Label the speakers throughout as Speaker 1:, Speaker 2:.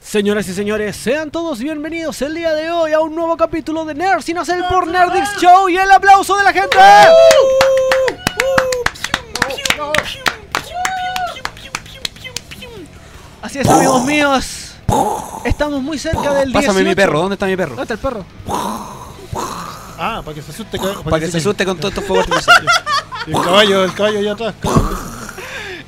Speaker 1: Señoras y señores, sean todos bienvenidos el día de hoy a un nuevo capítulo de Nerds sin hacer por Nerdix Show y el aplauso de la gente. Así es, amigos míos. Estamos muy cerca del día.
Speaker 2: Pásame mi perro, ¿dónde está mi perro?
Speaker 1: ¿Dónde está el perro?
Speaker 3: Ah, para que se asuste. Para,
Speaker 2: Para que se asuste con todos estos fuegos artificiales.
Speaker 3: Y el caballo, el caballo allá atrás.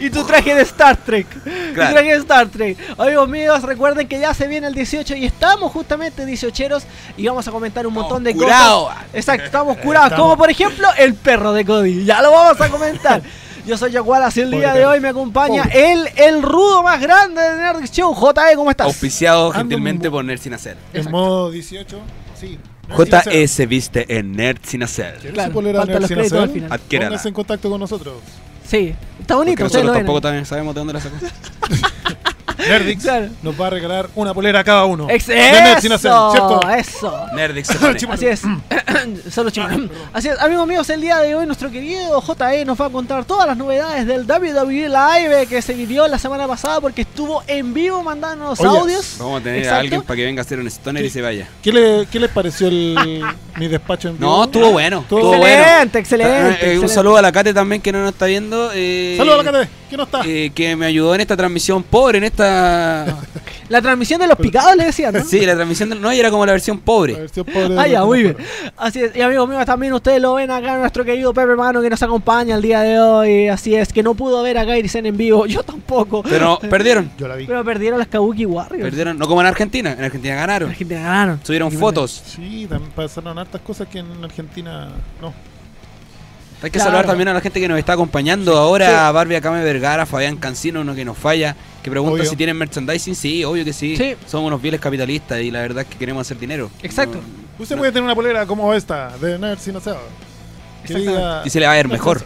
Speaker 1: Y tu traje de Star Trek.
Speaker 2: Claro.
Speaker 1: Tu traje de Star Trek. Amigos míos, recuerden que ya se viene el 18 y estamos justamente 18eros y vamos a comentar un montón de
Speaker 2: curados.
Speaker 1: cosas. Exacto, estamos curados.
Speaker 3: Eh, Estamos.
Speaker 1: Como por ejemplo el perro de Cody. Ya lo vamos a comentar. Yo soy Yagualas y el
Speaker 3: Pobre
Speaker 1: día de
Speaker 3: perro.
Speaker 1: hoy me acompaña el, el rudo más grande de Nerd Show. JE, ¿cómo estás?
Speaker 2: Auspiciado
Speaker 3: Ando
Speaker 2: gentilmente
Speaker 3: en-
Speaker 2: por Nerd Sin Hacer.
Speaker 3: En modo 18. Sí.
Speaker 2: JS viste en Nerd Sin Hacer.
Speaker 1: Claro,
Speaker 3: Claro, polera
Speaker 1: faltan
Speaker 3: Nerd
Speaker 1: los
Speaker 3: sin
Speaker 1: créditos
Speaker 3: hacer?
Speaker 1: al final.
Speaker 2: Adquiérala.
Speaker 3: Póngase en contacto con nosotros.
Speaker 1: Sí, está bonito.
Speaker 2: Porque
Speaker 1: ustedes
Speaker 2: nosotros
Speaker 1: lo ven.
Speaker 2: tampoco también sabemos de dónde la sacó.
Speaker 3: Nerdix
Speaker 1: Claro.
Speaker 3: nos va a regalar una polera a cada uno.
Speaker 1: Ex-
Speaker 3: De Nerd sin hacer,
Speaker 1: eso, eh.
Speaker 3: ¿cierto?
Speaker 1: eso.
Speaker 2: Nerdix se pone.
Speaker 3: Chimo-
Speaker 1: Así es.
Speaker 2: Mm.
Speaker 1: Solo
Speaker 2: Ah,
Speaker 1: chimo. Así es. Amigos míos, el día de hoy nuestro querido JE nos va a contar todas las novedades del WWE Live que se vivió la semana pasada porque estuvo en vivo mandándonos
Speaker 3: Oh, yes.
Speaker 1: audios.
Speaker 2: Vamos a tener
Speaker 1: Exacto.
Speaker 2: a alguien para que venga a hacer un stoner y se vaya.
Speaker 3: ¿Qué, le, ¿Qué les pareció el, mi despacho en vivo?
Speaker 2: No, estuvo bueno.
Speaker 3: Estuvo
Speaker 2: Estuvo bueno.
Speaker 1: Excelente, excelente,
Speaker 2: Eh, eh, Un
Speaker 1: excelente.
Speaker 2: saludo a la Kate también que no nos está viendo. eh,
Speaker 3: Saludos a la Cate. ¿Quién no está?
Speaker 2: eh, que me ayudó en esta transmisión pobre, en esta...
Speaker 1: La transmisión de los picados le decían, ¿no?
Speaker 2: Sí, la transmisión... de- No, y era como la versión
Speaker 3: A
Speaker 2: pobre.
Speaker 3: ver si es pobre de-
Speaker 1: Ah, ya, muy bien. Así es, y amigos míos, también ustedes lo ven acá, nuestro querido Pepe Hermano que nos acompaña el día de hoy. Así es, que no pudo ver a Gairisen en vivo, yo tampoco.
Speaker 2: Pero perdieron.
Speaker 3: Yo la vi.
Speaker 1: Pero perdieron las Kabuki Warriors.
Speaker 2: Perdieron. No como en Argentina. En Argentina ganaron.
Speaker 1: Argentina ganaron.
Speaker 2: Subieron
Speaker 1: Argentina
Speaker 2: fotos.
Speaker 3: Sí, también pasaron hartas cosas que en Argentina no.
Speaker 2: Hay que
Speaker 1: Claro.
Speaker 2: saludar también a la gente que nos está acompañando ahora, a Barbie Acame Vergara, Fabián Cancino, uno que nos falla, que pregunta
Speaker 3: Obvio.
Speaker 2: si tienen merchandising. Sí, obvio que sí.
Speaker 1: Sí.
Speaker 2: Somos unos fieles capitalistas y la verdad es que queremos hacer dinero.
Speaker 1: Exacto.
Speaker 3: Usted puede tener una polera como esta, de Nerd Sin Aseo. Que diga-
Speaker 2: Y se le va a ver mejor.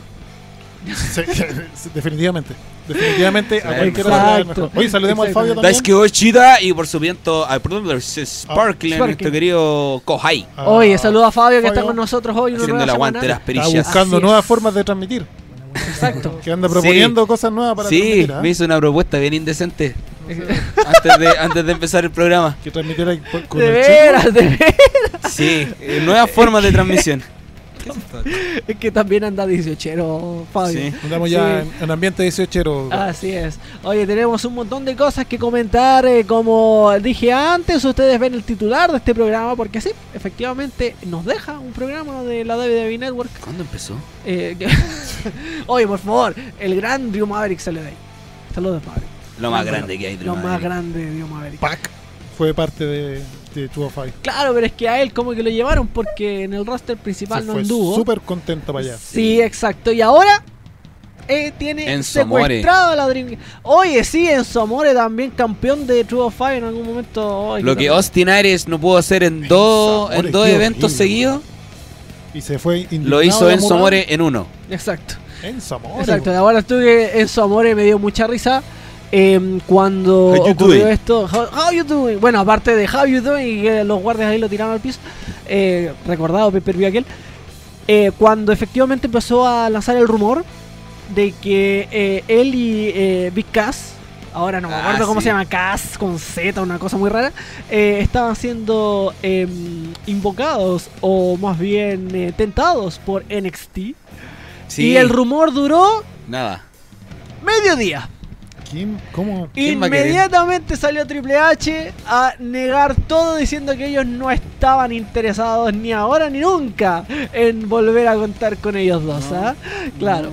Speaker 3: Sí, sí, definitivamente. Definitivamente a
Speaker 2: Claro.
Speaker 3: cualquier hora es
Speaker 1: Exacto.
Speaker 3: mejor. Oye, saludemos al Fabio
Speaker 1: Exactamente.
Speaker 2: La
Speaker 3: también.
Speaker 2: esquivo chida y por supuesto al productor Sparkling,
Speaker 1: Sparkling.
Speaker 2: nuestro querido Kohai,
Speaker 3: Ah,
Speaker 1: Oye, saludo a Fabio, que
Speaker 3: Fabio
Speaker 1: está con nosotros hoy. una
Speaker 2: haciendo
Speaker 1: nueva
Speaker 2: el aguante de las
Speaker 1: semana.
Speaker 3: Está
Speaker 2: perillas.
Speaker 3: buscando
Speaker 1: Así
Speaker 3: nuevas
Speaker 1: es.
Speaker 3: formas de transmitir.
Speaker 1: Exacto.
Speaker 3: Que anda proponiendo cosas nuevas para
Speaker 2: Sí,
Speaker 3: transmitir. ¿ah?
Speaker 2: me hizo una propuesta bien indecente antes de, antes de empezar el programa.
Speaker 3: Que transmitiera con- con
Speaker 1: De
Speaker 3: el chico.
Speaker 1: veras, de veras.
Speaker 2: Sí, eh, nuevas formas de transmisión. ¿Qué es esto?
Speaker 1: Es que también anda 18, Fabio.
Speaker 2: Sí.
Speaker 3: Andamos ya
Speaker 1: Sí. Ah.
Speaker 3: en, en ambiente 18.
Speaker 1: Así es. Oye, tenemos un montón de cosas que comentar. eh, como dije antes, ustedes ven el titular de este programa, porque sí, efectivamente nos deja un programa de la WWE Network.
Speaker 2: ¿Cuándo empezó?
Speaker 1: eh, que- Oye, por favor, el gran Drew Maverick se le da. ahí. Saludos, Maverick.
Speaker 2: Lo más grande que hay. de
Speaker 1: Lo más
Speaker 2: Madrid.
Speaker 1: grande de Drew Maverick.
Speaker 3: Pac fue parte de, de Two of Five.
Speaker 1: Claro, pero es que a él como que lo llevaron porque en el roster principal
Speaker 3: Se
Speaker 1: no
Speaker 3: fue
Speaker 1: anduvo.
Speaker 3: súper contento para allá.
Speaker 1: Sí, exacto. Y ahora eh, tiene
Speaker 2: Enzo Amore.
Speaker 1: secuestrado a la Dream. Oye, sí, Enzo Amore también campeón de True of Five en algún momento. Ay,
Speaker 2: Lo que
Speaker 1: tal-
Speaker 2: Austin Aries no pudo hacer en
Speaker 3: Enzo
Speaker 2: dos,
Speaker 3: Amore,
Speaker 2: en dos
Speaker 3: qué
Speaker 2: eventos
Speaker 3: horrible.
Speaker 2: seguidos,
Speaker 3: Y se fue
Speaker 2: lo
Speaker 3: indignado
Speaker 2: hizo
Speaker 3: de
Speaker 2: Enzo
Speaker 3: Murano.
Speaker 2: More en uno.
Speaker 1: Exacto.
Speaker 3: Enzo More.
Speaker 1: Exacto. Ahora estuve Enzo Amore me dio mucha risa. em, cuando
Speaker 2: How you
Speaker 1: ocurrió
Speaker 2: doing?
Speaker 1: esto, how, how you doing? Bueno, aparte de how you doing, y que los guardias ahí lo tiraron al piso, eh, recordado Pepper vio aquel, eh, cuando efectivamente empezó a lanzar el rumor de que eh, él y eh, Big Cass, ahora no me
Speaker 2: Ah,
Speaker 1: acuerdo cómo
Speaker 2: sí.
Speaker 1: se llama, Cass con Z, una cosa muy rara, eh, estaban siendo em, invocados o más bien eh, tentados por NXT.
Speaker 2: Sí,
Speaker 1: Y el rumor duró
Speaker 2: nada.
Speaker 1: mediodía.
Speaker 3: ¿Quién? ¿Cómo?
Speaker 2: ¿Quién va a querer?
Speaker 1: Inmediatamente salió Triple H a negar todo diciendo que ellos no estaban interesados ni ahora ni nunca en volver a contar con ellos dos.
Speaker 2: No,
Speaker 1: ¿ah? Claro.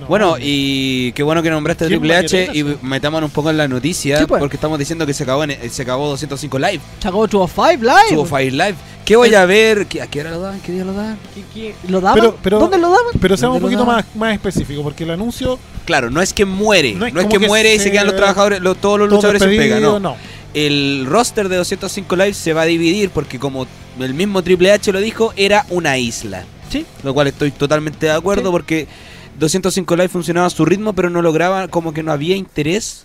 Speaker 3: No.
Speaker 2: Bueno, y qué bueno que nombraste a
Speaker 3: ¿Quién
Speaker 2: Triple
Speaker 3: va a querer
Speaker 2: H y
Speaker 3: eso?
Speaker 2: metámonos un poco en la noticia,
Speaker 1: Sí, pues.
Speaker 2: porque estamos diciendo que se acabó, en- eh, se acabó 205 Live,
Speaker 1: Chacó Two of Five Live.
Speaker 2: subo
Speaker 3: pues.
Speaker 2: Fire Live. ¿Qué voy a ver? ¿Qué- ¿A qué hora lo dan? ¿Qué día lo dan?
Speaker 1: ¿Qué- qué- ¿Lo daban?
Speaker 3: Pero- pero-
Speaker 1: ¿Dónde lo daban?
Speaker 3: Pero seamos un
Speaker 2: ¿Dónde lo
Speaker 3: poquito
Speaker 2: daba?
Speaker 3: más, más específicos, porque el anuncio.
Speaker 2: Claro, no es que muere, no
Speaker 3: No
Speaker 2: es,
Speaker 3: es
Speaker 2: que,
Speaker 3: como que
Speaker 2: muere y se
Speaker 3: se-
Speaker 2: quedan los trabajadores, los- todos los
Speaker 3: todo
Speaker 2: luchadores sin pega,
Speaker 3: despedido,
Speaker 2: no. El roster de 205 Live se va a dividir porque como el mismo Triple H lo dijo, era una isla.
Speaker 1: Sí.
Speaker 2: lo cual estoy totalmente de acuerdo
Speaker 1: Sí.
Speaker 2: porque 205 Live funcionaba a su ritmo, pero no lograba, como que no había interés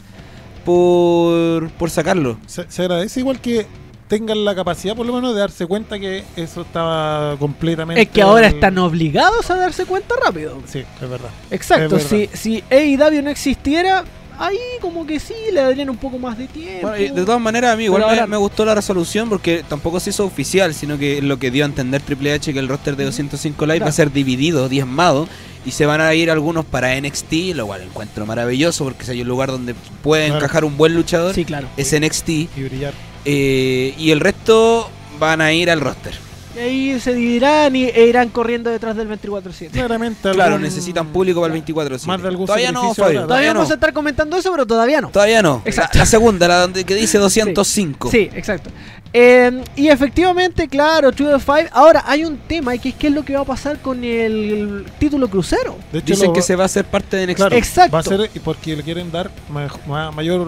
Speaker 2: por, por sacarlo.
Speaker 3: Se, se agradece igual que tengan la capacidad, por lo menos, de darse cuenta que eso estaba completamente.
Speaker 1: Es que ahora están obligados a darse cuenta rápido.
Speaker 3: Sí, es verdad.
Speaker 1: Exacto.
Speaker 3: Es
Speaker 1: Si, si AEW no E existiera, ahí como que sí, le darían un poco más de tiempo.
Speaker 2: Bueno, y de todas maneras, a mí igual
Speaker 1: Eh, Pero
Speaker 2: me,
Speaker 1: ahora-
Speaker 2: me gustó la resolución porque tampoco se hizo oficial, sino que lo que dio a entender Triple H que el roster de 205 Live va a
Speaker 1: Claro.
Speaker 2: ser dividido, diezmado, y se van a ir algunos para NXT, lo cual encuentro maravilloso porque si hay un lugar donde puede
Speaker 3: Claro.
Speaker 2: encajar un buen luchador,
Speaker 1: sí, claro.
Speaker 2: es NXT,
Speaker 3: y brillar.
Speaker 2: eh, y el resto van a ir al roster.
Speaker 1: Y ahí se dividirán y, e irán corriendo detrás del 24-7.
Speaker 3: Claramente,
Speaker 2: Claro,
Speaker 3: algún-
Speaker 2: necesitan público para el 24. sí.
Speaker 3: Más de algún
Speaker 2: todavía no,
Speaker 3: sacrificio
Speaker 2: Fabio,
Speaker 1: Todavía
Speaker 3: habrá.
Speaker 2: todavía no.
Speaker 1: vamos a estar comentando eso, pero todavía no.
Speaker 2: Todavía no. La,
Speaker 1: Exacto.
Speaker 2: la segunda, la donde que dice 205.
Speaker 1: Sí, exacto. Eh, y efectivamente, claro, True of Five. Ahora hay un tema, que es qué es lo que va a pasar con el título crucero.
Speaker 3: De hecho,
Speaker 2: Dicen
Speaker 3: lo-
Speaker 2: que se va a hacer parte de NXT.
Speaker 3: Claro,
Speaker 1: Exacto.
Speaker 3: Va a ser y porque le quieren dar ma- ma- mayor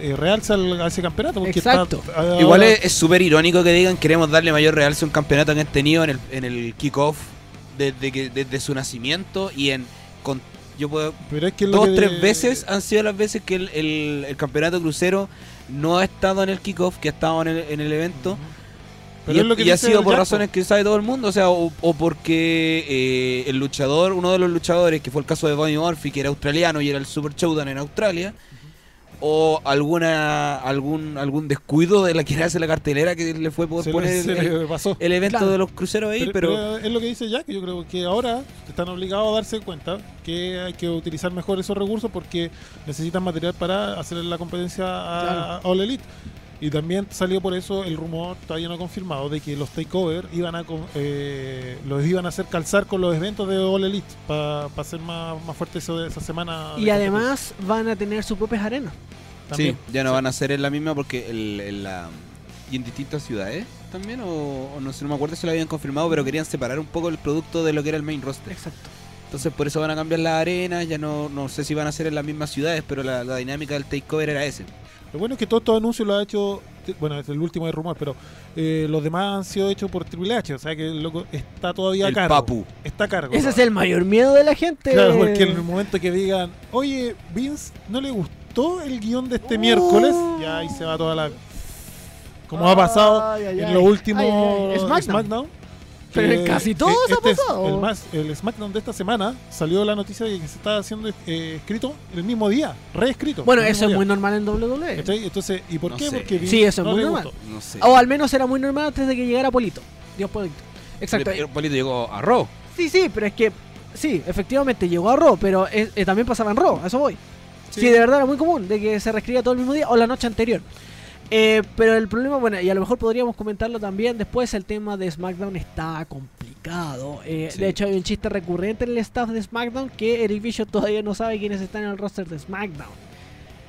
Speaker 3: eh, realce al- a ese campeonato. Porque está-
Speaker 1: Exacto.
Speaker 3: ahora-
Speaker 2: Igual es es súper irónico que digan queremos darle mayor realce a un campeonato que han tenido en el, en el kickoff desde, que- desde su nacimiento y en con, yo puedo,
Speaker 3: pero es que es lo
Speaker 2: dos
Speaker 3: que de-
Speaker 2: tres veces han sido las veces que el, el- el campeonato crucero no ha estado en el kickoff, que ha estado en el, en el evento
Speaker 3: Pero
Speaker 2: y,
Speaker 3: es lo que
Speaker 2: y ha
Speaker 3: dice
Speaker 2: sido
Speaker 3: el
Speaker 2: por
Speaker 3: Jaco.
Speaker 2: razones que sabe todo el mundo, o sea, o, o porque eh, el luchador, uno de los luchadores, que fue el caso de Bobby Murphy, que era australiano y era el Super Showdown en Australia, o alguna algún algún descuido de la que hace la cartelera que le fue por
Speaker 3: Se le-
Speaker 2: poner
Speaker 3: se
Speaker 2: el,
Speaker 3: le pasó.
Speaker 2: el evento
Speaker 1: Claro.
Speaker 2: de los cruceros ahí,
Speaker 3: Pero,
Speaker 2: pero,
Speaker 3: pero es lo que dice Jack, yo creo que ahora están obligados a darse cuenta que hay que utilizar mejor esos recursos porque necesitan material para hacer la competencia a, a All Elite. Y también salió por eso el rumor, todavía no confirmado, de que los takeover iban a con- eh, los iban a hacer calzar con los eventos de All Elite para hacer más, más fuerte eso de esa semana. de
Speaker 1: Y además van a tener sus propias arenas.
Speaker 3: competencia.
Speaker 2: sí,
Speaker 3: También.
Speaker 2: ya no van a ser en la misma porque el, en la- y en distintas ciudades también, o, o no sé, no me acuerdo si lo habían confirmado, pero querían separar un poco el producto de lo que era el main roster.
Speaker 1: Exacto.
Speaker 2: Entonces por eso van a cambiar las arenas, ya no, no sé si van a ser en las mismas ciudades, pero la, la dinámica del takeover era ese.
Speaker 3: Lo bueno es que todos estos anuncios lo ha hecho, bueno, es el último de rumor, pero eh, los demás han sido hechos por Triple H, o sea que el loco está todavía
Speaker 2: el
Speaker 3: caro.
Speaker 2: Papu.
Speaker 3: Está a cargo.
Speaker 1: Ese es el mayor miedo de la gente.
Speaker 3: Claro, porque en el momento que digan, oye, Vince, ¿no le gustó el guión de este miércoles? Ya ahí se va toda la... Como ha pasado
Speaker 1: Oh. Ay, ay,
Speaker 3: en
Speaker 1: ay.
Speaker 3: los últimos
Speaker 1: Ay, ay, ay. SmackDown. Pero en casi todos
Speaker 3: todo
Speaker 1: ha pasado.
Speaker 3: este El, más, el SmackDown de esta semana salió la noticia de que se estaba haciendo eh, escrito el mismo día, reescrito.
Speaker 1: Bueno,
Speaker 3: el mismo
Speaker 1: eso es
Speaker 3: día.
Speaker 1: muy normal en WWE.
Speaker 3: ¿Cachai? Entonces, ¿y por
Speaker 2: No
Speaker 3: qué?
Speaker 2: sé.
Speaker 3: Porque Vince
Speaker 1: Sí, eso es
Speaker 3: no
Speaker 1: muy
Speaker 3: le
Speaker 1: normal.
Speaker 3: gustó.
Speaker 2: No sé.
Speaker 1: O al menos era muy normal antes de que llegara Polito. Dios Polito. Exacto.
Speaker 2: El Polito llegó a Raw.
Speaker 1: Sí, sí, pero es que. Sí, efectivamente llegó a Raw, pero eh, eh, también pasaba en Raw, a eso voy. Sí. de verdad era muy común, de que se reescribía todo el mismo día o la noche anterior. Eh, pero el problema, bueno, y a lo mejor podríamos comentarlo también después, el tema de SmackDown está complicado. Eh,
Speaker 2: Sí.
Speaker 1: De hecho, hay un chiste recurrente en el staff de SmackDown que Eric Bishop todavía no sabe quiénes están en el roster de SmackDown.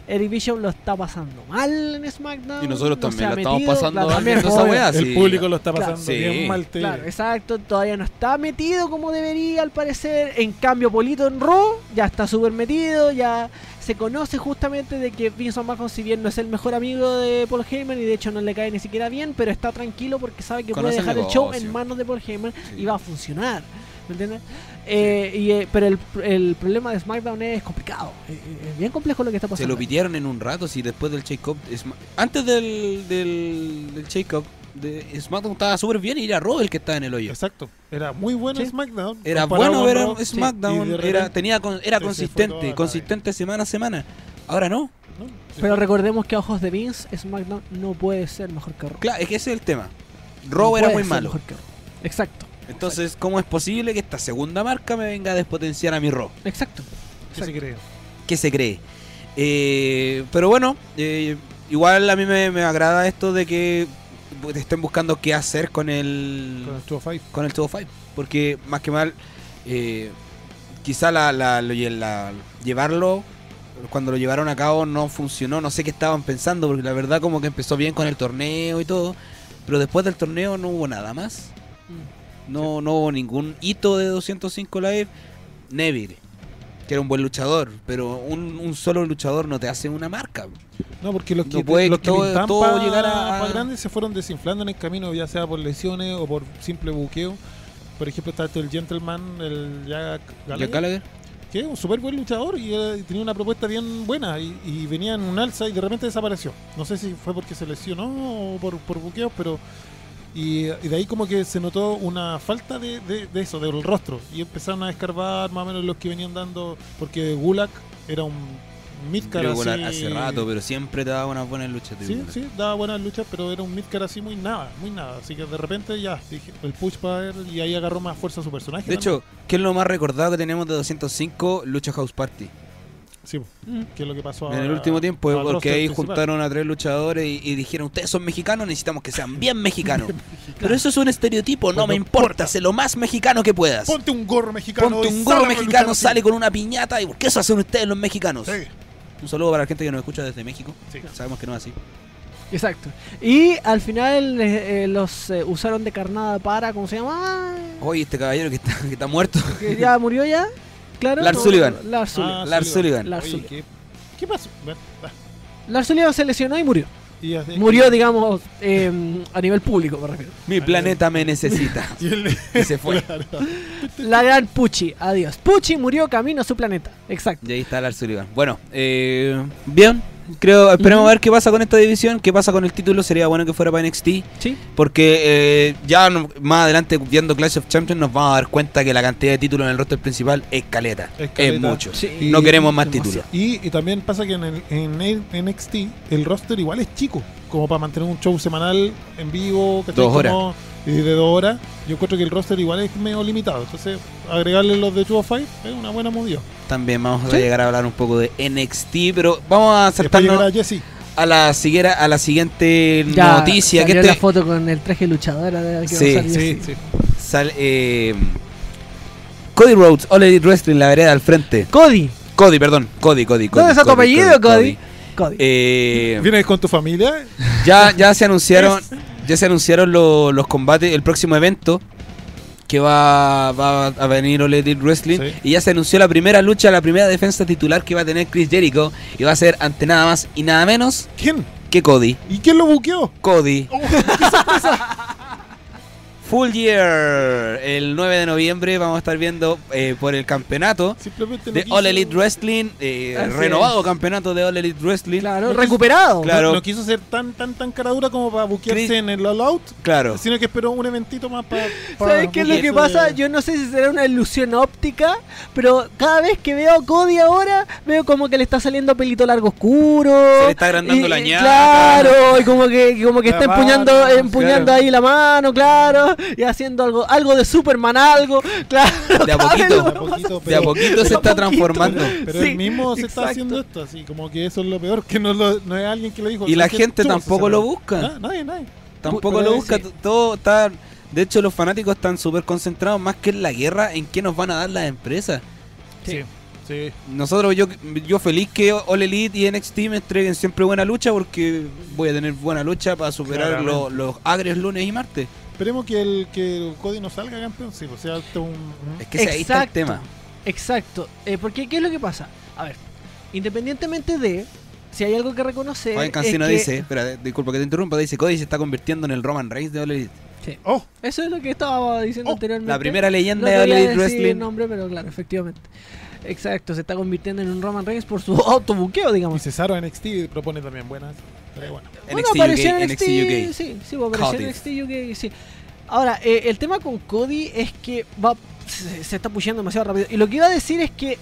Speaker 1: Eric Bishop lo está pasando mal en SmackDown.
Speaker 2: Y nosotros
Speaker 1: no se
Speaker 2: también
Speaker 1: ha
Speaker 2: lo estamos
Speaker 1: metido,
Speaker 2: pasando
Speaker 1: claro,
Speaker 2: mal
Speaker 1: también,
Speaker 2: viendo esa
Speaker 1: obvio.
Speaker 2: weá.
Speaker 3: El
Speaker 2: Sí.
Speaker 3: público lo está pasando
Speaker 1: Claro,
Speaker 2: sí.
Speaker 3: bien mal. te
Speaker 1: Claro,
Speaker 3: diré.
Speaker 1: exacto, todavía no está metido como debería al parecer. En cambio, Polito en Raw ya está súper metido, ya se conoce justamente de que Vince McMahon, si bien no es el mejor amigo de Paul Heyman y de hecho no le cae ni siquiera bien, pero está tranquilo porque sabe que
Speaker 2: Conoce
Speaker 1: puede
Speaker 2: el
Speaker 1: dejar el show
Speaker 2: negocio.
Speaker 1: en manos de Paul Heyman
Speaker 2: Sí.
Speaker 1: y va a funcionar. ¿Me entiendes? Eh, y, eh, pero el, el problema de SmackDown es complicado, eh, eh, es bien complejo lo que está
Speaker 2: Se
Speaker 1: pasando.
Speaker 2: lo pitearon en un rato, si después del shake-up... Sma- Antes del, del, del shake-up, de SmackDown estaba súper bien y era Raw el que estaba en el hoyo.
Speaker 3: Exacto. Era muy bueno
Speaker 1: Sí.
Speaker 3: SmackDown.
Speaker 2: Era
Speaker 3: comparado
Speaker 2: bueno
Speaker 3: con
Speaker 2: ver
Speaker 3: Raw.
Speaker 2: a
Speaker 3: Y
Speaker 2: SmackDown,
Speaker 3: de
Speaker 2: era,
Speaker 3: repente-
Speaker 2: tenía, con-
Speaker 3: se
Speaker 2: era
Speaker 3: fue toda la
Speaker 2: consistente,
Speaker 3: vez.
Speaker 2: consistente semana a semana. Ahora no.
Speaker 3: ¿no?
Speaker 1: Pero recordemos que a ojos de Vince, SmackDown no puede ser mejor que Raw.
Speaker 2: Claro, es que ese es el tema.
Speaker 1: No
Speaker 2: Raw era
Speaker 1: puede
Speaker 2: muy
Speaker 1: ser
Speaker 2: malo.
Speaker 1: mejor que Raw. Exacto.
Speaker 2: Entonces, ¿cómo es posible que esta segunda marca me venga a despotenciar a mi Raw?
Speaker 1: Exacto.
Speaker 3: ¿Qué se cree?
Speaker 2: ¿Qué se cree? Eh, pero bueno, eh, igual a mí me, me agrada esto de que pues, estén buscando qué hacer con el
Speaker 3: Con el Two of Five.
Speaker 2: con el Todo 5. Porque más que mal, eh, quizá la, la- lo- la- llevarlo, cuando lo llevaron a cabo no funcionó, no sé qué estaban pensando, porque la verdad como que empezó bien con el torneo y todo, pero después del torneo no hubo nada más.
Speaker 3: Mm.
Speaker 2: No, no hubo ningún hito de 205 Live. Neville, que era un buen luchador, pero un, un solo luchador no te hace una marca.
Speaker 3: No, porque los que,
Speaker 2: No puede
Speaker 3: los
Speaker 2: que
Speaker 3: que
Speaker 2: todo-
Speaker 3: pintaban
Speaker 2: todo
Speaker 3: pa-
Speaker 2: llegara a-
Speaker 3: pa' grandes se fueron desinflando en el camino, ya sea por lesiones o por simple buqueo. Por ejemplo, está este el Gentleman, el Jack
Speaker 2: Jack
Speaker 3: Gallagher,
Speaker 2: Gallagher,
Speaker 3: que es un súper buen luchador y eh, tenía una propuesta bien buena y, y venía en un alza y de repente desapareció. No sé si fue porque se lesionó o por, por buqueos, pero... Y, y de ahí como que se notó una falta de, de- de eso, del rostro. Y empezaron a escarbar más o menos los que venían dando, porque Gulak era un midcar así.
Speaker 2: regular hace rato, pero siempre te daba unas buenas luchas.
Speaker 3: Sí,
Speaker 2: Tribular.
Speaker 3: sí, daba buenas luchas, pero era un midcar así muy nada, muy nada. Así que de repente ya, dije, el push power y ahí agarró más fuerza su personaje.
Speaker 2: De
Speaker 3: también.
Speaker 2: hecho, ¿qué es lo más recordado que tenemos de 205? Lucha House Party.
Speaker 3: Sí, que es lo que pasó
Speaker 2: en el
Speaker 3: ahora
Speaker 2: último tiempo,
Speaker 3: al
Speaker 2: porque
Speaker 3: roster
Speaker 2: ahí
Speaker 3: principal.
Speaker 2: juntaron a tres luchadores y, y dijeron, ustedes son mexicanos, necesitamos que sean bien mexicanos. Pero eso es un estereotipo, no
Speaker 3: Cuando
Speaker 2: me importa, sé lo más mexicano que puedas.
Speaker 3: Ponte un gorro mexicano.
Speaker 2: Ponte
Speaker 3: y
Speaker 2: un
Speaker 3: sal a
Speaker 2: gorro
Speaker 3: revolucionar
Speaker 2: mexicano,
Speaker 3: así.
Speaker 2: sale con una piñata, y ¿por qué eso hacen ustedes los mexicanos?
Speaker 3: Sí,
Speaker 2: Un saludo para la gente que nos escucha desde México,
Speaker 3: sí.
Speaker 2: sabemos que no es así.
Speaker 1: Exacto. Y al final eh, eh, los eh, usaron de carnada para, ¿cómo se llama?
Speaker 2: Oye, este caballero que está, que está muerto.
Speaker 1: Que ya murió ya. Claro.
Speaker 2: Lars Sullivan.
Speaker 1: Lars Sullivan.
Speaker 3: Ah,
Speaker 2: Lars Sullivan.
Speaker 1: Lars
Speaker 3: Oye,
Speaker 1: Sullivan.
Speaker 3: ¿qué, ¿Qué pasó? Bueno, ah,
Speaker 1: Lars Sullivan se lesionó y murió.
Speaker 3: y así-
Speaker 1: Murió, digamos, eh, a nivel público, me refiero.
Speaker 3: Ah,
Speaker 2: Mi planeta me necesita.
Speaker 3: Y él-
Speaker 2: Y se fue.
Speaker 3: Claro.
Speaker 1: La gran Pucci, adiós. Pucci murió camino a su planeta. Exacto.
Speaker 2: Y ahí está Lars Sullivan. Bueno, eh, bien, creo, esperemos a ver qué pasa con esta división, qué pasa con el título. Sería bueno que fuera para NXT,
Speaker 1: Sí.
Speaker 2: porque eh, ya no- más adelante viendo Clash of Champions nos vamos a dar cuenta que la cantidad de títulos en el roster principal es caleta,
Speaker 3: Es caleta.
Speaker 2: es mucho.
Speaker 1: Sí.
Speaker 2: no queremos más
Speaker 1: Demasiado.
Speaker 2: títulos.
Speaker 3: Y, y también pasa que en, el, en el NXT el roster igual es chico, como para mantener un show semanal en vivo, ¿cachai?
Speaker 2: Dos horas.
Speaker 3: Como, eh, de dos horas. Yo encuentro que el roster igual es medio limitado, entonces agregarle los de 2 Five es una buena movida.
Speaker 2: También vamos
Speaker 1: Sí.
Speaker 2: a llegar a hablar un poco de NXT, pero vamos a
Speaker 3: Después llegará
Speaker 2: saltarnos
Speaker 3: Jesse.
Speaker 2: a la siguiera, a la siguiente
Speaker 1: Ya
Speaker 2: noticia. Que
Speaker 1: salió
Speaker 2: este-
Speaker 1: la foto con el traje luchadora de la que
Speaker 2: Sí,
Speaker 1: va a salir,
Speaker 3: Sí,
Speaker 1: sí.
Speaker 3: sí.
Speaker 2: sal- eh, Cody Rhodes, All Elite Wrestling, la vereda al frente.
Speaker 1: Cody.
Speaker 2: Cody, perdón, Cody, Cody. Cody
Speaker 1: ¿Dónde está tu
Speaker 2: Cody,
Speaker 1: apellido, Cody? Cody.
Speaker 2: Eh,
Speaker 3: ¿Vienes con tu familia?
Speaker 2: ya, ya se anunciaron, ya se anunciaron lo- los combates, el próximo evento que va, va a venir All Elite Wrestling
Speaker 3: Sí.
Speaker 2: y ya se anunció la primera lucha, la primera defensa titular que va a tener Chris Jericho y va a ser ante nada más y nada menos
Speaker 3: ¿Quién?
Speaker 2: que Cody.
Speaker 3: ¿Y quién lo buqueó?
Speaker 2: Cody.
Speaker 3: Oh,
Speaker 2: Full Year. El 9 de noviembre vamos a estar viendo eh, por el campeonato
Speaker 3: Simplemente Este no
Speaker 2: de
Speaker 3: quiso-
Speaker 2: All Elite Wrestling, eh,
Speaker 1: Así
Speaker 2: renovado campeonato de All Elite Wrestling. Este
Speaker 1: Claro,
Speaker 3: Lo
Speaker 1: recuperado.
Speaker 2: Claro.
Speaker 3: No, no quiso ser tan, tan, tan caradura como para buquearse
Speaker 2: Chris-
Speaker 3: en el All Out,
Speaker 2: Claro.
Speaker 3: sino que esperó un eventito más para.
Speaker 1: ¿Sabes qué es lo que pasa? Yo no sé si será una ilusión óptica, pero cada vez que veo a Cody ahora, veo como que le está saliendo pelito largo oscuro.
Speaker 2: Se le está agrandando
Speaker 1: y-
Speaker 2: la
Speaker 1: y
Speaker 2: ñata.
Speaker 1: Claro, y como que, como que
Speaker 2: La
Speaker 1: está
Speaker 2: mano,
Speaker 1: empuñando, empuñando
Speaker 2: claro.
Speaker 1: ahí la mano, claro, y haciendo algo, algo de Superman, algo, claro.
Speaker 2: De a
Speaker 1: cada vez
Speaker 2: poquito.
Speaker 1: lo
Speaker 3: De a
Speaker 1: veo más-
Speaker 3: poquito,
Speaker 2: De a
Speaker 3: pero-
Speaker 2: poquito
Speaker 1: de
Speaker 2: se
Speaker 1: a
Speaker 2: está
Speaker 1: poquito.
Speaker 2: transformando.
Speaker 3: Pero
Speaker 1: Sí,
Speaker 3: él mismo se
Speaker 1: exacto.
Speaker 3: está haciendo esto, así como que eso es lo peor, que no, lo- no es alguien que lo dijo.
Speaker 2: Y la
Speaker 3: sino que
Speaker 2: gente
Speaker 3: Chavo se
Speaker 2: tampoco
Speaker 3: cerró.
Speaker 2: lo busca.
Speaker 3: Ah, nadie, nadie.
Speaker 2: Tampoco
Speaker 3: Pero
Speaker 2: lo
Speaker 3: es-
Speaker 2: busca.
Speaker 1: sí.
Speaker 2: Todo está. De hecho, los fanáticos están súper concentrados más que en la guerra en qué nos van a dar las empresas.
Speaker 1: Sí.
Speaker 3: Sí.
Speaker 2: Nosotros, yo, yo feliz que All Elite y NXT me entreguen siempre buena lucha porque voy a tener buena lucha para superar
Speaker 3: Claramente.
Speaker 2: lo- los agres lunes y martes.
Speaker 3: Esperemos que el, que el Cody no salga campeón, sí, o sea, esto es un- un-
Speaker 2: Es que ese- ahí está el
Speaker 1: Exacto.
Speaker 2: tema.
Speaker 1: Exacto, eh, porque ¿qué es lo que pasa? A ver, independientemente de si hay algo que reconocer.
Speaker 2: Fabián
Speaker 1: es
Speaker 2: Cancino
Speaker 1: que-
Speaker 2: dice, espera, disculpa que te interrumpa, dice Cody se está convirtiendo en el Roman Reigns de All Elite.
Speaker 3: ¡Oh!
Speaker 1: Eso es lo que estaba diciendo
Speaker 3: Oh,
Speaker 1: anteriormente.
Speaker 2: La primera leyenda
Speaker 1: No
Speaker 2: de
Speaker 1: te
Speaker 2: All
Speaker 1: voy a
Speaker 2: Elite
Speaker 1: decir el
Speaker 2: Wrestling.
Speaker 1: nombre, pero claro, efectivamente. Exacto, se está convirtiendo en un Roman Reigns por su autobuqueo,
Speaker 3: Y
Speaker 1: digamos.
Speaker 3: Cesaro NXT propone también buenas. Pero bueno.
Speaker 1: Bueno,
Speaker 2: NXT
Speaker 1: apareció
Speaker 2: UK,
Speaker 1: en
Speaker 2: NXT
Speaker 1: NXT,
Speaker 2: UK.
Speaker 1: Sí, sí, apareció en
Speaker 2: Cody.
Speaker 1: NXT UK, sí. Ahora, eh, el tema con Cody es que va, se, se está pusheando demasiado rápido. Y lo que iba a decir es que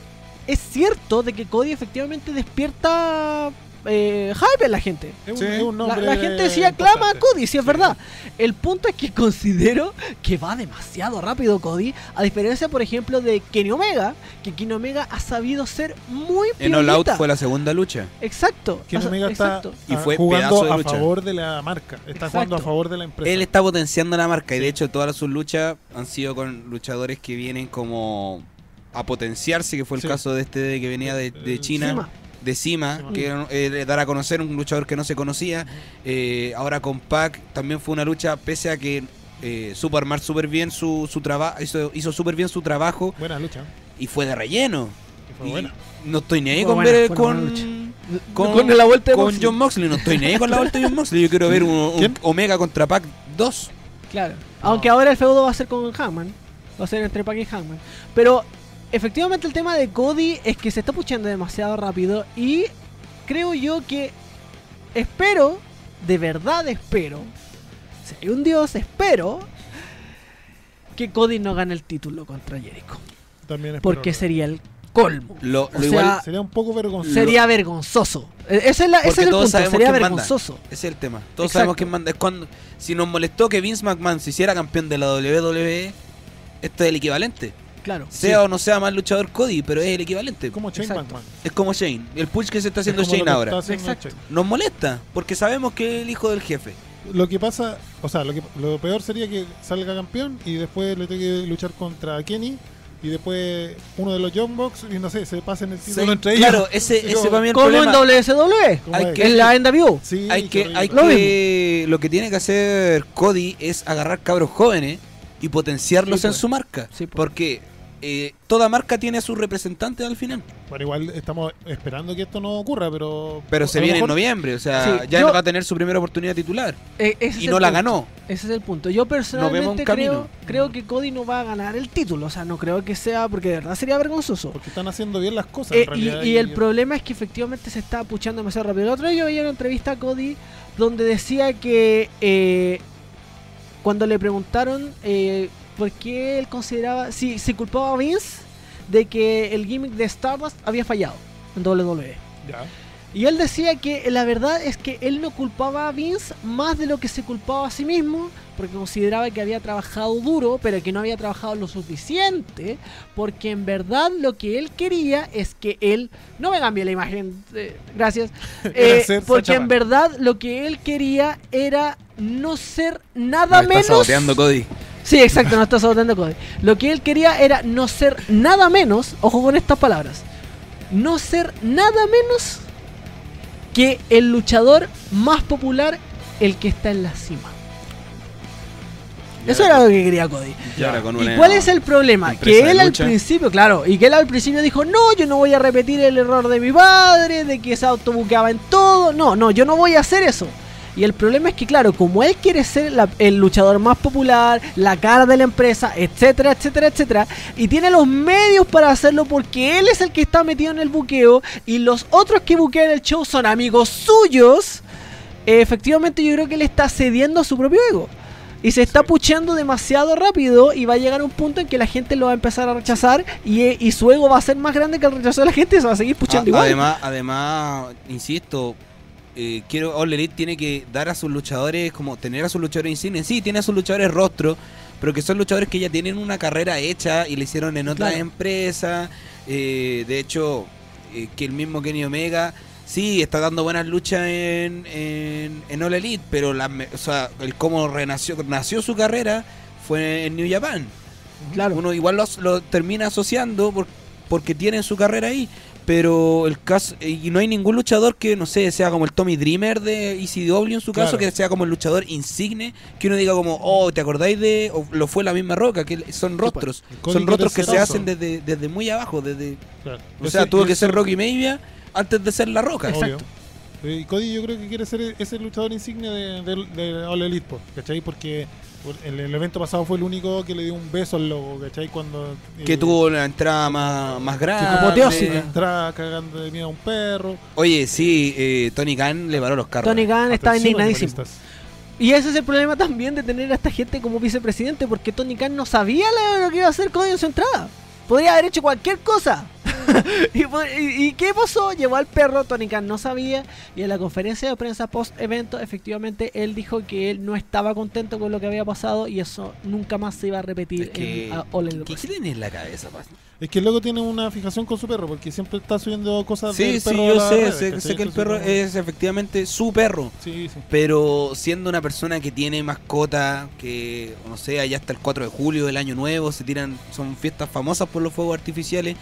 Speaker 1: es cierto de que Cody efectivamente despierta eh, hype en la gente.
Speaker 3: Es un,
Speaker 2: Sí.
Speaker 3: es un
Speaker 1: La,
Speaker 3: nombre.
Speaker 1: la gente sí
Speaker 3: decía
Speaker 1: aclama a Cody, si es
Speaker 3: Sí.
Speaker 1: verdad. El punto es que considero que va demasiado rápido Cody, a diferencia, por ejemplo, de Kenny Omega, que Kenny Omega ha sabido ser muy
Speaker 2: En All Out
Speaker 1: piolita.
Speaker 2: fue la segunda lucha.
Speaker 1: Exacto.
Speaker 3: Que
Speaker 1: o sea,
Speaker 3: Omega está
Speaker 1: exacto.
Speaker 2: Y
Speaker 3: ah,
Speaker 2: fue
Speaker 3: jugando
Speaker 2: pedazo de
Speaker 3: a
Speaker 2: lucha.
Speaker 3: favor de la marca, está
Speaker 1: Exacto.
Speaker 3: jugando a favor de la empresa.
Speaker 2: Él está potenciando la marca y de hecho todas sus luchas han sido con luchadores que vienen como a potenciarse, que fue el
Speaker 3: Sí.
Speaker 2: caso de este que venía de, de
Speaker 3: Eh,
Speaker 2: China,
Speaker 1: Sima.
Speaker 2: de Cima,
Speaker 3: Sima.
Speaker 2: que era, eh, dar a conocer un luchador que no se conocía. Eh, ahora con Pac también fue una lucha, pese a que eh, supo armar súper bien su, su trabajo, hizo, hizo súper bien su trabajo
Speaker 3: Buena lucha, ¿eh?
Speaker 2: y fue de relleno.
Speaker 3: que fue
Speaker 2: Y
Speaker 3: buena.
Speaker 2: No estoy ni ahí
Speaker 1: Fue
Speaker 2: con
Speaker 1: buena,
Speaker 2: ver
Speaker 1: fue una buena lucha.
Speaker 2: con, con-
Speaker 1: Con la vuelta de
Speaker 2: con
Speaker 1: Moxley.
Speaker 2: John Moxley, no estoy ni ahí con la vuelta de John Moxley. Yo quiero ver un, un
Speaker 3: ¿Quién?
Speaker 2: Omega contra Pac 2.
Speaker 1: Claro. Aunque ahora el feudo va a ser con Hangman. Va a ser entre Pac y Hangman. Pero efectivamente el tema de Cody es que se está puchando demasiado rápido. Y creo yo que espero, de verdad espero, si hay un dios, espero que Cody no gane el título contra Jericho.
Speaker 3: También espero
Speaker 1: Porque
Speaker 3: que-
Speaker 1: sería el colmo.
Speaker 2: Lo,
Speaker 1: O
Speaker 2: lo igual,
Speaker 1: sea,
Speaker 3: Sería un poco vergonzoso.
Speaker 1: Sería vergonzoso. E- Ese es, la- ese es
Speaker 2: porque
Speaker 1: el
Speaker 2: todos
Speaker 1: punto,
Speaker 2: sabemos
Speaker 1: sería
Speaker 2: quién manda.
Speaker 1: vergonzoso.
Speaker 2: Ese es el tema.
Speaker 1: Exacto.
Speaker 2: Todos sabemos quién manda. Es cuando, si nos molestó que Vince McMahon se hiciera campeón de la WWE, esto este es el equivalente.
Speaker 1: Claro.
Speaker 2: Sea o no sea más luchador Cody, pero es el equivalente.
Speaker 3: Es como Shane
Speaker 1: Exacto.
Speaker 3: McMahon.
Speaker 2: Es como Shane. El push que se está haciendo
Speaker 3: Es como lo
Speaker 2: Shane
Speaker 3: que
Speaker 2: ahora.
Speaker 3: está haciendo
Speaker 1: Exacto.
Speaker 3: Shane.
Speaker 2: Nos molesta, porque sabemos que es el hijo del jefe.
Speaker 3: Lo que pasa, o sea, lo, que, lo peor sería que salga campeón y después le tenga que luchar contra Kenny y después uno de los John Box y no sé, se pasen el título
Speaker 2: Sí,
Speaker 3: entre ellos.
Speaker 2: claro, ese,
Speaker 3: Sí,
Speaker 2: ese
Speaker 3: como-
Speaker 2: para mí es el
Speaker 1: Como en
Speaker 2: problema.
Speaker 1: WSW.
Speaker 3: ¿Cómo
Speaker 2: Hay
Speaker 3: es?
Speaker 2: que-
Speaker 1: E, En la NWO.
Speaker 3: Sí,
Speaker 2: hay que,
Speaker 3: horrible.
Speaker 2: hay
Speaker 1: Lo
Speaker 2: que lo que tiene que hacer Cody es agarrar cabros jóvenes y potenciarlos
Speaker 1: Sí,
Speaker 2: en
Speaker 1: pues.
Speaker 2: su marca,
Speaker 1: Sí, pues.
Speaker 2: porque eh, toda marca tiene a sus representantes al final.
Speaker 3: Bueno, igual estamos esperando que esto no ocurra, pero.
Speaker 2: Pero se
Speaker 3: a lo
Speaker 2: viene en
Speaker 3: mejor-
Speaker 2: noviembre, o sea,
Speaker 1: Sí,
Speaker 2: ya
Speaker 1: yo-
Speaker 2: va a tener su primera oportunidad titular
Speaker 1: Eh, ese es
Speaker 2: y
Speaker 1: el
Speaker 2: no la
Speaker 1: punto.
Speaker 2: ganó.
Speaker 1: Ese es el punto. Yo
Speaker 2: vemos
Speaker 1: personalmente
Speaker 2: un
Speaker 1: creo,
Speaker 2: camino.
Speaker 1: creo que Cody no va a ganar el título. O sea, no creo que sea, porque de verdad sería vergonzoso.
Speaker 3: Porque están haciendo bien las cosas.
Speaker 1: Eh,
Speaker 3: en realidad,
Speaker 1: y, y el problema es que efectivamente se está puchando demasiado rápido. El otro día yo veía una entrevista a Cody donde decía que eh, cuando le preguntaron eh, por qué él consideraba, si se culpaba a Vince de que el gimmick de Stardust había fallado en E. WWE.
Speaker 3: Ya.
Speaker 1: Y él decía que la verdad es que él no culpaba a Vince más de lo que se culpaba a sí mismo, porque consideraba que había trabajado duro, pero que no había trabajado lo suficiente, porque en verdad lo que él quería es que él, no me cambie la imagen, eh, gracias, Eh,
Speaker 3: ser
Speaker 1: porque
Speaker 3: Sacha
Speaker 1: en verdad lo que él quería era no ser nada
Speaker 2: Nos
Speaker 1: menos...
Speaker 2: Está saboteando Cody.
Speaker 1: Sí, exacto, no está saboteando Cody. Lo que él quería era no ser nada menos, ojo con estas palabras, no ser nada menos que el luchador más popular, el que está en la cima. Eso era lo que quería Cody.
Speaker 2: Y ahora con
Speaker 1: ¿Y
Speaker 2: una-
Speaker 1: cuál es el problema?
Speaker 2: empresa
Speaker 1: Que
Speaker 2: de
Speaker 1: él al
Speaker 2: lucha.
Speaker 1: principio, claro, y que él al principio dijo, no, yo no voy a repetir el error de mi padre, de que se autobuqueaba en todo, no, no, yo no voy a hacer eso. Y el problema es que, claro, como él quiere ser la- el luchador más popular, la cara de la empresa, etcétera, etcétera, etcétera, y tiene los medios para hacerlo porque él es el que está metido en el buqueo y los otros que buquean el show son amigos suyos, eh, efectivamente yo creo que él está cediendo a su propio ego. Y se está puchando demasiado rápido y va a llegar un punto en que la gente lo va a empezar a rechazar y, eh, y su ego va a ser más grande que el rechazo de la gente y se va a seguir puchando
Speaker 2: A-
Speaker 1: igual.
Speaker 2: Ah, Además, además, insisto, eh, quiero All Elite tiene que dar a sus luchadores, como tener a sus luchadores insignia. Sí, tiene a sus luchadores rostro, pero que son luchadores que ya tienen una carrera hecha y le hicieron en otras
Speaker 1: Claro.
Speaker 2: empresas. Eh, de hecho, eh, que el mismo Kenny Omega, sí, está dando buenas luchas en, en, en All Elite, pero la, me- o sea, el cómo renació nació su carrera fue en New Japan.
Speaker 1: claro.
Speaker 2: Uno igual lo, lo termina asociando por- porque tiene su carrera ahí. Pero el caso. Y no hay ningún luchador que, no sé, sea como el Tommy Dreamer de ECW en su caso,
Speaker 3: Claro.
Speaker 2: que sea como el luchador insigne, que uno diga como, oh, ¿te acordáis de.? O lo fue la misma roca, que son rostros.
Speaker 3: El código
Speaker 2: Son rostros que
Speaker 3: del
Speaker 2: se
Speaker 3: cedazo.
Speaker 2: hacen desde, desde muy abajo. desde
Speaker 3: Claro.
Speaker 2: O
Speaker 3: Yo
Speaker 2: sea,
Speaker 3: sé-
Speaker 2: tuvo
Speaker 3: yo
Speaker 2: que
Speaker 3: sé-
Speaker 2: ser Rocky Media antes de ser la roca.
Speaker 1: Exacto.
Speaker 3: Obvio. Eh, Y Cody yo creo que quiere ser ese luchador insignia de, de- de All Elite, po, ¿cachai? Porque por- el, el evento pasado fue el único que le dio un beso al logo, ¿cachai? Cuando... eh,
Speaker 2: Que tuvo la entrada más, más grande.
Speaker 1: apoteósica.
Speaker 3: Entraba cagando de miedo a un perro.
Speaker 2: Oye, sí, eh, Tony Khan le paró los carros.
Speaker 1: Tony Khan Ah, está
Speaker 3: Atención,
Speaker 1: indignadísimo.
Speaker 3: animalistas.
Speaker 1: Y ese es el problema también de tener a esta gente como vicepresidente, porque Tony Khan no sabía la- lo que iba a hacer Cody en su entrada. Podría haber hecho cualquier cosa. y, po- y- y qué pasó? Llevó al perro, Tony Khan no sabía. Y en la conferencia de prensa post-evento, efectivamente, él dijo que él no estaba contento con lo que había pasado y eso nunca más se iba a repetir
Speaker 2: Es que-
Speaker 1: en a- All In
Speaker 2: ¿Qué,
Speaker 1: The
Speaker 2: qué
Speaker 1: West.
Speaker 2: tiene en la cabeza, Paz?
Speaker 3: Es que el loco tiene una fijación con su perro, porque siempre está subiendo cosas
Speaker 2: Sí,
Speaker 3: del
Speaker 2: sí,
Speaker 3: perro a
Speaker 2: yo
Speaker 3: las
Speaker 2: sé,
Speaker 3: redes,
Speaker 2: sé,
Speaker 3: ¿cachai?
Speaker 2: sé que el
Speaker 3: Entonces,
Speaker 2: perro
Speaker 3: como-
Speaker 2: es efectivamente su perro.
Speaker 3: Sí, sí.
Speaker 2: Pero siendo una persona que tiene mascota, que no sé, allá hasta el 4 de julio del año nuevo, se tiran, son fiestas famosas por los fuegos artificiales.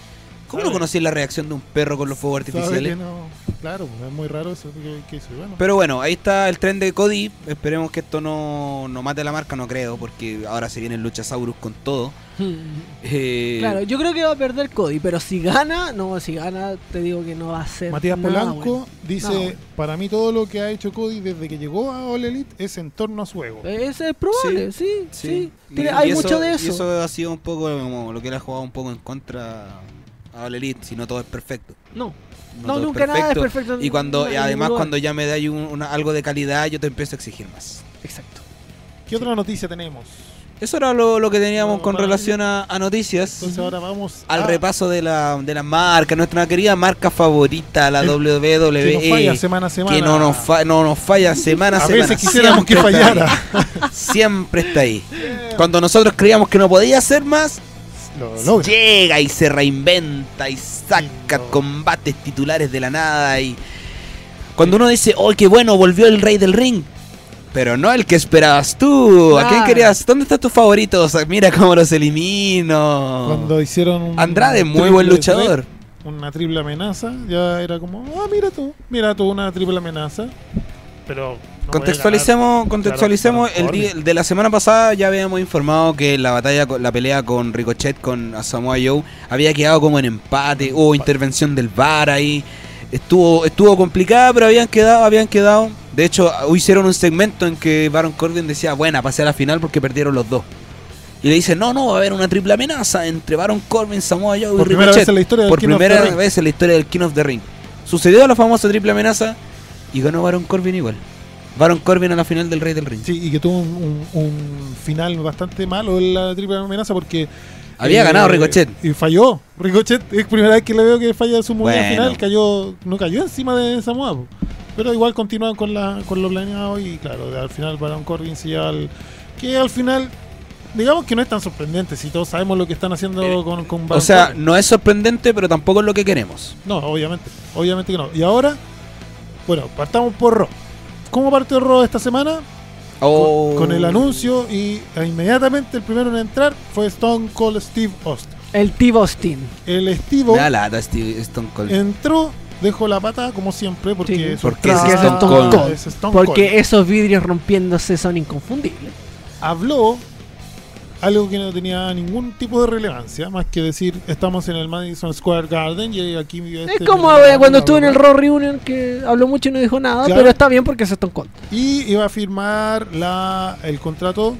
Speaker 2: ¿Cómo no
Speaker 3: Sabe.
Speaker 2: conocí la reacción de un perro con los fuegos
Speaker 3: Sabe que
Speaker 2: artificiales?
Speaker 3: no- claro, pues, es muy raro eso que, que hizo. y Bueno,
Speaker 2: Pero bueno, ahí está el tren de Cody. Esperemos que esto no, no mate a la marca, no creo, porque ahora se vienen luchasaurus con todo. Eh,
Speaker 1: Claro, yo creo que va a perder Cody, pero si gana, no, si gana, te digo que no va a ser.
Speaker 3: Matías
Speaker 1: nada
Speaker 3: Polanco
Speaker 1: bueno.
Speaker 3: dice,
Speaker 1: Nada bueno.
Speaker 3: para mí todo lo que ha hecho Cody desde que llegó a All Elite es en torno a su ego.
Speaker 1: Ese es probable, sí, sí.
Speaker 2: Sí,
Speaker 1: Tiene-
Speaker 2: y-
Speaker 1: hay
Speaker 2: y eso-
Speaker 1: mucho de
Speaker 2: y eso ha sido un poco como lo que le ha jugado un poco en contra a All Elite, si no todo es perfecto.
Speaker 1: No,
Speaker 2: todo
Speaker 1: no, nunca nada es perfecto.
Speaker 2: Y cuando
Speaker 1: en
Speaker 2: y además
Speaker 1: ningún
Speaker 2: cuando
Speaker 1: lugar.
Speaker 2: ya me da algo de calidad, yo te empiezo a exigir más.
Speaker 1: Exacto.
Speaker 3: ¿Qué otra noticia tenemos?
Speaker 2: Eh, Eso era lo, lo que teníamos
Speaker 3: Vamos
Speaker 2: con
Speaker 3: para
Speaker 2: relación a, a noticias.
Speaker 3: Entonces ahora Ah. vamos
Speaker 2: Al
Speaker 3: a-
Speaker 2: repaso de la, de la marca, nuestra querida marca favorita, la
Speaker 3: Que-
Speaker 2: WWE.
Speaker 3: que nos falla semana a semana.
Speaker 2: eh, que no nos, fa- no nos falla semana a,
Speaker 3: A
Speaker 2: semana.
Speaker 3: veces quisiéramos que
Speaker 2: Siempre está
Speaker 3: fallara.
Speaker 2: ahí. Siempre está ahí. Cuando nosotros creíamos que no podía ser más,
Speaker 3: Lo logra.
Speaker 2: llega y se reinventa y saca
Speaker 3: No.
Speaker 2: combates titulares de la nada y cuando uno dice, "Oh, qué bueno, volvió el rey del ring." Pero no el que esperabas tú. ¿A quién
Speaker 1: Claro.
Speaker 2: querías? ¿Dónde están tus favoritos? Ah, Mira cómo los elimino.
Speaker 3: Cuando hicieron un
Speaker 2: Andrade, muy
Speaker 3: triple
Speaker 2: buen luchador.
Speaker 3: threat, una triple amenaza, ya era como, ah, mira tú, mira tú, una triple amenaza. Pero. no
Speaker 2: Contextualicemos,
Speaker 3: voy a ganar.
Speaker 2: contextualicemos
Speaker 3: Claro,
Speaker 2: el, día-
Speaker 3: Corbin.
Speaker 2: el de la semana pasada ya habíamos informado que la batalla, con- la pelea con Ricochet con Samoa Joe había quedado como en empate, hubo intervención del VAR ahí, estuvo, estuvo complicada, pero habían quedado, habían quedado. De hecho, hicieron un segmento en que Baron Corbin decía, buena, pasé a la final porque perdieron los dos. Y le dice, no, no, va a haber una triple amenaza entre Baron Corbin, Samoa Joe y
Speaker 3: Por primera
Speaker 2: Ricochet.
Speaker 3: vez en la historia del
Speaker 2: Por
Speaker 3: King of the
Speaker 2: primera
Speaker 3: Ring.
Speaker 2: vez en la historia del King of the Ring. Sucedió la famosa triple amenaza y ganó Baron Corbin igual. Baron Corbin a la final del Rey del Ring.
Speaker 3: Sí, y que tuvo un, un- un final bastante malo en la triple amenaza porque.
Speaker 2: Había
Speaker 3: eh,
Speaker 2: ganado Ricochet.
Speaker 3: Y falló. Ricochet es primera vez que le veo que falla su movida
Speaker 2: Bueno.
Speaker 3: final. Cayó, no cayó encima de Samoa. po. Pero igual continúan con, la, con lo planeado y claro, al final Baron Corbin se lleva al. Que al final, digamos que no es tan sorprendente si todos sabemos lo que están haciendo con, con
Speaker 2: Eh, O
Speaker 3: Baron
Speaker 2: sea,
Speaker 3: Corbin.
Speaker 2: no es sorprendente, pero tampoco es lo que queremos.
Speaker 3: No, obviamente. Obviamente que no. Y ahora, bueno, partamos por Raw. ¿Cómo partió Raw esta semana?
Speaker 2: Oh.
Speaker 3: Con el anuncio y e inmediatamente el primero en entrar fue Stone Cold Steve Austin.
Speaker 1: El Steve Austin.
Speaker 3: El
Speaker 2: Me
Speaker 3: Estivo
Speaker 2: da lata Steve- Stone Cold.
Speaker 3: entró, dejó la pata como siempre porque,
Speaker 1: Sí.
Speaker 3: es
Speaker 2: Porque
Speaker 3: un
Speaker 2: es
Speaker 3: tra-
Speaker 2: Stone Cold.
Speaker 3: es Stone Cold.
Speaker 1: Porque esos vidrios rompiéndose son inconfundibles.
Speaker 3: habló algo que no tenía ningún tipo de relevancia más que decir estamos en el Madison Square Garden y aquí
Speaker 1: Es
Speaker 3: este-
Speaker 1: como eh, cuando estuve en el Raw Reunion que habló mucho y no dijo nada,
Speaker 3: Claro.
Speaker 1: pero está bien porque es Stone Cold.
Speaker 3: y iba a firmar la, el contrato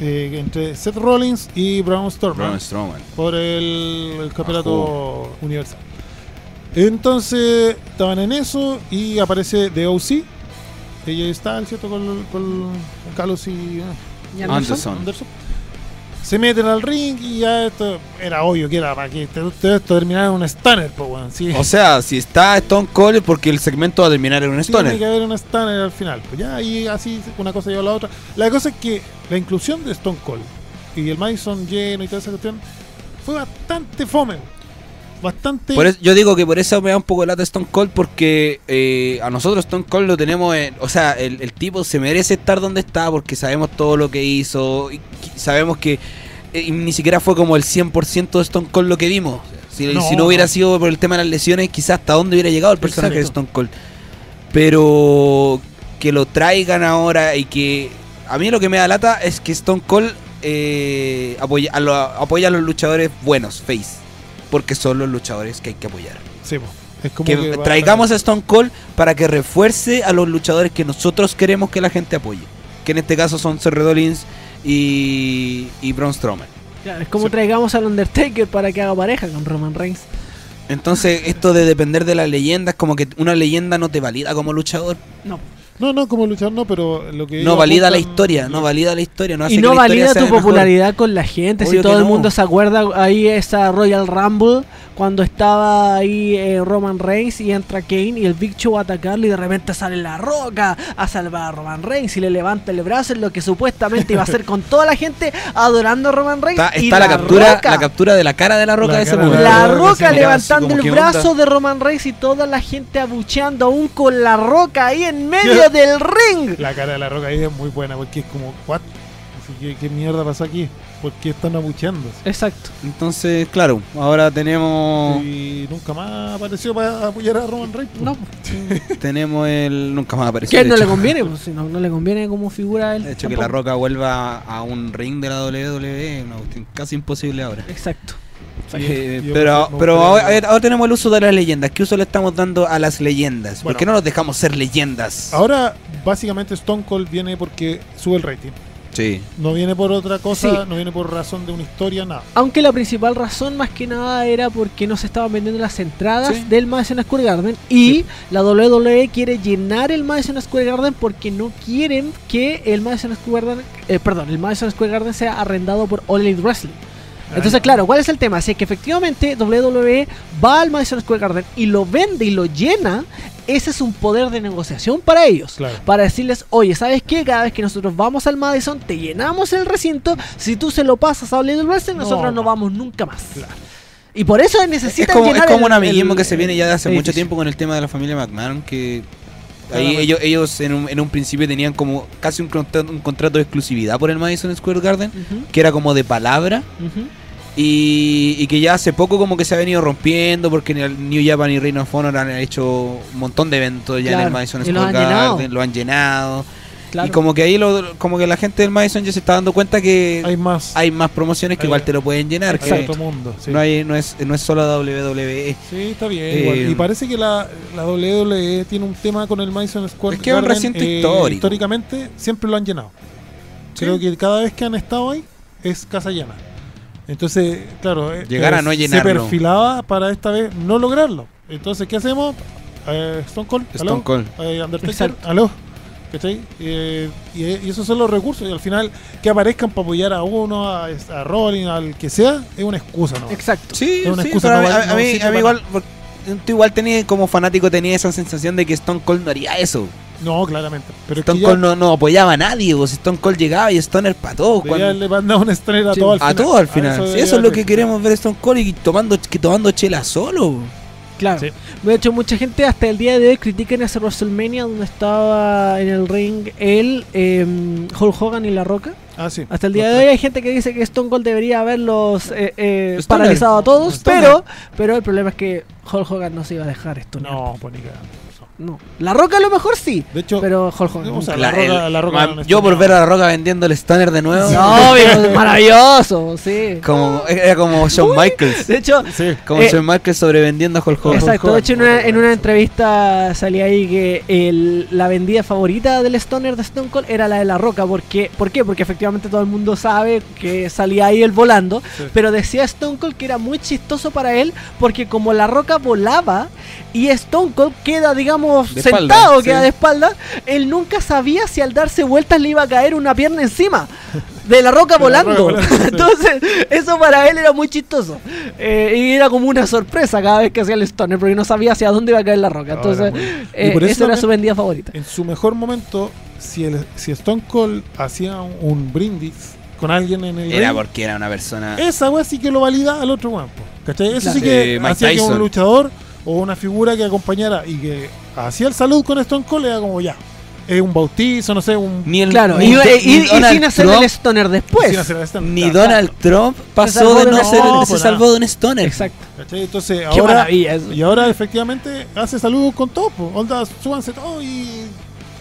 Speaker 3: eh, entre Seth Rollins y Braun Strowman.
Speaker 2: Braun Strowman.
Speaker 3: por el, el campeonato universal. Entonces estaban en eso y aparece The OC. Ella está, ¿cierto? Con, con Carlos y eh,
Speaker 1: ¿Y
Speaker 2: Anderson.
Speaker 3: Anderson. Se meten al ring y ya esto era obvio que era para que te- te- esto terminara en un stunner, pues, weón. Sí.
Speaker 2: O sea, si está Stone Cold es porque el segmento va a terminar en un
Speaker 3: Tiene que
Speaker 2: Stoner.
Speaker 3: haber un Stunner al final. Pues ya, y así una cosa lleva a la otra. La cosa es que la inclusión de Stone Cold y el Madison lleno y toda esa cuestión fue bastante fome. Bastante.
Speaker 2: Por eso- yo digo que por eso me da un poco de lata Stone Cold porque eh, a nosotros Stone Cold lo tenemos en... O sea, el, el tipo se merece estar donde está porque sabemos todo lo que hizo. Y qui- sabemos que eh, ni siquiera fue como el 100% de Stone Cold lo que vimos. Si si no,
Speaker 3: No,
Speaker 2: hubiera
Speaker 3: no.
Speaker 2: sido por el tema de las lesiones, quizás hasta dónde hubiera llegado el personaje
Speaker 1: Exacto.
Speaker 2: de Stone Cold. Pero que lo traigan ahora y que... A mí lo que me da lata es que Stone Cold eh, apoya, a lo- apoya a los luchadores buenos, face. Porque son los luchadores que hay que apoyar.
Speaker 3: Sí, po. es como
Speaker 2: Que
Speaker 3: va-
Speaker 2: traigamos a Stone Cold para que refuerce a los luchadores que nosotros queremos que la gente apoye. Que en este caso son Seth Rollins y, y Braun Strowman.
Speaker 1: Claro, es como
Speaker 3: Sí.
Speaker 1: traigamos al Undertaker para que haga pareja con Roman Reigns.
Speaker 2: Entonces, esto de depender de las leyendas, como que una leyenda no te valida como luchador.
Speaker 1: No.
Speaker 3: No, no, como luchar no, pero lo que.
Speaker 2: No
Speaker 3: ellos
Speaker 2: valida la
Speaker 3: apuntan-
Speaker 2: historia, no valida la historia. No hace
Speaker 1: y no
Speaker 2: Ah, que la historia
Speaker 1: valida
Speaker 2: sea
Speaker 1: tu
Speaker 2: mejor.
Speaker 1: popularidad con la gente.
Speaker 2: Obvio
Speaker 1: si
Speaker 2: que
Speaker 1: todo el
Speaker 2: no.
Speaker 1: mundo se acuerda, ahí esa Royal Rumble, cuando estaba ahí eh, Roman Reigns y entra Kane y el Big Show a atacarlo y de repente sale la roca a salvar a Roman Reigns y le levanta el brazo en lo que supuestamente iba a hacer con toda la gente adorando a Roman Reigns.
Speaker 2: Está,
Speaker 1: y
Speaker 2: está la, captura,
Speaker 1: Roca.
Speaker 2: la captura de la cara de la roca
Speaker 3: La
Speaker 2: de ese
Speaker 3: cara de
Speaker 2: momento.
Speaker 1: La
Speaker 3: Roca
Speaker 1: roca
Speaker 2: se miraba así
Speaker 1: levantando
Speaker 2: como,
Speaker 1: el
Speaker 2: ¿qué onda?
Speaker 1: brazo de Roman Reigns y toda la gente abucheando aún con la roca ahí en medio del ring.
Speaker 3: La cara de la roca ahí es muy buena porque es como, ¿what? Así que, ¿Qué mierda pasó aquí? ¿Por qué están abucheando?
Speaker 1: Exacto.
Speaker 2: Entonces, claro, ahora tenemos
Speaker 3: Y nunca más apareció para apoyar a Roman Reigns. po.
Speaker 1: No.
Speaker 2: tenemos el nunca más apareció.
Speaker 1: Que
Speaker 2: de
Speaker 1: no le
Speaker 2: hecho.
Speaker 1: conviene, pues, si no, no le conviene como figura a él.
Speaker 2: De hecho, que La
Speaker 1: tampoco.
Speaker 2: Roca vuelva a un ring de la WWE es una cuestión casi imposible ahora.
Speaker 1: Exacto.
Speaker 3: Sí,
Speaker 2: Eh,
Speaker 3: yo
Speaker 2: pero
Speaker 3: prefiero-
Speaker 2: pero
Speaker 3: no,
Speaker 2: ahora,
Speaker 3: pero-
Speaker 2: ahora tenemos el uso de las leyendas. ¿Qué uso le estamos dando a las leyendas? ¿Por
Speaker 3: Bueno.
Speaker 2: qué no los dejamos ser leyendas?
Speaker 3: Ahora, básicamente, Stone Cold viene porque sube el rating.
Speaker 2: Sí.
Speaker 3: No viene por otra cosa,
Speaker 1: Sí.
Speaker 3: no viene por razón de una historia, nada.
Speaker 1: Aunque la principal razón más que nada era porque no se estaban vendiendo las entradas
Speaker 2: Sí.
Speaker 1: del Madison Square Garden y la WWE quiere llenar el Madison Square Garden porque no quieren que el Madison Square Garden, eh, perdón, el Madison Square Garden sea arrendado por All Elite Wrestling. Entonces, claro, ¿cuál es el tema? Si es que efectivamente WWE va al Madison Square Garden y lo vende y lo llena, ese es un poder de negociación para ellos.
Speaker 3: Claro.
Speaker 1: Para decirles, oye, ¿sabes qué? Cada vez que nosotros vamos al Madison, te llenamos el recinto. Si tú se lo pasas a All Elite Wrestling,
Speaker 3: No,
Speaker 1: nosotros no
Speaker 3: no.
Speaker 1: vamos nunca más.
Speaker 3: Claro.
Speaker 1: Y por eso
Speaker 2: Es
Speaker 1: necesitan
Speaker 2: como, es
Speaker 1: llenar
Speaker 2: como
Speaker 1: el-
Speaker 2: un amiguismo
Speaker 1: el-
Speaker 2: que se viene ya de hace
Speaker 1: el
Speaker 2: mucho
Speaker 1: edificio. pues.
Speaker 2: tiempo con el tema de la familia McMahon, que ahí
Speaker 3: Claramente.
Speaker 2: ellos, ellos en, un, en un principio tenían como casi un, contra- un contrato de exclusividad por el Madison Square Garden,
Speaker 1: Ujú,
Speaker 2: que era como de palabra,
Speaker 1: ujú.
Speaker 2: y, y que ya hace poco como que se ha venido rompiendo, porque en el New Japan y Reino of Honor han hecho un montón de eventos ya en
Speaker 1: Claro,
Speaker 2: el Madison
Speaker 1: y los
Speaker 2: Square
Speaker 1: han llenado.
Speaker 2: Garden, lo han llenado,
Speaker 1: Claro.
Speaker 2: y como que ahí lo, como que la gente del Madison ya se está dando cuenta que hay,
Speaker 3: Hay más.
Speaker 2: más promociones que
Speaker 3: Hay-
Speaker 2: igual te lo pueden llenar,
Speaker 3: Exacto.
Speaker 2: que
Speaker 1: Exacto.
Speaker 3: mundo. sí.
Speaker 2: no, hay, no, es, no es solo WWE.
Speaker 3: Sí, está bien.
Speaker 2: Eh,
Speaker 3: igual. Y parece que la, la WWE tiene un tema con el Madison Square
Speaker 2: Es que es un
Speaker 3: Garden, eh,
Speaker 2: recinto histórico.
Speaker 3: Históricamente siempre lo han llenado. Creo que cada vez que han estado ahí es casa llena. Entonces, claro, eh,
Speaker 2: Llegar a
Speaker 3: eh,
Speaker 2: no
Speaker 3: se
Speaker 2: llenarlo.
Speaker 3: perfilaba para esta vez no lograrlo. Entonces, ¿qué hacemos? Eh, Stone Cold, ¿aló?
Speaker 2: Stone Cold.
Speaker 3: eh, Undertaker,
Speaker 1: Exacto.
Speaker 3: aló. ¿Cachai? Eh, y, y esos son los recursos. Y al final, que aparezcan para apoyar a uno, a, a Rolling, al que sea, es una excusa, ¿no?
Speaker 1: Exacto.
Speaker 2: Sí,
Speaker 3: Es una
Speaker 2: sí,
Speaker 3: excusa,
Speaker 2: pero a mí-
Speaker 3: no vale-
Speaker 2: a,
Speaker 3: no
Speaker 2: mí,
Speaker 3: sirve
Speaker 2: a mí
Speaker 3: para
Speaker 2: igual, por- tú igual tenías como fanático tenías esa sensación de que Stone Cold no haría eso.
Speaker 3: No, claramente. Pero es
Speaker 2: Stone
Speaker 3: que ya-
Speaker 2: Cold no, no apoyaba a nadie, vos Stone Cold llegaba y Stoner para todos. cuando-
Speaker 3: Debería le mandado un estreno a
Speaker 1: Sí,
Speaker 3: todo al final.
Speaker 2: a todos al final.
Speaker 3: eso
Speaker 2: Sí, Eso,
Speaker 3: debería
Speaker 2: es lo
Speaker 3: haber
Speaker 2: que
Speaker 3: hecho.
Speaker 2: queremos ver Stone Cold y tomando, que tomando chela solo.
Speaker 1: Claro.
Speaker 3: Sí.
Speaker 1: De hecho, mucha gente hasta el día de hoy critican ese WrestleMania donde estaba en el ring él, em, Hulk Hogan y La Roca.
Speaker 3: Ah, sí.
Speaker 1: Hasta el día de hoy hay gente que dice que Stone Cold debería haberlos eh, eh,
Speaker 2: Stoner.
Speaker 1: paralizado a todos,
Speaker 3: Stoner.
Speaker 1: pero, pero el problema es que Hulk Hogan no se iba a dejar esto.
Speaker 3: No, pues ni cagando.
Speaker 1: no. La Roca a lo mejor sí,
Speaker 3: De hecho,
Speaker 1: pero Hulk Hogan.
Speaker 3: O
Speaker 1: nunca.
Speaker 3: sea, La Roca- La Roca
Speaker 2: ma-
Speaker 3: era un
Speaker 2: yo por
Speaker 3: Stoner.
Speaker 2: ver a La Roca vendiendo el Stoner de nuevo.
Speaker 1: No, viejo, maravilloso, sí.
Speaker 2: Como, era como Shawn Michaels.
Speaker 1: De hecho,
Speaker 3: sí.
Speaker 2: Como
Speaker 1: Eh,
Speaker 2: Shawn Michaels sobrevendiendo a Hulk Hogan.
Speaker 1: Exacto, de hecho en una,
Speaker 3: Hogan,
Speaker 1: en una entrevista salía ahí que el- la vendida favorita del Stoner de Stone Cold era la de La Roca. Porque, ¿Por qué? Porque efectivamente todo el mundo sabe que salía ahí el volando.
Speaker 3: Sí.
Speaker 1: Pero decía Stone Cold que era muy chistoso para él porque como La Roca volaba y Stone Cold queda, digamos,
Speaker 2: De espalda,
Speaker 1: sentado,
Speaker 2: sí.
Speaker 1: queda de espalda, él nunca sabía si al darse vueltas le iba a caer una pierna encima. De la roca
Speaker 3: De La Roca
Speaker 1: volando.
Speaker 3: volando, sí.
Speaker 1: Entonces, eso para él era muy chistoso. Eh, y era como una sorpresa cada vez que hacía el Stoner, porque no sabía hacia dónde iba a caer la roca.
Speaker 3: Ahora,
Speaker 1: Entonces,
Speaker 3: muy-
Speaker 1: eh,
Speaker 3: Y por eso
Speaker 1: esa era
Speaker 3: también-
Speaker 1: su vendida favorita.
Speaker 3: En su mejor momento, si, el, si Stone Cold hacía un, un brindis con alguien en el
Speaker 2: Era
Speaker 3: ring,
Speaker 2: porque era una persona.
Speaker 3: esa weá sí que lo valida al otro weón. po, ¿Cachai? Eso
Speaker 1: Claro.
Speaker 3: sí que
Speaker 2: Eh, Mike
Speaker 3: hacía que
Speaker 2: Tyson.
Speaker 3: un luchador o una figura que acompañara y que hacía el salud con Stone Cold era como ya. Es un bautizo, no sé, un.
Speaker 2: Ni el-
Speaker 1: Claro,
Speaker 2: ni
Speaker 1: y,
Speaker 2: Do-
Speaker 1: y-
Speaker 2: ni
Speaker 1: y
Speaker 2: Donald
Speaker 1: sin hacer
Speaker 2: Trump
Speaker 1: el Stoner después.
Speaker 3: sin hacer el stand.
Speaker 2: Pues, Ni
Speaker 3: Claro.
Speaker 2: Donald Trump pasó
Speaker 1: salvó
Speaker 2: de
Speaker 1: de
Speaker 2: no
Speaker 1: una-
Speaker 2: ser,
Speaker 3: No,
Speaker 2: se
Speaker 3: pues
Speaker 2: salvó de un stoner.
Speaker 1: Exacto.
Speaker 3: ¿Cachai? Entonces,
Speaker 1: Qué
Speaker 3: ahora.
Speaker 1: maravilla eso.
Speaker 3: Y ahora efectivamente hace saludos con todo, po. onda, súbanse todo y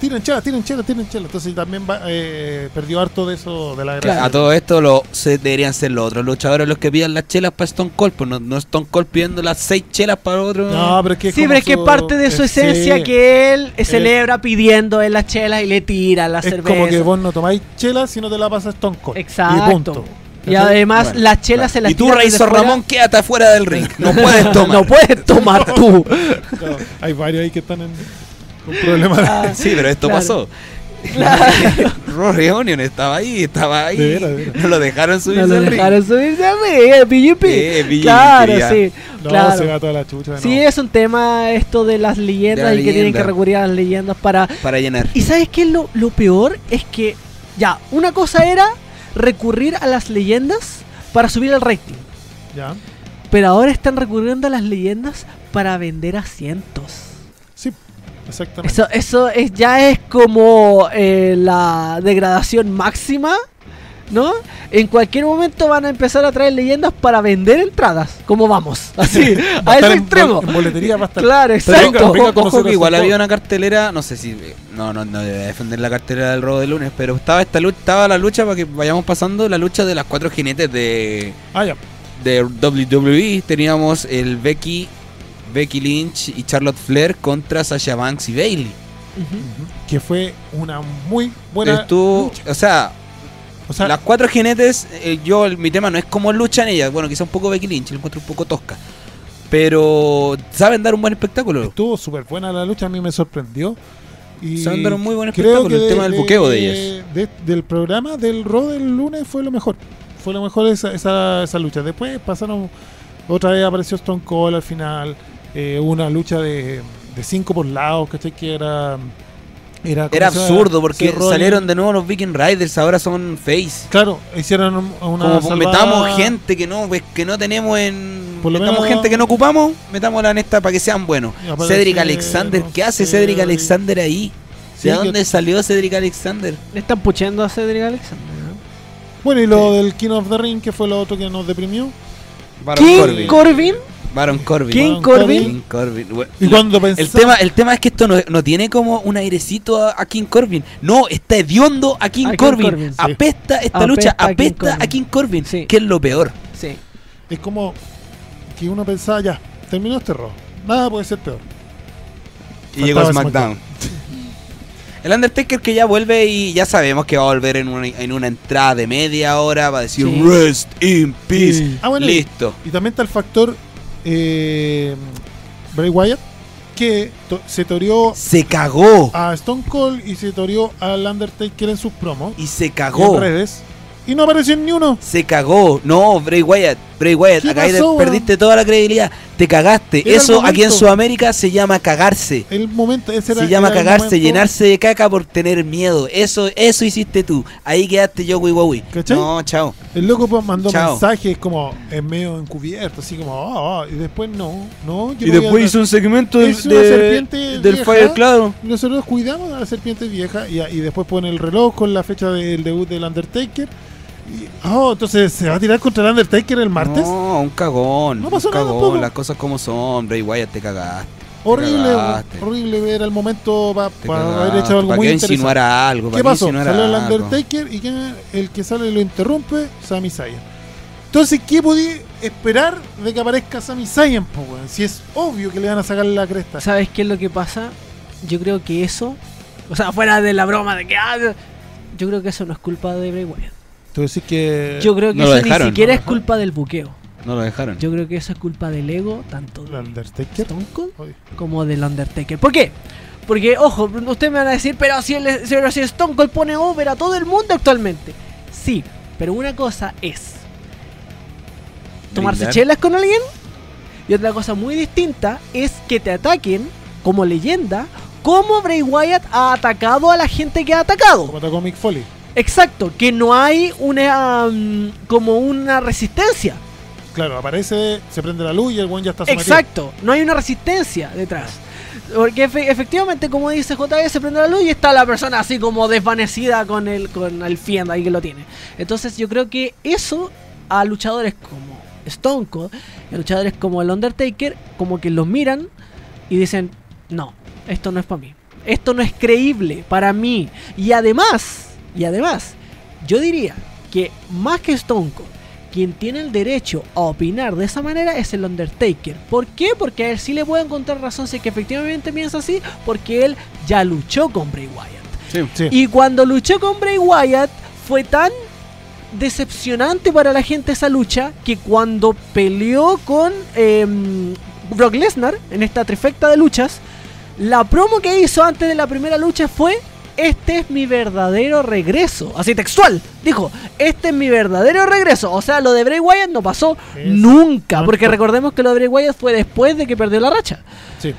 Speaker 3: tiren chela, tiren chela, tiren chela. Entonces también va- eh, perdió harto de eso, de la gracia.
Speaker 2: A todo esto lo, se deberían ser los otros luchadores los que pidan las chelas para Stone Cold, pues no, no Stone Cold pidiendo las seis chelas para otro.
Speaker 3: No, pero es que es
Speaker 1: Sí,
Speaker 3: como
Speaker 1: pero es que
Speaker 3: su-
Speaker 1: parte de su
Speaker 3: eh, sí.
Speaker 1: esencia que él celebra pidiendo en las chelas y le tira la
Speaker 3: es
Speaker 1: cerveza.
Speaker 3: como que vos no tomáis chela si no te la pasas Stone Cold.
Speaker 1: Exacto.
Speaker 3: Y punto.
Speaker 1: Y además
Speaker 2: Bueno,
Speaker 1: las chelas se las
Speaker 2: y tú,
Speaker 1: tira desde
Speaker 2: Razor
Speaker 1: fuera.
Speaker 2: Ramón, quédate afuera del ring. No puedes tomar.
Speaker 1: no puedes tomar tú.
Speaker 3: Claro, hay varios ahí que están en, con problemas.
Speaker 1: Ah,
Speaker 2: sí, pero esto
Speaker 1: Claro.
Speaker 2: pasó. Rory Onion estaba ahí, estaba ahí.
Speaker 3: De veras, de veras.
Speaker 2: No lo dejaron subirse
Speaker 1: No lo
Speaker 2: al ring.
Speaker 1: dejaron subirse a mí, PGP.
Speaker 2: Eh, PGP,
Speaker 1: claro,
Speaker 2: ya.
Speaker 1: sí.
Speaker 3: No,
Speaker 1: claro.
Speaker 3: se va toda la chucha.
Speaker 1: Sí,
Speaker 3: no.
Speaker 1: es un tema esto de las leyendas
Speaker 2: De la
Speaker 1: y que tienen
Speaker 2: leyenda.
Speaker 1: que recurrir a las leyendas para...
Speaker 2: Para llenar.
Speaker 1: ¿Y sabes qué? es Lo, lo peor es que, ya, una cosa era recurrir a las leyendas para subir el rating,
Speaker 3: Ya.
Speaker 1: pero ahora están recurriendo a las leyendas para vender asientos.
Speaker 3: Sí, exactamente.
Speaker 1: Eso, eso es, ya es como eh, la degradación máxima, ¿no? En cualquier momento van a empezar a traer leyendas para vender entradas, como vamos, así,
Speaker 3: Va
Speaker 1: a
Speaker 3: estar
Speaker 1: ese
Speaker 3: en
Speaker 1: extremo.
Speaker 3: bol- en boletería va a estar.
Speaker 1: Claro, exacto.
Speaker 3: venga,
Speaker 2: Ojo, ojo
Speaker 3: conocer
Speaker 2: que
Speaker 3: a
Speaker 2: igual
Speaker 3: Stone
Speaker 2: había
Speaker 3: Cold.
Speaker 2: una cartelera, no sé si no no no debe defender la cartelera del robo de lunes, pero estaba esta lucha, estaba la lucha para que vayamos pasando la lucha de las cuatro jinetes de
Speaker 3: Ah, ya.
Speaker 2: de WWE. Teníamos el Becky Becky Lynch y Charlotte Flair contra Sasha Banks y Bailey.
Speaker 1: Ujú.
Speaker 3: Que fue una muy buena.
Speaker 2: Estuvo, o sea,
Speaker 3: O sea,
Speaker 2: Las cuatro jinetes, eh, yo, el- mi tema no es cómo luchan ellas. Bueno, quizá un poco Becky Lynch, la encuentro un poco tosca. Pero saben dar un buen espectáculo.
Speaker 3: estuvo súper buena la lucha, a mí me sorprendió. Y
Speaker 2: Se mandaron muy buen
Speaker 3: creo
Speaker 2: espectáculo,
Speaker 3: que
Speaker 2: el tema del buqueo de ellas.
Speaker 3: de- del programa del Raw del lunes fue lo mejor. Fue lo mejor esa, esa, esa lucha. Después pasaron, otra vez apareció Stone Cold al final. eh, una lucha de, de cinco por lado, ¿cachai? Que era. Era, ¿cómo
Speaker 2: Era
Speaker 3: se llama?
Speaker 2: absurdo porque
Speaker 3: Sí, Rollins.
Speaker 2: salieron de nuevo los Viking Riders, ahora son face.
Speaker 3: Claro, hicieron un- una.
Speaker 2: Como pues, metamos
Speaker 3: salvada-
Speaker 2: gente que no, pues, que no tenemos en.
Speaker 3: Por lo
Speaker 2: metamos
Speaker 3: menos-
Speaker 2: gente que no ocupamos, metámosla en esta para que sean buenos.
Speaker 3: Y aparece-
Speaker 2: Cedric Alexander, ¿qué hace Cedric Alexander ahí?
Speaker 3: Sí,
Speaker 2: ¿De
Speaker 3: que-
Speaker 2: dónde salió Cedric Alexander?
Speaker 1: Le están puchando a Cedric Alexander. ¿no?
Speaker 3: Bueno, y lo del King of the Ring, que fue lo otro que nos deprimió.
Speaker 1: King
Speaker 2: Corbin.
Speaker 1: Corbin.
Speaker 2: Baron Corbin.
Speaker 1: King
Speaker 3: Baron
Speaker 1: Corbin.
Speaker 2: King Corbin. We-
Speaker 3: Y cuando pensé.
Speaker 2: El tema, el tema es que esto no, no tiene como un airecito a, a King Corbin. No, está hediondo a King
Speaker 1: A King
Speaker 2: Corbin.
Speaker 1: Corbin, sí.
Speaker 2: Apesta esta
Speaker 1: Apesta
Speaker 2: lucha,
Speaker 1: a King
Speaker 2: apesta
Speaker 1: Corbin.
Speaker 2: a King Corbin,
Speaker 1: Sí.
Speaker 2: que es lo peor.
Speaker 1: Sí.
Speaker 3: Es como que uno pensaba, ya, terminó este robo. Nada puede ser peor.
Speaker 2: Y llegó
Speaker 3: Faltaba
Speaker 2: SmackDown. El Undertaker que ya vuelve y ya sabemos que va a volver en una, en una entrada de media hora, va a decir
Speaker 1: Sí.
Speaker 2: Rest in Peace.
Speaker 3: Sí. Ah, bueno, y-
Speaker 2: Listo.
Speaker 3: Y también está el factor eh, Bray Wyatt, que to- se toreó
Speaker 2: Se cagó.
Speaker 3: a Stone Cold y se toreó al Undertaker en sus promos
Speaker 2: Y se
Speaker 3: y en
Speaker 2: cagó.
Speaker 3: redes. Y no apareció ni uno.
Speaker 2: Se cagó. No, Bray Wyatt. Bray Wyatt,
Speaker 3: ¿Qué
Speaker 2: acá
Speaker 3: pasó, weón?
Speaker 2: perdiste toda la credibilidad. Te cagaste.
Speaker 3: Era el
Speaker 2: Eso aquí en
Speaker 3: momento.
Speaker 2: Sudamérica se llama cagarse.
Speaker 3: El momento, ese era,
Speaker 2: se llama
Speaker 3: era el
Speaker 2: cagarse,
Speaker 3: momento.
Speaker 2: llenarse de caca por tener miedo. Eso eso hiciste tú. Ahí quedaste yo, Wiwawi.
Speaker 3: ¿Cachai?
Speaker 2: No, chao.
Speaker 3: El loco pues, mandó
Speaker 2: Chao.
Speaker 3: mensajes como en medio encubierto, así como, ah, ah, y después no, no. yo no voy
Speaker 2: Y
Speaker 3: a
Speaker 2: después
Speaker 3: hablar.
Speaker 2: hizo un segmento
Speaker 3: del-
Speaker 2: del,
Speaker 3: Es una de- serpiente del
Speaker 2: del
Speaker 3: vieja. Fire
Speaker 2: Fire
Speaker 3: Club. Nosotros cuidamos a la serpiente vieja y, y después pone el reloj con la fecha del debut del Undertaker. Y, oh, entonces se va a tirar contra el Undertaker el martes.
Speaker 2: No, un cagón.
Speaker 3: No pasó
Speaker 2: un
Speaker 3: nada
Speaker 2: cagón.
Speaker 3: tampoco.
Speaker 2: Las cosas como son, Bray Wyatt, te cagaste.
Speaker 3: horrible,
Speaker 2: cagaste.
Speaker 3: horrible era el momento para
Speaker 2: Te cagaste.
Speaker 3: haber hecho algo
Speaker 2: ¿Para
Speaker 3: muy
Speaker 2: qué
Speaker 3: interesante.
Speaker 2: insinuar a algo? ¿Para
Speaker 3: ¿Qué
Speaker 2: qué
Speaker 3: pasó?
Speaker 2: insinuar
Speaker 3: Salió el
Speaker 2: algo?
Speaker 3: Undertaker y ¿quién- el que sale lo interrumpe, Sami Zayn. Entonces, ¿qué podía esperar de que aparezca Sami Zayn, po, weón? Si es obvio que le van a sacar la cresta.
Speaker 1: ¿Sabes qué es lo que pasa? Yo creo que eso, o sea, fuera de la broma de que ah, yo creo que eso no es culpa de Bray Wyatt.
Speaker 3: Tú decís que...
Speaker 1: Yo creo que
Speaker 2: no lo
Speaker 1: eso
Speaker 2: dejaron,
Speaker 1: ni siquiera
Speaker 3: Eh, no lo
Speaker 1: es culpa del buqueo.
Speaker 2: No lo dejaron.
Speaker 1: Yo creo que eso es culpa del ego tanto
Speaker 3: ¿El
Speaker 1: de
Speaker 3: Undertaker?
Speaker 1: Stone Cold
Speaker 3: Oye.
Speaker 1: como del Undertaker. ¿Por qué? Porque, ojo, ustedes me van a decir, pero si, el, pero si Stone Cold pone over a todo el mundo actualmente. Sí, pero una cosa es tomarse
Speaker 2: Brindar.
Speaker 1: chelas con alguien y otra cosa muy distinta es que te ataquen como leyenda, como Bray Wyatt ha atacado a la gente que ha atacado.
Speaker 3: Como atacó Mick Foley.
Speaker 1: Exacto, que no hay una mm, como una resistencia.
Speaker 3: Claro, aparece, se prende la luz y el buen ya está sometido.
Speaker 1: Exacto, no hay una resistencia detrás. Porque efe- efectivamente, como dice JB, se prende la luz y está la persona así como desvanecida con el, con el fiend ahí que lo tiene. Entonces yo creo que eso a luchadores como Stone Cold, a luchadores como el Undertaker, como que los miran y dicen, no, esto no es para mí. Esto no es creíble para mí. Y además, y además, yo diría que más que Stone Cold, quien tiene el derecho a opinar de esa manera es el Undertaker. ¿Por qué? Porque a él sí le puedo encontrar razón si es que efectivamente piensa así, porque él ya luchó con Bray Wyatt.
Speaker 2: Sí.
Speaker 3: Sí.
Speaker 1: Y cuando luchó con Bray Wyatt fue tan decepcionante para la gente esa lucha que cuando peleó con em, Brock Lesnar en esta trifecta de luchas, la promo que hizo antes de la primera lucha fue este es mi verdadero regreso. Así textual. Dijo, este es mi verdadero regreso. O sea, lo de Bray Wyatt no pasó
Speaker 3: Es-
Speaker 1: nunca. Porque recordemos que lo de Bray Wyatt fue después de que perdió la racha.
Speaker 3: Sí.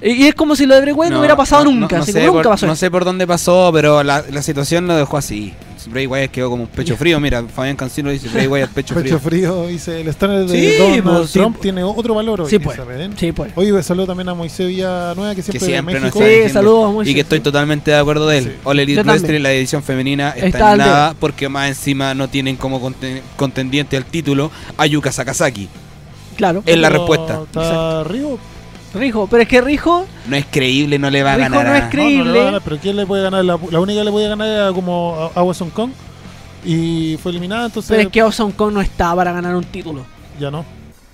Speaker 1: Y, y es como si lo de Bray Wyatt no, hubiera pasado
Speaker 2: no, no,
Speaker 1: nunca.
Speaker 2: no
Speaker 1: así
Speaker 2: sé
Speaker 1: como nunca
Speaker 2: por-
Speaker 1: pasó.
Speaker 2: No sé por dónde pasó, pero la, la situación lo dejó así. Bray Wyatt quedó como un pecho frío. Mira, Fabián Cancino dice Bray Wyatt pecho
Speaker 3: Pecho
Speaker 2: frío.
Speaker 3: frío, dice el estándar de
Speaker 2: Sí,
Speaker 3: Donald
Speaker 2: pues, sí,
Speaker 3: Trump
Speaker 2: pues.
Speaker 3: tiene otro valor hoy.
Speaker 1: Sí,
Speaker 3: en
Speaker 1: pues.
Speaker 3: esa red.
Speaker 1: Sí, pues.
Speaker 3: Oye, pues, saludo también a Moisés Villanueva, que siempre,
Speaker 2: Que
Speaker 3: de
Speaker 2: siempre nos
Speaker 3: México.
Speaker 2: está
Speaker 1: Sí,
Speaker 2: diciendo.
Speaker 1: saludos, muy
Speaker 2: Y que
Speaker 1: cierto.
Speaker 2: estoy totalmente de acuerdo de él.
Speaker 3: Sí.
Speaker 2: All Elite
Speaker 1: Yo también.
Speaker 2: Wrestling, la división femenina, está,
Speaker 1: Está
Speaker 2: en
Speaker 1: al
Speaker 2: nada porque más encima no tienen como conten- contendiente al título a Yuka Sakazaki.
Speaker 1: Claro.
Speaker 2: Es la
Speaker 3: Pero
Speaker 2: respuesta.
Speaker 3: Está Rigo.
Speaker 1: Rijo, pero es que Rijo,
Speaker 2: No es creíble, no le va a
Speaker 1: Rijo
Speaker 2: ganar
Speaker 1: no
Speaker 2: a-
Speaker 1: es
Speaker 3: No, no le va a
Speaker 1: Increíble.
Speaker 3: ganar, pero ¿quién le puede ganar? La, la única que le puede ganar era como a, a Wes Hong Kong. Y fue eliminada, entonces
Speaker 1: pero es que Awesome Kong no está para ganar un título.
Speaker 3: ya no.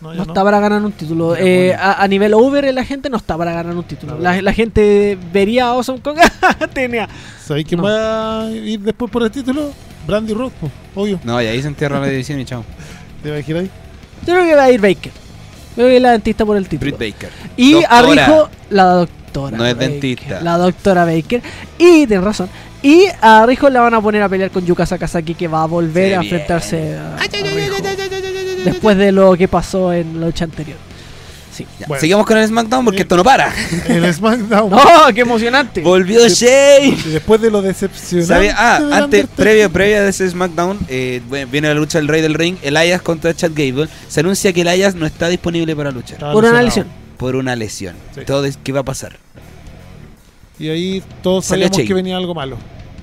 Speaker 3: No,
Speaker 1: No,
Speaker 3: ya no.
Speaker 1: está para ganar un título.
Speaker 3: Ya,
Speaker 1: Eh,
Speaker 3: bueno.
Speaker 1: a, a nivel over la gente no está para ganar un título.
Speaker 3: La
Speaker 1: La,
Speaker 3: verdad.
Speaker 1: la gente vería a Awesome Kong. Tenía.
Speaker 3: ¿Sabéis quién
Speaker 1: No.
Speaker 3: va a ir después por el título? Brandy Road, po, obvio.
Speaker 2: No, y ahí se entierra la división y chao.
Speaker 3: ¿Te vas a ir ahí?
Speaker 1: Yo creo que va a ir Baker. Creo que es la dentista por el título.
Speaker 2: Britt Baker.
Speaker 1: Y
Speaker 2: Doctora.
Speaker 1: Arrijo, la doctora.
Speaker 2: No es
Speaker 1: Baker,
Speaker 2: dentista.
Speaker 1: La doctora Baker. Y tenés razón. Y a Rijo la van a poner a pelear con Yuka Sakazaki, que va a volver
Speaker 2: Se
Speaker 1: a
Speaker 2: viene.
Speaker 1: enfrentarse a, a Rijo después de lo que pasó en la lucha anterior. Sí.
Speaker 2: Ya,
Speaker 3: Bueno.
Speaker 2: Sigamos con el SmackDown porque
Speaker 3: Sí.
Speaker 2: esto no para.
Speaker 3: El SmackDown.
Speaker 1: ¡No! ¡Qué emocionante!
Speaker 2: Volvió Shane.
Speaker 3: Y Después de lo decepcionante.
Speaker 2: ¿Sabía? Ah,
Speaker 3: del
Speaker 2: antes,
Speaker 3: Undertaker.
Speaker 2: previo, previa de ese SmackDown, eh, bueno, viene la lucha del Rey del Ring, Elias contra Chad Gable. Se anuncia que Elias no está disponible para luchar
Speaker 3: Estaba
Speaker 1: Por una
Speaker 3: lesionado.
Speaker 1: lesión.
Speaker 2: por una lesión.
Speaker 3: Sí.
Speaker 2: Entonces, ¿qué va a pasar?
Speaker 3: Y ahí todos
Speaker 2: Salió
Speaker 3: sabíamos
Speaker 2: Shane.
Speaker 3: que venía algo malo.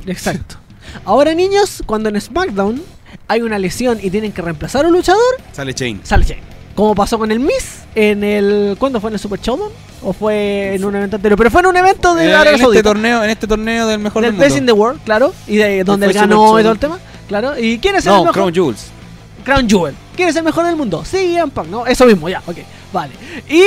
Speaker 1: Exacto. Ahora, niños, cuando en SmackDown hay una lesión y tienen que reemplazar a un luchador,
Speaker 2: Sale Shane.
Speaker 1: sale Shane. Como pasó con el Miss en el. ¿Cuándo fue en el Super Showdown? ¿O fue en un evento anterior? Pero fue en un evento de
Speaker 2: Eh,
Speaker 1: Arabia
Speaker 2: en este
Speaker 1: Saudita.
Speaker 2: torneo, en este torneo del mejor
Speaker 1: del
Speaker 2: del
Speaker 1: Best in
Speaker 2: mundo.
Speaker 1: the World, claro. Y de donde
Speaker 2: fue
Speaker 1: él ganó
Speaker 2: Super
Speaker 1: y todo el
Speaker 2: Show.
Speaker 1: tema. Claro. ¿Y quién es el
Speaker 2: No,
Speaker 1: mejor?
Speaker 2: Crown Jules.
Speaker 1: Crown Jewel. ¿Quién es el mejor del mundo? Sí, Ian Punk, ¿no? Eso mismo, ya, ok. Vale. Y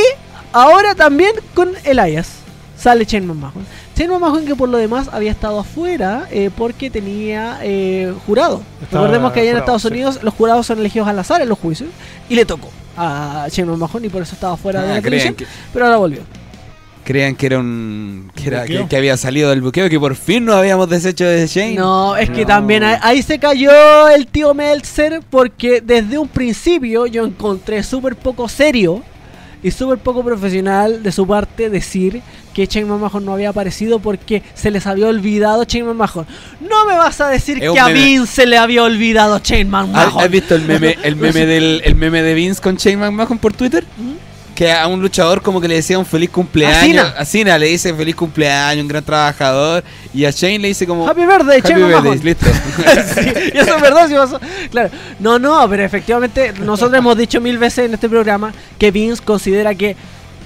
Speaker 1: ahora también con Elias. Sale Shane McMahon. Shane McMahon que por lo demás había estado afuera eh, porque tenía eh, jurado.
Speaker 3: Estaba
Speaker 1: Recordemos que allá en
Speaker 3: jurado,
Speaker 1: Estados
Speaker 3: sí.
Speaker 1: Unidos los jurados son elegidos al azar en los juicios. Y le tocó a Shane McMahon y por eso estaba fuera de
Speaker 2: Ah,
Speaker 1: la
Speaker 2: crean,
Speaker 1: televisión.
Speaker 2: que,
Speaker 1: Pero ahora volvió.
Speaker 2: crean que era un. Que, era-
Speaker 3: ¿Buqueo?
Speaker 2: que- que había salido del buqueo, que por fin nos habíamos deshecho de Shane.
Speaker 1: No, es que
Speaker 2: No.
Speaker 1: también ahí, ahí se cayó el tío Meltzer porque desde un principio yo encontré súper poco serio y súper poco profesional de su parte decir que Shane McMahon no había aparecido porque se les había olvidado Shane McMahon. No me vas a decir
Speaker 2: Es un
Speaker 1: que a
Speaker 2: meme.
Speaker 1: Vince se le había olvidado Shane
Speaker 2: ¿Has, has
Speaker 1: McMahon.
Speaker 2: visto el meme, el meme del el meme de Vince con Shane McMahon por Twitter?
Speaker 1: ¿Mm?
Speaker 2: Que a un luchador como que le decía un feliz cumpleaños.
Speaker 1: A Cena.
Speaker 2: A Cena le dice feliz cumpleaños, un gran trabajador. Y a Shane le dice como
Speaker 1: Happy birthday,
Speaker 2: "Happy
Speaker 1: Shane McMahon.
Speaker 2: birthday", listo.
Speaker 1: Sí, y eso es verdad, sí pasó. Claro. No, no, pero efectivamente nosotros hemos dicho mil veces en este programa que Vince considera que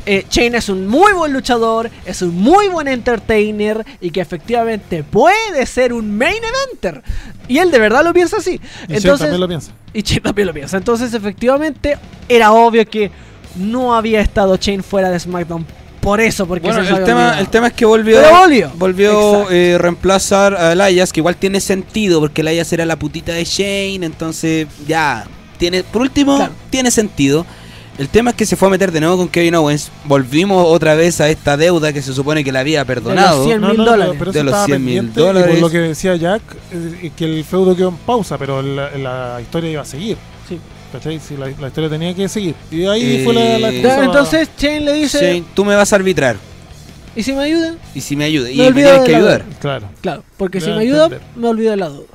Speaker 1: eh, Shane es un muy buen luchador, es un muy buen entertainer y que efectivamente puede ser un main eventer. Y él de verdad lo piensa así.
Speaker 3: Y Shane
Speaker 1: Entonces,
Speaker 3: también lo piensa.
Speaker 1: y Shane también lo piensa. Entonces efectivamente era obvio que no había estado Shane fuera de SmackDown. Por eso, porque
Speaker 2: bueno,
Speaker 1: se nos
Speaker 2: el
Speaker 1: había
Speaker 2: tema,
Speaker 1: olvidado.
Speaker 2: el tema es que volvió.
Speaker 1: Pero volvió.
Speaker 2: Volvió
Speaker 1: Exacto.
Speaker 2: eh, reemplazar a Elias, que igual tiene sentido, porque Elias era la putita de Shane, entonces ya. tiene Por último,
Speaker 1: Claro.
Speaker 2: tiene sentido. El tema es que se fue a meter de nuevo con Kevin Owens. Volvimos otra vez a esta deuda que se supone que la había perdonado.
Speaker 1: 100 mil dólares.
Speaker 3: pero
Speaker 2: De
Speaker 3: eso
Speaker 2: los
Speaker 3: estaba
Speaker 2: 100 mil
Speaker 3: pendiente, y
Speaker 2: dólares.
Speaker 3: Por lo que decía Jack, eh, que el feudo quedó en pausa, pero la, la historia iba a seguir.
Speaker 1: Sí.
Speaker 3: ¿Cachai? Sí, la, la historia tenía que seguir. Y ahí fue la, la
Speaker 2: Eh,
Speaker 1: Claro,
Speaker 3: excusa-
Speaker 1: entonces Shane le dice,
Speaker 2: Shane, tú me vas a arbitrar.
Speaker 1: ¿y si me ayudan?
Speaker 2: Y si me ayudas. Y
Speaker 1: Me
Speaker 2: me
Speaker 1: olvido
Speaker 2: tienes
Speaker 1: de
Speaker 2: que
Speaker 1: la-
Speaker 2: ayudar.
Speaker 3: Claro.
Speaker 1: Claro, porque si
Speaker 3: Lo
Speaker 1: me
Speaker 3: voy a
Speaker 1: ayuda,
Speaker 3: entender.
Speaker 1: me olvido de la duda.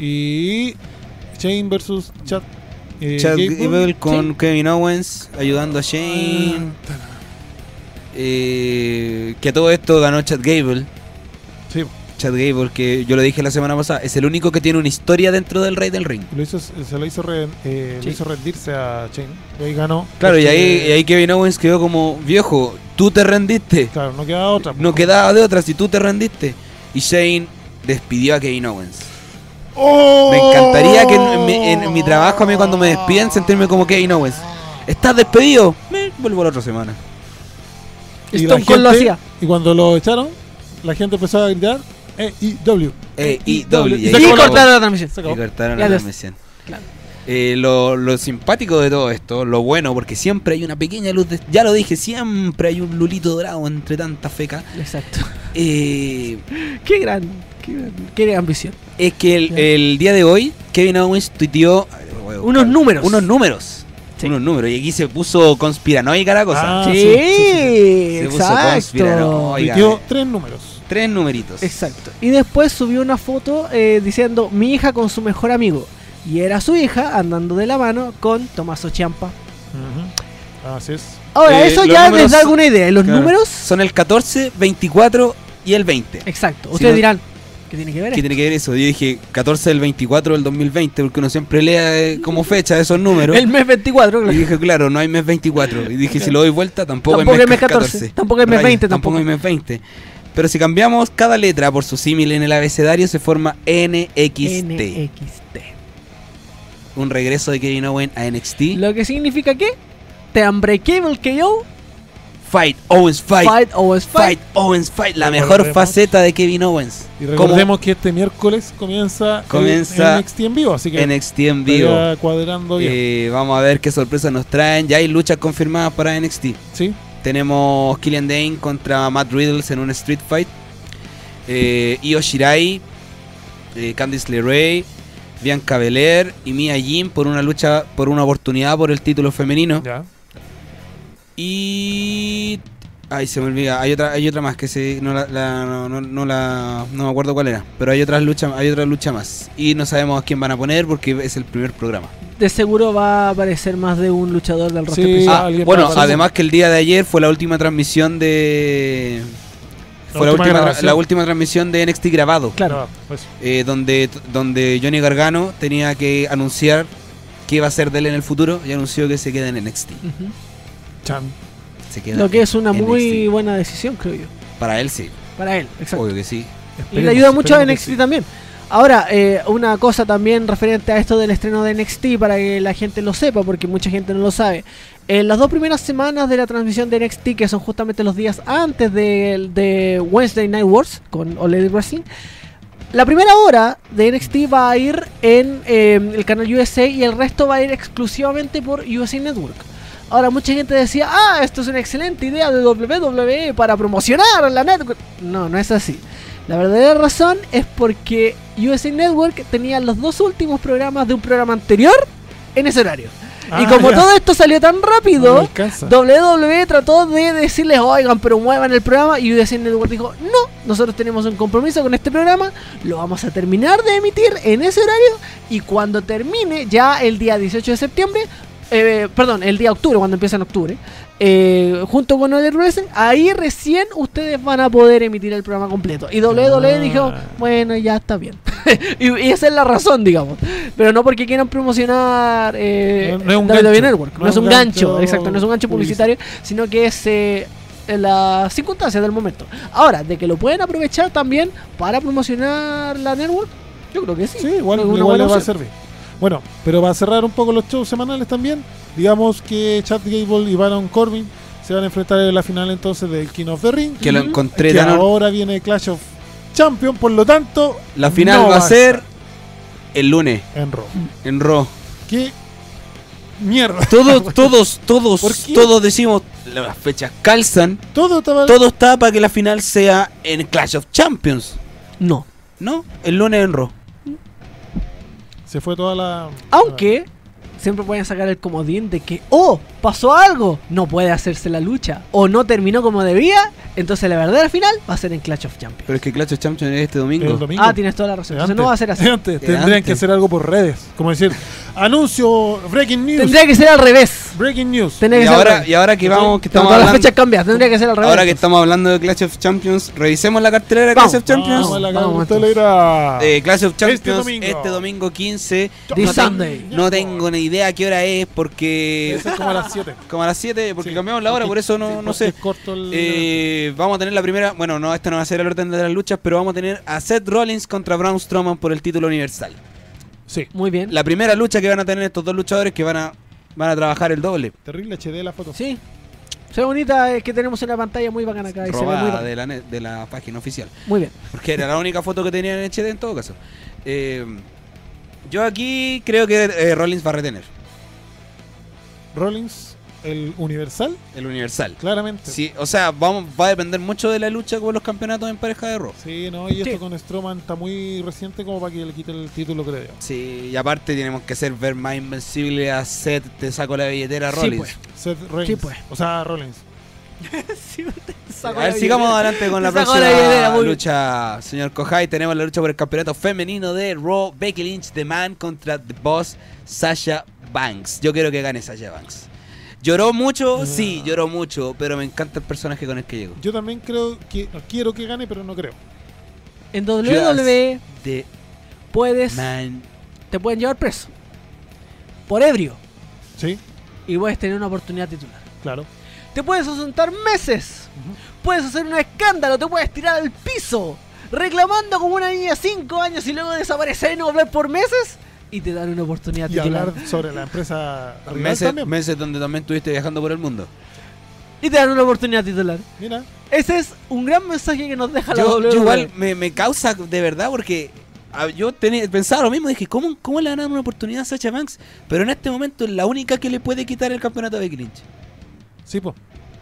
Speaker 3: Y Shane versus Chad. eh,
Speaker 2: Chad
Speaker 3: Gable.
Speaker 2: Gable con Kevin Owens ayudando a Shane.
Speaker 1: Ah.
Speaker 2: Eh, que a todo esto ganó Chad Gable.
Speaker 3: Sí,
Speaker 2: Chad Gable, que yo lo dije la semana pasada, es el único que tiene una historia dentro del Rey del Ring.
Speaker 3: lo hizo, se lo hizo, re- eh, lo
Speaker 1: Sí.
Speaker 3: hizo rendirse a Shane. Y ahí ganó. Este,
Speaker 2: Claro, y
Speaker 3: Porque-
Speaker 2: ahí, y ahí Kevin Owens quedó como, viejo, tú te rendiste.
Speaker 3: Claro, no queda otra. pues.
Speaker 2: No quedaba de otra si tú te rendiste. Y Shane despidió a Kevin Owens.
Speaker 3: ¡Oh!
Speaker 2: Me encantaría que en, en mi, en mi trabajo, a mí cuando me despiden, sentirme como Kevin Owens. ¿Estás despedido? Me vuelvo la otra semana.
Speaker 3: Y
Speaker 1: Stone
Speaker 3: la
Speaker 1: Cold lo
Speaker 3: gente-
Speaker 1: hacía.
Speaker 3: Y cuando lo echaron, la gente empezó a gritar E E-I-W.
Speaker 2: Eh, E-I-W.
Speaker 1: Y,
Speaker 3: se acabó la
Speaker 1: cortaron la transmisión.
Speaker 3: Se
Speaker 2: Y
Speaker 3: acabó.
Speaker 2: cortaron
Speaker 1: Ya
Speaker 2: la
Speaker 1: lo-
Speaker 2: transmisión.
Speaker 1: claro.
Speaker 2: Eh, lo, lo simpático de todo esto, lo bueno, porque siempre hay una pequeña luz, de- ya lo dije, siempre hay un lulito dorado entre tanta feca,
Speaker 1: Exacto.
Speaker 2: eh,
Speaker 1: Qué gran, qué gran, qué gran ambición.
Speaker 2: es que el,
Speaker 1: Ya.
Speaker 2: el día de hoy Kevin Owens tuiteó a ver, lo voy a buscar.
Speaker 1: Unos números.
Speaker 2: Unos números.
Speaker 1: Sí.
Speaker 2: Unos números. Y aquí se puso conspiranoica la cosa.
Speaker 3: Ah,
Speaker 1: sí,
Speaker 3: sí, sí, sí,
Speaker 2: Se puso
Speaker 1: exacto.
Speaker 2: conspiranoico. Oiga,
Speaker 3: Metió
Speaker 2: eh.
Speaker 3: tres números.
Speaker 2: Tres numeritos.
Speaker 1: Exacto. Y después subió una foto eh, diciendo mi hija con su mejor amigo. Y era su hija andando de la mano con Tomaso Chiampa.
Speaker 3: Así es.
Speaker 1: Ahora,
Speaker 2: Eh,
Speaker 1: eso
Speaker 2: los
Speaker 1: ya les
Speaker 2: números-
Speaker 1: da alguna idea. ¿Y ¿Los
Speaker 2: Claro.
Speaker 1: números?
Speaker 2: Son el 14, 24 y el 20.
Speaker 1: Exacto.
Speaker 2: Si
Speaker 1: Ustedes
Speaker 2: no-
Speaker 1: dirán, ¿qué tiene que ver?
Speaker 2: ¿Qué
Speaker 1: esto?
Speaker 2: tiene que ver eso? Yo dije 14 del 24 del 2020, porque uno siempre lea eh, como fecha esos números.
Speaker 1: El mes 24,
Speaker 2: Y
Speaker 1: claro.
Speaker 2: dije, claro, no hay mes 24. Y dije, si lo doy vuelta, tampoco,
Speaker 1: Tampoco
Speaker 2: hay
Speaker 1: hay
Speaker 2: mes
Speaker 1: mes
Speaker 2: 14.
Speaker 1: 14, tampoco hay mes
Speaker 2: Rayos,
Speaker 1: 20,
Speaker 2: Tampoco
Speaker 1: tampoco.
Speaker 2: hay mes 20. Pero si cambiamos cada letra por su símil en el abecedario, se forma NXT.
Speaker 1: NXT.
Speaker 2: Un regreso de Kevin Owen a NXT.
Speaker 1: Lo que significa que te unbreakable KO
Speaker 2: Fight, Owens, fight. Fight,
Speaker 1: Fight Owens Fight.
Speaker 2: Owens, fight. La
Speaker 3: Recordemos-
Speaker 2: mejor faceta de Kevin Owens.
Speaker 3: Y recordemos que este miércoles comienza, el-
Speaker 2: Comienza
Speaker 3: el NXT en vivo, así que
Speaker 2: Como NXT en vivo.
Speaker 3: estaría cuadrando bien.
Speaker 2: Eh, vamos a ver qué sorpresa nos traen. Ya hay luchas confirmadas para NXT.
Speaker 3: sí,
Speaker 2: Tenemos Killian Dane contra Matt Riddles en un Street Fight. Eh, Io Shirai, eh, Candice LeRae, Bianca Belair y Mia Yim por una lucha, por una oportunidad por el título femenino.
Speaker 3: ya.
Speaker 2: Y. Ay, se me olvida. Hay otra, hay otra más que se, no, la, la- no, no- no la- no me acuerdo cuál era. Pero hay otra, lucha, hay otra lucha más. Y no sabemos a quién van a poner porque es el primer programa.
Speaker 1: De seguro va a aparecer más de un luchador del roster
Speaker 3: Sí.
Speaker 1: principal.
Speaker 2: Ah,
Speaker 3: alguien
Speaker 2: bueno,
Speaker 3: para aparecer.
Speaker 2: además que el día de ayer fue la última transmisión de.
Speaker 3: La
Speaker 2: Fue la
Speaker 3: última
Speaker 2: última,
Speaker 3: grabación.
Speaker 2: la última transmisión de NXT grabado,
Speaker 1: Claro.
Speaker 3: Ah, pues,
Speaker 2: eh, donde, donde Johnny Gargano tenía que anunciar qué iba a ser de él en el futuro y anunció que se queda en NXT.
Speaker 1: Ujú.
Speaker 3: chan.
Speaker 2: Se queda
Speaker 1: Lo que es una
Speaker 2: en este.
Speaker 1: muy
Speaker 2: NXT.
Speaker 1: buena decisión, creo yo.
Speaker 2: Para él sí,
Speaker 1: Para él, exacto.
Speaker 2: obvio que sí.
Speaker 1: Y le
Speaker 3: Esperemos,
Speaker 1: ayuda mucho a
Speaker 3: esperemos
Speaker 1: NXT
Speaker 3: que sí.
Speaker 1: también. Ahora, eh, una cosa también referente a esto del estreno de NXT para que la gente lo sepa, porque mucha gente no lo sabe. En las dos primeras semanas de la transmisión de NXT, que son justamente los días antes de, de Wednesday Night Wars con All Elite Wrestling, la primera hora de NXT va a ir en eh, el canal USA y el resto va a ir exclusivamente por USA Network. Ahora, mucha gente decía, ah, esto es una excelente idea de WWE para promocionar la network. No, no es así. La verdadera razón es porque USA Network tenía los dos últimos programas de un programa anterior en ese horario. y
Speaker 3: Ah,
Speaker 1: como
Speaker 3: ya.
Speaker 1: todo esto salió tan
Speaker 3: No
Speaker 1: rápido,
Speaker 3: alcanza.
Speaker 1: WWE E trató de decirles, oigan, pero muevan el programa. Y USA Network dijo, no, nosotros tenemos un compromiso con este programa, lo vamos a terminar de emitir en ese horario. Y cuando termine, ya el día 18 de septiembre, eh, perdón, el día de octubre, cuando empieza en octubre, eh, junto con Other Wrestling, ahí recién ustedes van a poder emitir el programa completo. Y WWE
Speaker 3: Ah.
Speaker 1: dijo, bueno, ya está bien. y, y esa es la razón, digamos. Pero no porque quieran promocionar eh,
Speaker 3: No- no es un
Speaker 1: WWE
Speaker 3: gancho.
Speaker 1: Network. No, es un gancho, exacto, no es un gancho publicitario, sino que es eh, las circunstancias del momento. Ahora, de que lo pueden aprovechar también para promocionar la network, yo creo que sí.
Speaker 3: Sí, igual,
Speaker 1: Creo que es una
Speaker 3: igual
Speaker 1: buena
Speaker 3: le va a
Speaker 1: opción.
Speaker 3: servir. Bueno, pero para cerrar un poco los shows semanales también, digamos que Chad Gable y Baron Corbin se van a enfrentar en la final entonces del King of the Ring.
Speaker 2: Que lo
Speaker 1: Ujú.
Speaker 2: encontré
Speaker 3: Que
Speaker 2: tan hor-
Speaker 3: ahora viene Clash of Champions, por lo tanto,
Speaker 2: La final
Speaker 3: no
Speaker 2: va a
Speaker 3: va a
Speaker 2: ser el lunes
Speaker 3: en Raw.
Speaker 2: en Raw.
Speaker 3: ¿Qué mierda?
Speaker 2: Todos, todos,
Speaker 3: ¿Por
Speaker 2: todos,
Speaker 3: qué?
Speaker 2: todos decimos las fechas calzan.
Speaker 3: Todo estaba
Speaker 2: Todo está para que la final sea en Clash of Champions.
Speaker 1: No.
Speaker 2: No, el lunes en Raw.
Speaker 3: Se fue toda la
Speaker 1: Aunque siempre pueden sacar el comodín de que, oh, pasó algo, no puede hacerse la lucha, o no terminó como debía, entonces la verdadera final va a ser en Clash of Champions.
Speaker 2: Pero es que Clash of Champions es este
Speaker 3: el
Speaker 2: domingo.
Speaker 3: domingo.
Speaker 1: Ah, tienes toda la razón.
Speaker 3: De
Speaker 1: Entonces
Speaker 3: antes.
Speaker 1: no va a ser así.
Speaker 3: De antes. Tendrían
Speaker 2: antes.
Speaker 3: que hacer algo por redes, como decir, anuncio breaking news,
Speaker 1: Tendría que ser al revés.
Speaker 3: breaking news.
Speaker 1: Tendría
Speaker 2: Y
Speaker 1: que ser al
Speaker 2: ahora,
Speaker 1: revés.
Speaker 2: y ahora que vamos, que
Speaker 1: Pero
Speaker 2: estamos
Speaker 1: todas las
Speaker 2: hablando,
Speaker 1: fechas cambian, tendría que ser al revés.
Speaker 2: ahora que estamos hablando de Clash of Champions, revisemos la cartelera de
Speaker 1: Vamos.
Speaker 2: Clash of Champions.
Speaker 3: Vamos a la
Speaker 1: Vamos,
Speaker 3: cartelera.
Speaker 2: Eh, Clash of Champions este domingo,
Speaker 3: domingo.
Speaker 2: 15.
Speaker 1: This
Speaker 2: no, ten-
Speaker 1: Sunday.
Speaker 2: no tengo ni idea a qué hora es porque
Speaker 3: Eso es como a las 7.
Speaker 2: como a las 7 porque
Speaker 3: Sí.
Speaker 2: cambiamos la hora,
Speaker 3: Porque-
Speaker 2: por eso no,
Speaker 3: sí,
Speaker 2: no
Speaker 3: porque
Speaker 2: sé.
Speaker 3: es corto el-
Speaker 2: Eh, vamos a tener la primera, bueno, no, esta no va a ser el orden de las luchas, pero vamos a tener a Seth Rollins contra Braun Strowman por el título universal.
Speaker 3: Sí.
Speaker 1: Muy bien.
Speaker 2: La primera lucha que van a tener estos dos luchadores que van a van a trabajar el doble.
Speaker 3: Terrible HD la foto.
Speaker 1: Sí. Se ve bonita, es que tenemos una pantalla muy bacana acá. Y se ve muy,
Speaker 2: Robada
Speaker 1: bacana.
Speaker 2: de la, net- de la página oficial.
Speaker 1: Muy bien.
Speaker 2: Porque era la única foto que tenía en HD en todo caso. Eh, yo aquí creo que eh, Rollins va a retener
Speaker 3: Rollins, el Universal,
Speaker 2: el universal.
Speaker 3: claramente.
Speaker 2: Sí, o sea, vamos, va a depender mucho de la lucha con los campeonatos en pareja de Raw.
Speaker 3: Sí, no, y esto
Speaker 1: Sí.
Speaker 3: con Strowman está muy reciente como para que le quite el título, creo yo.
Speaker 2: Sí, y aparte tenemos que ser ver más invencible a Seth, te saco la billetera a
Speaker 1: Sí,
Speaker 2: Rollins.
Speaker 1: pues.
Speaker 3: Seth Rollins.
Speaker 1: Sí, pues.
Speaker 3: O sea, Rollins.
Speaker 2: A ver, sigamos adelante con la
Speaker 1: Te saco la
Speaker 2: próxima
Speaker 1: billetera, muy bien.
Speaker 2: lucha, señor Kohai. Tenemos la lucha por el campeonato femenino de Raw, Becky Lynch, The Man contra The Boss, Sasha Banks. Yo quiero que gane Sasha Banks. ¿Lloró mucho? Sí,
Speaker 3: Ah.
Speaker 2: lloró mucho, pero me encanta el personaje con el que llegó.
Speaker 3: Yo también creo que. no, quiero que gane, pero no creo.
Speaker 1: En WWE
Speaker 2: The
Speaker 1: puedes,
Speaker 2: Man.
Speaker 1: te pueden llevar preso. Por ebrio.
Speaker 3: Sí,
Speaker 1: Y puedes tener una oportunidad titular.
Speaker 3: claro.
Speaker 1: Te puedes ausentar meses. Puedes hacer un escándalo. Te puedes tirar al piso. Reclamando como una niña de 5 años y luego desaparecer y no volver por meses. Y te dan una oportunidad
Speaker 3: Y
Speaker 1: titular.
Speaker 3: hablar sobre la empresa rival
Speaker 2: Meses,
Speaker 3: también.
Speaker 2: meses donde también estuviste viajando por el mundo.
Speaker 1: y te dan una oportunidad titular.
Speaker 3: Mira,
Speaker 1: Ese es un gran mensaje que nos deja la
Speaker 2: Yo,
Speaker 1: WWE.
Speaker 2: yo igual me, me causa de verdad porque ah, yo teni- pensaba lo mismo, dije, ¿cómo, ¿cómo le van a dar una oportunidad a Sasha Banks? Pero en este momento es la única que le puede quitar el campeonato a Becky Lynch.
Speaker 3: sí, po.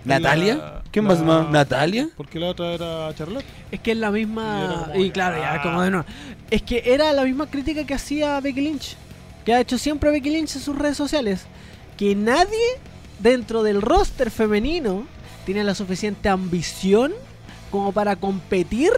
Speaker 2: ¿Natalia?
Speaker 3: La-
Speaker 2: ¿Quién más
Speaker 3: la-
Speaker 2: más? ¿Natalia?
Speaker 3: Porque la otra era Charlotte.
Speaker 1: Es que es la
Speaker 3: Y era
Speaker 1: misma.
Speaker 3: como,
Speaker 1: Y claro, ya
Speaker 3: ah.
Speaker 1: como de nuevo. Es que era la misma crítica que hacía Becky Lynch. Que ha hecho siempre Becky Lynch en sus redes sociales. Que nadie dentro del roster femenino tiene la suficiente ambición como para competir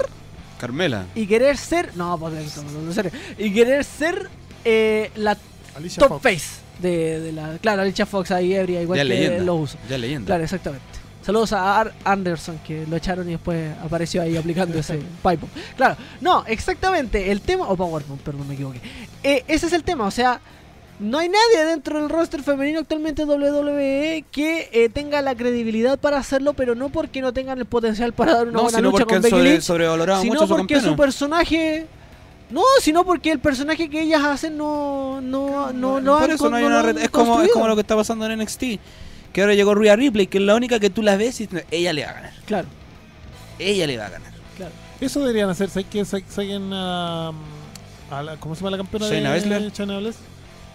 Speaker 2: Carmela.
Speaker 1: y querer ser. No, pues no, en serio. Y querer ser eh, la
Speaker 3: Alicia
Speaker 1: top
Speaker 3: Fox.
Speaker 1: face de, de la. Claro, Alicia Fox ahí ebria, igual
Speaker 2: ya
Speaker 1: que
Speaker 2: leyenda.
Speaker 1: los usos.
Speaker 2: Ya leyenda.
Speaker 1: Claro, exactamente. Saludos a Ar Anderson, que lo echaron y después apareció ahí aplicando ese pipe bomb. Claro, no, exactamente. El tema. O Power bomb, perdón, me equivoqué. Eh, ese es el tema, o sea. No hay nadie dentro del roster femenino actualmente de WWE que eh, tenga la credibilidad para hacerlo, pero no porque no tengan el potencial para dar una
Speaker 2: No,
Speaker 1: buena
Speaker 2: sino
Speaker 1: lucha
Speaker 2: porque
Speaker 1: con
Speaker 2: han
Speaker 1: Becky
Speaker 2: sobre,
Speaker 1: Lynch,
Speaker 2: sobrevalorado mucho
Speaker 1: sino
Speaker 2: a su
Speaker 1: porque su
Speaker 2: campeona.
Speaker 1: personaje. No, sino porque el personaje que ellas hacen no. No, no, no,
Speaker 2: Por
Speaker 1: han
Speaker 2: eso no
Speaker 1: con-
Speaker 2: hay
Speaker 1: no
Speaker 2: una
Speaker 1: lo han
Speaker 2: red- es, como, es
Speaker 1: construido.
Speaker 2: como lo que está pasando en NXT. Que ahora llegó Rhea Ripley, que es la única que tú la ves y ella le va a ganar.
Speaker 1: Claro,
Speaker 2: Ella le va a ganar.
Speaker 1: claro.
Speaker 3: Eso deberían hacer, ¿sabes que sa- saquen a, a la, ¿cómo se llama la campeona
Speaker 2: Shayna
Speaker 3: de
Speaker 2: Baszler.
Speaker 3: Shayna Baszler.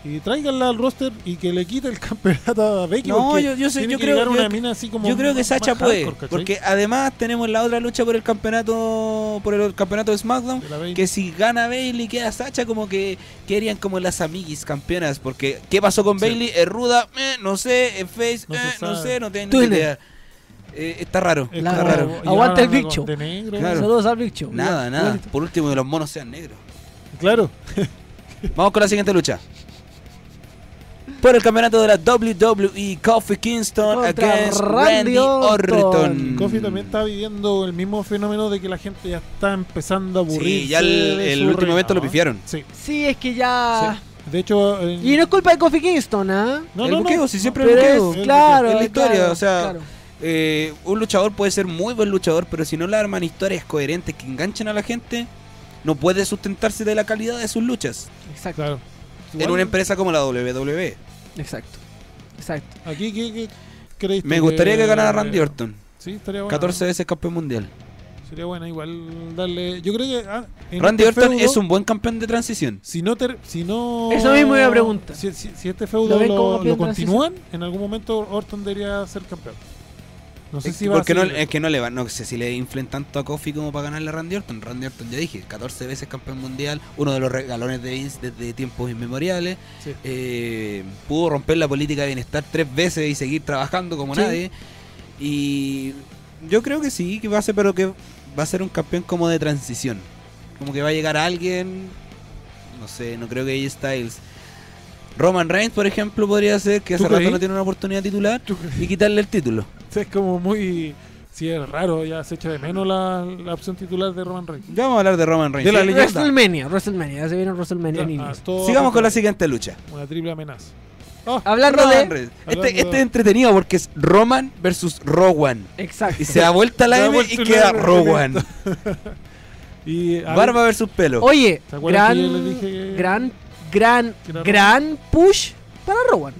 Speaker 3: Y tráiganla al roster y que le quite el campeonato a Becky.
Speaker 2: No,
Speaker 3: porque
Speaker 2: yo- yo sé-
Speaker 3: tiene
Speaker 2: yo
Speaker 3: que
Speaker 2: creo-
Speaker 3: llegar
Speaker 2: yo-
Speaker 3: una mina así como
Speaker 2: Yo creo que
Speaker 3: más-
Speaker 2: Sacha
Speaker 3: más
Speaker 2: puede,
Speaker 3: hardcore, ¿cachai?
Speaker 2: porque además tenemos la otra lucha por el campeonato por el campeonato de SmackDown,
Speaker 3: De la Bayley.
Speaker 2: que si gana Bailey queda Sacha como que querían como las amiguis campeonas, porque ¿qué pasó con
Speaker 3: Sí.
Speaker 2: Bailey? Es ruda, eh, no sé, es face,
Speaker 3: No
Speaker 2: eh,
Speaker 3: se
Speaker 2: no
Speaker 3: sabe.
Speaker 2: sé, no tengo ni
Speaker 1: Túnel.
Speaker 2: idea. Eh, está raro,
Speaker 3: Es
Speaker 1: La-
Speaker 2: está
Speaker 3: como
Speaker 2: raro.
Speaker 1: Aguanta
Speaker 3: llevarla
Speaker 1: el bicho.
Speaker 3: de negro.
Speaker 2: Claro.
Speaker 1: Saludos al Big Show.
Speaker 2: Nada,
Speaker 1: Igual-
Speaker 2: nada.
Speaker 1: igualito.
Speaker 2: Por último que los monos sean negros.
Speaker 3: Claro.
Speaker 2: Vamos con la siguiente lucha. Por el campeonato de la WWE, Kofi Kingston
Speaker 1: Contra
Speaker 2: against Randy
Speaker 1: Randy
Speaker 2: Orton.
Speaker 1: Orton.
Speaker 2: Mm.
Speaker 3: Kofi también está viviendo el mismo fenómeno de que la gente ya está empezando a aburrir.
Speaker 2: Sí, ya el, el último evento lo pifiaron.
Speaker 3: Sí.
Speaker 1: Sí, es que ya.
Speaker 3: De hecho. eh,
Speaker 1: Ah. Y no es culpa de Kofi Kingston, ¿ah?
Speaker 3: no,
Speaker 2: el
Speaker 3: no, no.
Speaker 2: buqueo, si siempre
Speaker 1: Pero
Speaker 2: el
Speaker 1: es,
Speaker 2: buqueo.
Speaker 3: es-
Speaker 1: claro.
Speaker 2: es la historia,
Speaker 1: claro,
Speaker 2: o sea,
Speaker 1: claro.
Speaker 2: Eh, un luchador puede ser muy buen luchador, pero si no le arman historias coherentes que enganchen a la gente, no puede sustentarse de la calidad de sus luchas.
Speaker 1: Exacto,
Speaker 3: Claro.
Speaker 2: en
Speaker 3: Igual, Este
Speaker 2: una empresa como la E. WWE.
Speaker 1: exacto. Exacto.
Speaker 3: Aquí, ¿qué, qué crees tú eh,
Speaker 2: Me gustaría que ganara Randy Orton,
Speaker 3: Sí, estaría bueno.
Speaker 2: 14 veces campeón mundial.
Speaker 3: Sería bueno igual darle. Yo creo que. ah, en
Speaker 2: Randy
Speaker 3: este
Speaker 2: Orton
Speaker 3: feudo,
Speaker 2: es un buen campeón de transición.
Speaker 3: Si no. ter- si no
Speaker 1: Eso mismo iba a preguntar.
Speaker 3: Si, si- si este
Speaker 1: ¿Lo
Speaker 3: feudo
Speaker 1: ven
Speaker 3: lo,
Speaker 1: como campeón
Speaker 3: lo
Speaker 1: de la
Speaker 3: continúan, en algún momento Orton debería ser campeón. No sé
Speaker 2: Es
Speaker 3: si
Speaker 2: que-
Speaker 3: va a
Speaker 2: porque no,
Speaker 3: ser-
Speaker 2: es que no le va, no sé si le inflen tanto a Kofi como para ganarle a Randy Orton. Randy Orton, ya dije, 14 veces campeón mundial, uno de los regalones de Vince desde tiempos inmemoriales.
Speaker 3: Sí.
Speaker 2: Eh, pudo romper la política de bienestar tres veces y seguir trabajando como
Speaker 1: Sí.
Speaker 2: nadie. Y yo creo que sí, que va a ser, pero que va a ser un campeón como de transición. Como que va a llegar alguien, no sé, no creo que AJ Styles. Roman Reigns, por ejemplo, podría ser que
Speaker 3: ¿Tú
Speaker 2: hace rato
Speaker 3: creí?
Speaker 2: no tiene una oportunidad titular
Speaker 3: ¿Tú crees?
Speaker 2: y quitarle el título.
Speaker 3: Es como muy. Si es raro, ya se echa de menos la, la opción titular de Roman Reigns.
Speaker 2: Ya vamos a hablar de Roman Reigns.
Speaker 3: De la
Speaker 2: Sí.
Speaker 3: leyenda.
Speaker 1: WrestleMania, WrestleMania. Ya se vieron Wrestlemania en
Speaker 3: Ah,
Speaker 1: inglés.
Speaker 3: todo-
Speaker 2: Sigamos con la siguiente lucha.
Speaker 3: Una triple amenaza. Ah,
Speaker 1: Hablando de.
Speaker 2: Roman Reigns.
Speaker 3: Hablando-
Speaker 2: Este, este es entretenido porque es Roman versus Rowan.
Speaker 1: Exacto.
Speaker 2: Y se da vuelta
Speaker 3: Da
Speaker 2: la M
Speaker 3: vuelta
Speaker 2: y
Speaker 3: una
Speaker 2: queda
Speaker 3: M,
Speaker 2: Rowan.
Speaker 3: y a ver,
Speaker 2: Barba versus pelo.
Speaker 1: Oye,
Speaker 3: ¿Se acuerdan que yo les
Speaker 1: gran.
Speaker 3: dije que-
Speaker 1: Gran, gran,
Speaker 3: que era
Speaker 1: gran push para Rowan.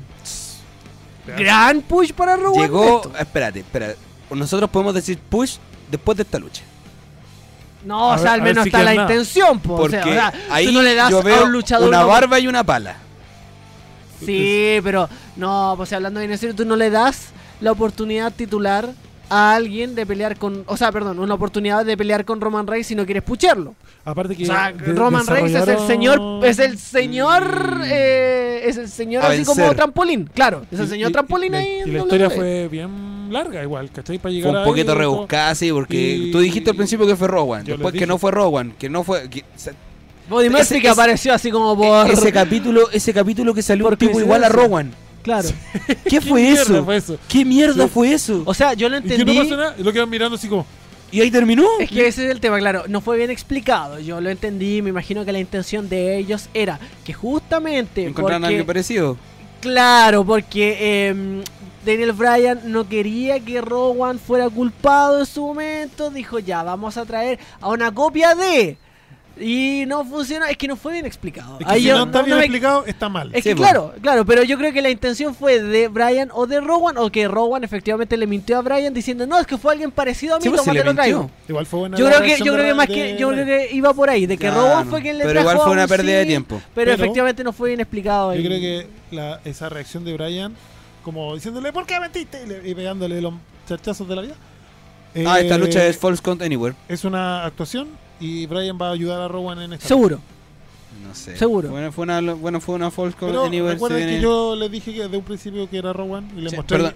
Speaker 1: Gran push para Rowan.
Speaker 2: Llegó.
Speaker 1: Esto.
Speaker 2: Espérate, espérate. Nosotros podemos decir push después de esta lucha.
Speaker 1: No,
Speaker 3: A
Speaker 1: o sea,
Speaker 3: ver-
Speaker 1: al
Speaker 3: a ver
Speaker 1: menos
Speaker 3: si
Speaker 1: está
Speaker 3: queda
Speaker 1: la
Speaker 3: nada.
Speaker 1: intención, po, o
Speaker 2: Porque
Speaker 1: sea, o sea,
Speaker 2: ahí
Speaker 1: tú no le das
Speaker 2: yo veo
Speaker 1: a un luchador
Speaker 2: una
Speaker 1: una-
Speaker 2: barba y una pala.
Speaker 1: Sí, pero no, pues hablando bien en serio, tú no le das la oportunidad titular a alguien de pelear con, o sea, perdón, una oportunidad de pelear con Roman Reigns si no quieres pucharlo.
Speaker 3: Aparte que
Speaker 1: O sea,
Speaker 3: de-
Speaker 1: Roman Reigns es el
Speaker 3: desarrollaron-
Speaker 1: señor, es el señor,
Speaker 2: Mm.
Speaker 1: eh, es el señor
Speaker 2: A
Speaker 1: así como
Speaker 2: vencer.
Speaker 1: trampolín, claro, es el
Speaker 3: y-
Speaker 1: señor
Speaker 3: y-
Speaker 1: trampolín
Speaker 3: y-
Speaker 1: ahí.
Speaker 3: Y
Speaker 1: en
Speaker 3: la historia
Speaker 1: WWE.
Speaker 3: fue bien larga igual, ¿cachai? Para
Speaker 2: Fue
Speaker 3: llegar
Speaker 2: un poquito
Speaker 3: ahí,
Speaker 2: rebuscada, sí, porque
Speaker 3: Y-
Speaker 2: tú dijiste al principio que fue Rowan.
Speaker 3: Yo les
Speaker 2: Después que
Speaker 3: dije.
Speaker 2: no fue Rowan, que no fue. que- se-
Speaker 1: Body
Speaker 2: Ese-
Speaker 1: Murphy que
Speaker 2: ese-
Speaker 1: apareció así como por,
Speaker 2: ese capítulo, ese capítulo que salió un
Speaker 1: Por
Speaker 2: tipo igual a
Speaker 1: coincidencia.
Speaker 2: Rowan.
Speaker 1: claro.
Speaker 2: ¿Qué
Speaker 3: ¿Qué
Speaker 2: fue
Speaker 3: mierda
Speaker 2: eso?
Speaker 3: fue eso?
Speaker 2: ¿Qué mierda
Speaker 3: Sí.
Speaker 2: fue eso?
Speaker 1: O sea, yo lo
Speaker 3: Y que no
Speaker 1: entendí.
Speaker 3: pasó nada, y lo quedan mirando así como,
Speaker 2: ¿Y ahí terminó?
Speaker 1: Es que ese es el tema, claro, no fue bien explicado, yo lo entendí, me imagino que la intención de ellos era que justamente
Speaker 2: ¿Encontraron
Speaker 1: porque-
Speaker 2: algo parecido?
Speaker 1: Claro, porque em, Daniel Bryan no quería que Rowan fuera culpado en su momento. Dijo, ya, vamos a traer a una copia de Y no funcionó, es que no fue bien explicado.
Speaker 3: Es que
Speaker 1: Ahí
Speaker 3: si
Speaker 1: yo-
Speaker 3: no está
Speaker 1: no
Speaker 3: bien
Speaker 1: me-
Speaker 3: explicado, está mal.
Speaker 1: Es
Speaker 2: Sí,
Speaker 1: que
Speaker 2: po.
Speaker 1: claro, claro, pero yo creo que la intención fue de Brian o de Rowan, o que Rowan efectivamente le mintió a Brian diciendo, no, es que fue alguien parecido a mí,
Speaker 2: Sí, pues,
Speaker 1: toma,
Speaker 2: si le
Speaker 1: te lo traigo.
Speaker 2: mintió.
Speaker 3: Igual fue buena
Speaker 1: Yo
Speaker 3: la
Speaker 1: creo que,
Speaker 3: reacción
Speaker 1: yo creo
Speaker 3: de-
Speaker 1: que más
Speaker 3: de-
Speaker 1: que, yo creo que iba por ahí, de que
Speaker 2: Ya,
Speaker 1: Rowan
Speaker 2: no.
Speaker 1: fue quien le
Speaker 2: Pero
Speaker 1: trajo
Speaker 2: igual
Speaker 1: a
Speaker 2: fue una
Speaker 1: un
Speaker 2: pérdida de
Speaker 1: sí,
Speaker 2: tiempo.
Speaker 1: Pero,
Speaker 3: Pero-
Speaker 1: efectivamente no fue bien explicado.
Speaker 3: Yo
Speaker 1: ahí.
Speaker 3: creo que la- esa reacción de Brian, como diciéndole, ¿por qué mentiste? Y, le- y pegándole los charchazos de la vida.
Speaker 2: Ah,
Speaker 3: eh,
Speaker 2: esta lucha es False Count Anywhere.
Speaker 3: es una actuación y Brian va a ayudar a Rowan en esta.
Speaker 1: Seguro.
Speaker 2: No sé.
Speaker 1: Seguro.
Speaker 2: Bueno, fue una, bueno, fue una False Count
Speaker 3: Pero
Speaker 2: Anywhere.
Speaker 3: recuerden
Speaker 2: se
Speaker 3: que
Speaker 2: viene-
Speaker 3: yo les dije que desde un principio que era Rowan y les
Speaker 2: Sí,
Speaker 3: mostré
Speaker 2: perdón.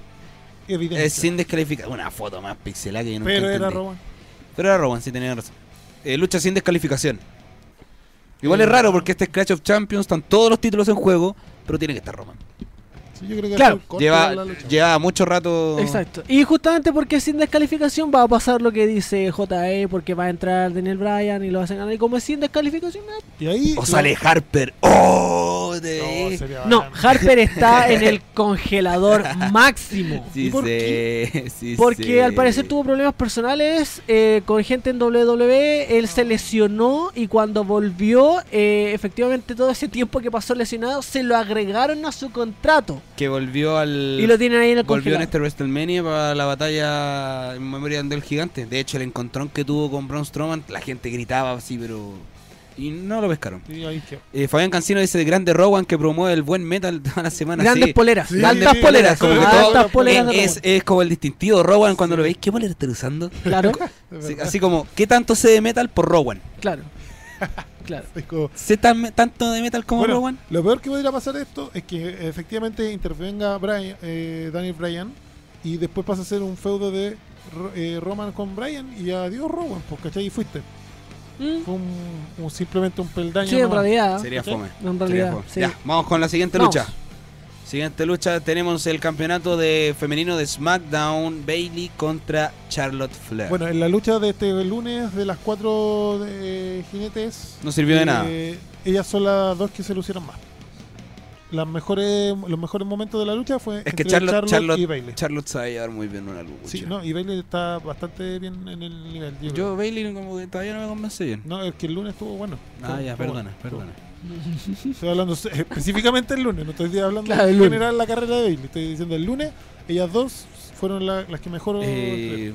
Speaker 3: evidencia.
Speaker 2: Eh, sin descalificar. Una foto más pixelada que yo nunca
Speaker 3: pero era
Speaker 2: entendí.
Speaker 3: Rowan.
Speaker 2: Pero era Rowan, sí tenía razón. Eh, lucha sin descalificación. Igual
Speaker 3: Eh.
Speaker 2: es raro porque este Clash of Champions están todos los títulos en juego, pero tiene que estar Roman.
Speaker 3: Sí, yo creo que
Speaker 1: Claro.
Speaker 3: fue corta
Speaker 2: Lleva,
Speaker 3: la lucha.
Speaker 2: lleva mucho rato.
Speaker 1: Exacto. Y justamente porque sin descalificación va a pasar lo que dice JE, porque va a entrar Daniel Bryan y lo hacen ganar. Y como es sin descalificación, ¿eh? nada.
Speaker 3: Y ahí.
Speaker 2: O sale Harper. ¡Oh!
Speaker 3: No,
Speaker 2: De...
Speaker 3: sería
Speaker 1: no,
Speaker 3: bacán.
Speaker 1: Harper está en el congelador máximo.
Speaker 2: sí,
Speaker 3: ¿Y por
Speaker 2: sé, sí
Speaker 1: Porque
Speaker 2: sé.
Speaker 1: al parecer tuvo problemas personales eh, con gente en WWE, él se lesionó y cuando volvió, eh, efectivamente todo ese tiempo que pasó lesionado se lo agregaron a su contrato.
Speaker 2: Que volvió al.
Speaker 1: Y lo tienen ahí en el
Speaker 2: Volvió en
Speaker 1: congelador.
Speaker 2: este WrestleMania para la batalla en memoria del gigante. De hecho, el encontrón que tuvo con Braun Strowman, la gente gritaba así, pero. Y no lo pescaron.
Speaker 3: Y ahí quedó.
Speaker 2: Eh, Fabián Cancino dice: Grande Rowan que promueve el buen metal toda la semana.
Speaker 1: Grandes
Speaker 2: sí.
Speaker 1: poleras,
Speaker 3: Sí,
Speaker 1: altas
Speaker 3: sí,
Speaker 1: poleras,
Speaker 2: como que
Speaker 1: altas
Speaker 3: todo-
Speaker 1: poleras de
Speaker 2: Es, es como el distintivo Rowan cuando lo veis. ¿Qué polera estás usando?
Speaker 1: Rowan. Claro,
Speaker 2: Sí, así como, ¿qué tanto sé de metal por Rowan?
Speaker 1: claro, claro.
Speaker 2: ah.
Speaker 3: Es como-
Speaker 2: ¿Sé tan- tanto de metal como
Speaker 3: Bueno,
Speaker 2: Rowan?
Speaker 3: lo peor que podría pasar esto es que efectivamente intervenga Brian, eh, Daniel Bryan y después pasa a ser un feudo de Ro- eh, Roman con Bryan y adiós Roman, pues ¿cachai? Y fuiste.
Speaker 1: Mm,
Speaker 3: Fue un, un- simplemente un peldaño.
Speaker 1: Sí, en
Speaker 3: nomás.
Speaker 1: realidad.
Speaker 2: Sería
Speaker 3: ¿cachai?
Speaker 2: fome.
Speaker 1: Ah, En
Speaker 2: Sería
Speaker 1: realidad,
Speaker 2: fome.
Speaker 1: sí.
Speaker 2: Ya, vamos con la siguiente
Speaker 1: Vamos.
Speaker 2: lucha. Siguiente lucha, tenemos el campeonato de femenino de SmackDown, Bailey contra Charlotte Flair.
Speaker 3: Bueno, en la lucha de este lunes de las cuatro eh, jinetes.
Speaker 2: No sirvió de
Speaker 3: eh,
Speaker 2: nada.
Speaker 3: Ellas son las dos que se lucieron más. Las mejores, los mejores momentos de la lucha fue
Speaker 2: es que
Speaker 3: entre
Speaker 2: Charlotte, Charlotte,
Speaker 3: y Bailey.
Speaker 2: Charlotte sabe llevar muy bien una lucha.
Speaker 3: Sí, no, y Bailey está bastante bien en el nivel. yo creo.
Speaker 2: Yo Bailey como que todavía no me convence bien.
Speaker 3: No, es que el lunes estuvo bueno.
Speaker 2: Ah,
Speaker 3: Estuvo-
Speaker 2: ya,
Speaker 3: estuvo
Speaker 2: perdona,
Speaker 3: bueno,
Speaker 2: perdona.
Speaker 3: Estoy hablando se- específicamente el lunes, no estoy hablando
Speaker 1: Claro, el
Speaker 3: en
Speaker 1: lunes.
Speaker 3: general la carrera de Bailey. Estoy diciendo el lunes, ellas dos fueron la- las que mejor.
Speaker 2: Eh,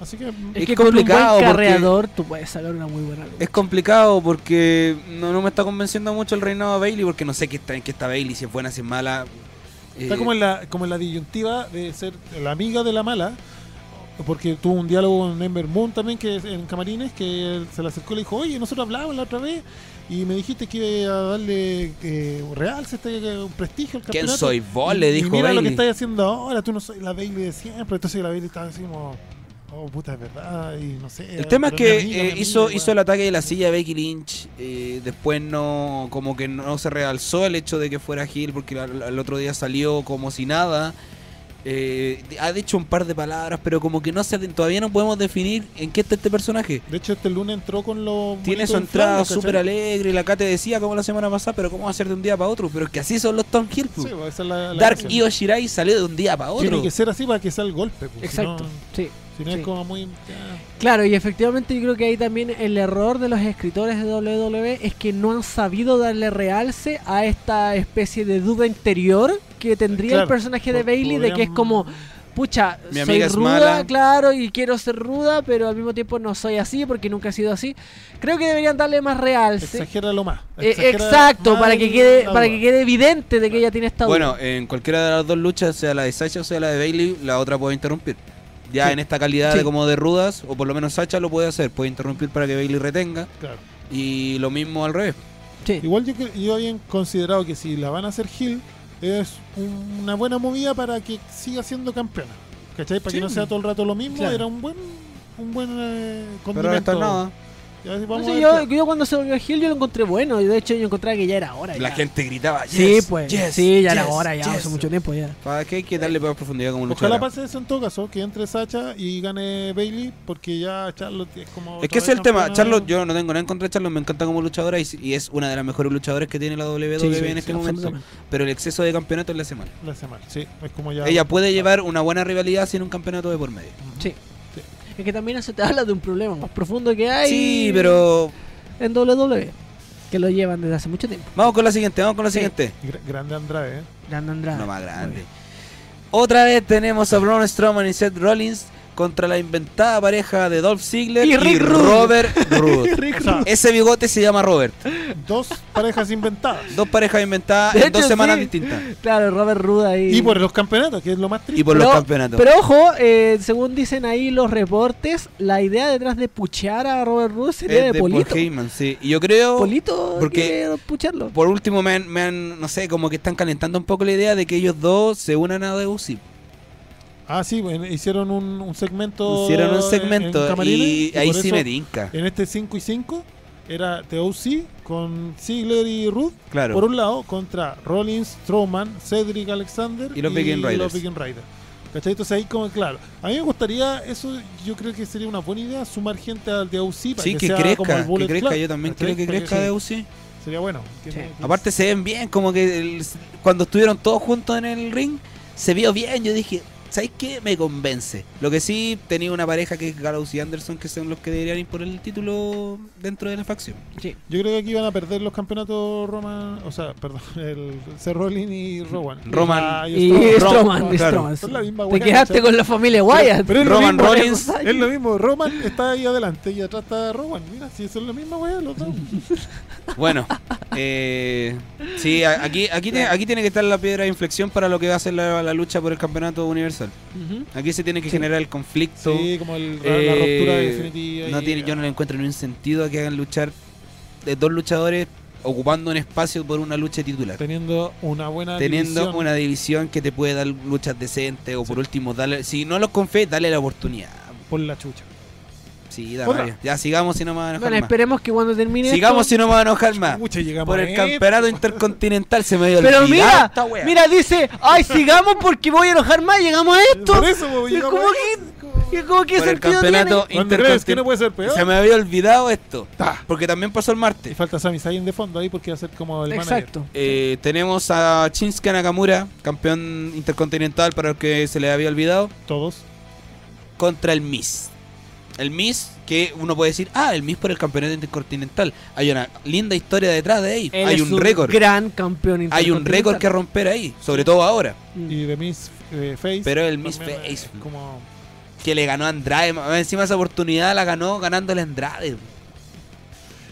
Speaker 3: Así que.
Speaker 1: Es,
Speaker 2: Es
Speaker 1: que con un buen
Speaker 2: complicado porque-
Speaker 1: carreador tú puedes sacar una muy buena lucha.
Speaker 2: Es complicado porque no, no me está convenciendo mucho el reinado de Bailey porque no sé qué está, en qué está Bailey, si es buena, si es mala.
Speaker 3: Está
Speaker 2: Eh,
Speaker 3: como en, la, como en la disyuntiva de ser la amiga de la mala, porque tuvo un diálogo con Ember Moon también que es- en Camarines, que él se le acercó y le dijo, oye, nosotros hablábamos la otra vez y me dijiste que iba a darle eh, realce, este eh, prestigio al
Speaker 2: ¿Quién
Speaker 3: campeonato.
Speaker 2: soy vos? Le
Speaker 3: Y- y
Speaker 2: dijo
Speaker 3: mira lo que
Speaker 2: Bailey.
Speaker 3: estás haciendo ahora, tú no soy la Bailey de siempre, entonces la Bailey estaba así como, oh puta, es verdad, y no sé.
Speaker 2: El tema es
Speaker 3: pero mi
Speaker 2: que
Speaker 3: amiga,
Speaker 2: eh,
Speaker 3: mi amiga,
Speaker 2: hizo,
Speaker 3: weón.
Speaker 2: hizo el ataque de la silla a Becky Lynch. eh, después no como que no se realzó el hecho de que fuera Gil porque la- la- el otro día salió como si nada. Eh, ha dicho un par de palabras, pero como que no se, todavía no podemos definir en qué está este personaje.
Speaker 3: De hecho, este lunes entró con los...
Speaker 2: Tiene
Speaker 3: bonitos
Speaker 2: su entrada
Speaker 3: inflables, ¿cachai?
Speaker 2: súper alegre. La Kate decía como la semana pasada, pero cómo va a ser de un día para otro. Pero es que así son los Tom Hill.
Speaker 3: Sí, pues, esa es la- la
Speaker 2: Dark
Speaker 3: gracia.
Speaker 2: Io Shirai salió de un día para otro.
Speaker 3: Tiene que ser así para que sea el golpe. pues, si
Speaker 1: Exacto,
Speaker 3: no-
Speaker 1: sí.
Speaker 3: Si no
Speaker 1: Sí.
Speaker 3: es como muy.
Speaker 1: Claro, y efectivamente yo creo que ahí también el error de los escritores de WWE es que no han sabido darle realce a esta especie de duda interior que tendría el
Speaker 3: Claro,
Speaker 1: personaje de
Speaker 3: po-
Speaker 1: Bailey de que es
Speaker 3: podrían-
Speaker 1: como, pucha,
Speaker 2: Mi
Speaker 1: soy
Speaker 2: amiga es
Speaker 1: ruda,
Speaker 2: mala.
Speaker 1: claro, y quiero ser ruda, pero al mismo tiempo no soy así porque nunca he sido así. Creo que deberían darle más realce.
Speaker 3: Exagéralo más.
Speaker 1: Eh,
Speaker 3: exagera
Speaker 1: exacto,
Speaker 3: más
Speaker 1: para que
Speaker 3: el-
Speaker 1: quede
Speaker 3: la
Speaker 1: para
Speaker 3: duda.
Speaker 1: que quede evidente de que ella tiene esta duda.
Speaker 2: Bueno, en cualquiera de las dos luchas, sea la de Sacha o sea la de Bailey, la otra puede interrumpir. Ya
Speaker 1: Sí.
Speaker 2: en esta calidad
Speaker 1: Sí.
Speaker 2: de como de rudas, o por lo menos Sacha lo puede hacer, puede interrumpir para que Bailey retenga.
Speaker 3: Claro.
Speaker 2: Y lo mismo al revés.
Speaker 1: Sí.
Speaker 3: Igual yo, cre- yo había considerado que si la van a hacer Hill, es un- una buena movida para que siga siendo campeona. ¿Cachai? Para
Speaker 2: Sí.
Speaker 3: que no sea todo el rato lo mismo,
Speaker 1: Claro.
Speaker 3: era un buen. Un buen. Eh,
Speaker 2: Pero ahora está
Speaker 3: condimento.
Speaker 2: nada.
Speaker 3: Y así
Speaker 1: No
Speaker 3: vamos
Speaker 1: sé,
Speaker 3: a ver
Speaker 1: yo,
Speaker 3: qué-
Speaker 1: yo cuando se volvió Gil yo lo encontré bueno, y de hecho yo encontré que ya era hora.
Speaker 2: La
Speaker 1: ya.
Speaker 2: gente gritaba.
Speaker 1: Sí,
Speaker 2: "Yes,
Speaker 1: pues.
Speaker 2: yes,
Speaker 1: sí, ya era
Speaker 2: yes,
Speaker 1: hora, ya
Speaker 2: yes".
Speaker 1: hace mucho tiempo ya.
Speaker 2: ¿Para qué hay que darle más profundidad como
Speaker 3: Ojalá
Speaker 2: luchadora?
Speaker 3: pase eso en todo caso, que entre Sacha y gane Bailey, porque ya Charlotte es como.
Speaker 2: Es
Speaker 3: otra
Speaker 2: que ese es el
Speaker 3: vez
Speaker 2: tema.
Speaker 3: campeona.
Speaker 2: Charlotte, yo no tengo nada en contra de Charlotte, me encanta como luchadora y, y es una de las mejores luchadoras que tiene la WWE
Speaker 1: Sí, sí,
Speaker 2: en
Speaker 1: sí,
Speaker 2: este momento.
Speaker 1: absolutamente.
Speaker 2: Pero el exceso de campeonatos le hace mal.
Speaker 3: La semana, sí. Es como ya.
Speaker 2: Ella puede llevar una buena rivalidad sin un campeonato de por medio.
Speaker 1: Sí. Es que también eso te habla de un problema más profundo que hay.
Speaker 2: Sí, pero
Speaker 1: en WWE, que lo llevan desde hace mucho tiempo.
Speaker 2: Vamos con la siguiente, vamos con la
Speaker 1: Sí. Ah.
Speaker 2: siguiente.
Speaker 3: Gr- grande Andrade, ¿eh?
Speaker 1: Grande Andrade.
Speaker 2: No más
Speaker 1: Muy
Speaker 2: grande.
Speaker 1: bien.
Speaker 2: Otra vez tenemos a Braun Strowman y Seth Rollins contra la inventada pareja de Dolph Ziggler
Speaker 1: Y
Speaker 2: y,
Speaker 1: Rick Rude.
Speaker 2: Robert Roode.
Speaker 1: Rick
Speaker 3: O sea,
Speaker 1: Rude.
Speaker 2: Ese bigote se llama Robert.
Speaker 3: Dos parejas inventadas.
Speaker 2: Dos parejas inventadas
Speaker 1: De
Speaker 2: en
Speaker 1: hecho,
Speaker 2: dos semanas
Speaker 1: sí.
Speaker 2: distintas.
Speaker 1: Claro, Robert Rude ahí.
Speaker 3: Y por los campeonatos, que es lo más triste.
Speaker 2: Y por los
Speaker 1: Pero-
Speaker 2: campeonatos.
Speaker 1: Pero ojo, eh, según dicen ahí los reportes, la idea detrás de puchar a Robert Rude sería
Speaker 2: Es
Speaker 1: Eh, de,
Speaker 2: de Paul
Speaker 1: Polito.
Speaker 2: Heyman, sí. Y yo creo,
Speaker 1: Polito
Speaker 2: porque-
Speaker 1: quiere pucharlo.
Speaker 2: por último, me han, me han- no sé, como que están calentando un poco la idea de que ellos dos se unan a Uzi
Speaker 3: Ah, sí, bueno, hicieron un, un segmento.
Speaker 2: Hicieron un
Speaker 3: en- en
Speaker 2: segmento
Speaker 3: camarines,
Speaker 2: y ahí
Speaker 3: por
Speaker 2: sí
Speaker 3: eso
Speaker 2: me tinca.
Speaker 3: En este 5 y 5 era TOC con Ziggler y Ruth
Speaker 2: Claro.
Speaker 3: por un lado contra Rollins, Strowman, Cedric Alexander
Speaker 2: Y los Viking Raiders.
Speaker 3: los Viking Raiders. ¿Cachai? Entonces ahí como claro. A mí me gustaría, eso yo creo que sería una buena idea, sumar gente al DOC para
Speaker 2: Sí,
Speaker 3: que,
Speaker 2: que,
Speaker 3: sea como el
Speaker 2: crezca,
Speaker 3: Bullet
Speaker 2: que crezca.
Speaker 3: Club,
Speaker 2: Yo también
Speaker 3: ¿cachai?
Speaker 2: creo que
Speaker 3: Porque
Speaker 2: crezca
Speaker 3: sí,
Speaker 2: de Uzi.
Speaker 3: Sería bueno. que-
Speaker 1: Sí.
Speaker 3: que-
Speaker 2: Aparte se ven bien, como que el- cuando estuvieron todos juntos en el ring, se vio bien. Yo dije, ¿sabes qué? Me convence. Lo que sí, tenía una pareja que es Gallows y Anderson, que son los que deberían ir por el título dentro de la facción.
Speaker 1: Sí.
Speaker 3: Yo creo que aquí van a perder los campeonatos Roman, o sea, perdón, el Seth Rollins y Roman.
Speaker 2: Roman.
Speaker 3: Ah,
Speaker 1: Y
Speaker 3: Strowman.
Speaker 1: Stroman,
Speaker 3: Roman,
Speaker 2: claro.
Speaker 3: Son la misma
Speaker 1: Te
Speaker 3: wea,
Speaker 1: quedaste
Speaker 3: ¿cachai?
Speaker 1: con la familia Wyatt.
Speaker 3: Pero es lo
Speaker 2: Roman
Speaker 3: mismo,
Speaker 2: Rollins.
Speaker 3: Es lo mismo, Roman está ahí adelante y atrás está Roman. Mira, si son la misma weá, los dos.
Speaker 2: Bueno, eh, sí, a- aquí, aquí, tiene, aquí tiene que estar la piedra de inflexión para lo que va a ser la, la lucha por el campeonato universal.
Speaker 1: Ujú.
Speaker 2: Aquí se tiene que
Speaker 1: Sí.
Speaker 2: generar el conflicto.
Speaker 3: Sí, como el- la, la
Speaker 2: Eh,
Speaker 3: ruptura definitiva.
Speaker 2: No
Speaker 3: y-
Speaker 2: tiene, yo no le encuentro ningún sentido a que hagan luchar de dos luchadores ocupando un espacio por una lucha titular.
Speaker 3: Teniendo una buena.
Speaker 2: teniendo
Speaker 3: división.
Speaker 2: una división que te puede dar luchas decentes o por último darle si no los confé dale la oportunidad
Speaker 3: Por la chucha.
Speaker 2: sí da
Speaker 3: Otra.
Speaker 2: rabia. ya sigamos si no me van a enojar
Speaker 1: Bueno,
Speaker 2: más
Speaker 1: esperemos que cuando termine.
Speaker 2: sigamos
Speaker 1: esto-
Speaker 2: si no me van a enojar más
Speaker 3: Mucha llegamos
Speaker 2: Ah, por
Speaker 3: a
Speaker 2: el
Speaker 3: esto.
Speaker 2: campeonato intercontinental se me dio
Speaker 1: Pero
Speaker 2: olvidado
Speaker 1: mira,
Speaker 2: esta wea.
Speaker 1: mira, dice, ay, sigamos porque voy a enojar más. Llegamos a esto.
Speaker 3: Por eso, po, llegamos
Speaker 1: ¿Cómo
Speaker 3: a
Speaker 1: que, que- ¿cómo que
Speaker 2: por el
Speaker 1: sentido
Speaker 2: campeonato
Speaker 3: Cuando crees que no
Speaker 2: intercontinental
Speaker 3: puede ser peor.
Speaker 2: se me había olvidado esto
Speaker 3: Ta.
Speaker 2: porque también pasó el
Speaker 3: Y
Speaker 2: martes
Speaker 3: falta Sami Zayn de fondo ahí porque va a ser como el
Speaker 1: tiene? Exacto.
Speaker 2: Eh, tenemos a Shinsuke Nakamura campeón intercontinental para el que se le había olvidado
Speaker 3: manager. Todos.
Speaker 2: contra el Miss. El Miss, que uno puede decir, ah, el Miss por el campeonato intercontinental. Hay una linda historia detrás de ahí.
Speaker 1: Él
Speaker 2: Hay
Speaker 1: es
Speaker 2: un récord.
Speaker 1: Gran campeón
Speaker 2: Hay un récord que romper ahí, sobre todo ahora.
Speaker 1: Mm.
Speaker 3: Y de Miss eh, Face.
Speaker 2: Pero el Miss
Speaker 3: también, eh,
Speaker 2: Face,
Speaker 3: Como.
Speaker 2: que le ganó a Andrade. más Encima esa oportunidad la ganó ganándole a Andrade.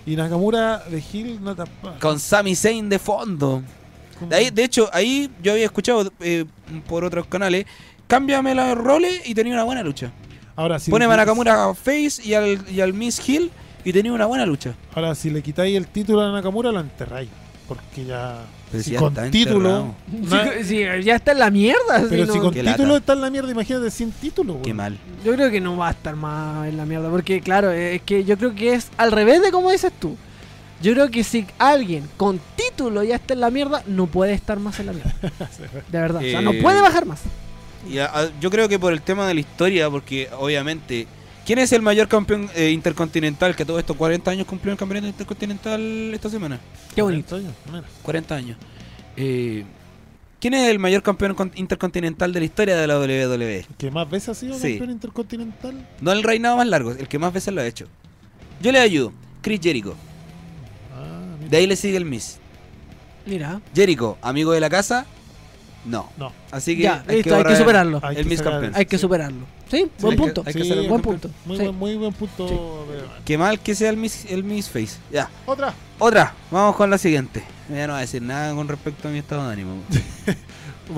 Speaker 3: Y Nakamura de Hill no tapa.
Speaker 2: Con Sami Zayn de fondo.
Speaker 3: como-
Speaker 2: De, ahí, de hecho, ahí yo había escuchado eh, por otros canales, cámbiame los roles y tenía una buena lucha.
Speaker 3: Ahora, si
Speaker 2: Pone a
Speaker 3: le quitas-
Speaker 2: Nakamura face y al, y al Miss Hill y tenía una buena lucha.
Speaker 3: Ahora, si le quitáis el título a Nakamura, lo enterráis. Porque ya.
Speaker 2: Pero
Speaker 3: si
Speaker 2: si ya
Speaker 3: con
Speaker 2: está
Speaker 3: título.
Speaker 2: enterrado.
Speaker 3: na-
Speaker 1: Sí, sí, ya está en la mierda. sí,
Speaker 3: pero
Speaker 1: no-
Speaker 3: si con
Speaker 2: Qué
Speaker 3: título
Speaker 2: lata.
Speaker 3: está en la mierda, imagínate sin título.
Speaker 2: Qué
Speaker 3: weón.
Speaker 2: mal.
Speaker 1: Yo creo que no va a estar más en la mierda. Porque, claro, es que yo creo que es al revés de como dices tú. Yo creo que si alguien con título ya está en la mierda, no puede estar más en la mierda. De verdad. O sea, no
Speaker 2: Eh,
Speaker 1: puede bajar más.
Speaker 2: Y a- a- yo creo que por el tema de la historia, porque obviamente, ¿quién es el mayor campeón eh, intercontinental que todos estos 40 años cumplió el campeonato intercontinental esta semana?
Speaker 1: Qué bonito.
Speaker 3: Entonces, mira,
Speaker 2: 40 años. Eh, ¿Quién es el mayor campeón con- intercontinental de la historia de la WWE?
Speaker 3: Que más veces ha sido
Speaker 2: Sí.
Speaker 3: campeón intercontinental.
Speaker 2: No el reinado más largo, el que más veces lo ha hecho. Yo le ayudo. Chris Jericho.
Speaker 3: Ah, mira.
Speaker 2: De ahí le sigue el Miss.
Speaker 1: Mira.
Speaker 2: Jericho, amigo de la casa. No.
Speaker 3: No.
Speaker 2: Así que
Speaker 1: Ya, listo, hay
Speaker 2: borrar-
Speaker 1: que superarlo.
Speaker 2: el Miss
Speaker 3: sacar-
Speaker 2: campeón.
Speaker 1: Hay que
Speaker 3: sí.
Speaker 1: superarlo. Sí, buen
Speaker 2: hay que-
Speaker 1: punto.
Speaker 2: hay
Speaker 3: Sí,
Speaker 2: ser el
Speaker 1: buen
Speaker 2: campeón.
Speaker 1: punto.
Speaker 3: Muy,
Speaker 1: Sí.
Speaker 3: buen, muy buen punto.
Speaker 1: Sí.
Speaker 3: weón.
Speaker 2: Qué mal que sea el Miss, el Miss Face. Ya.
Speaker 3: Otra.
Speaker 2: Otra, vamos con la siguiente. Ya no va a decir nada con respecto a mi estado de ánimo.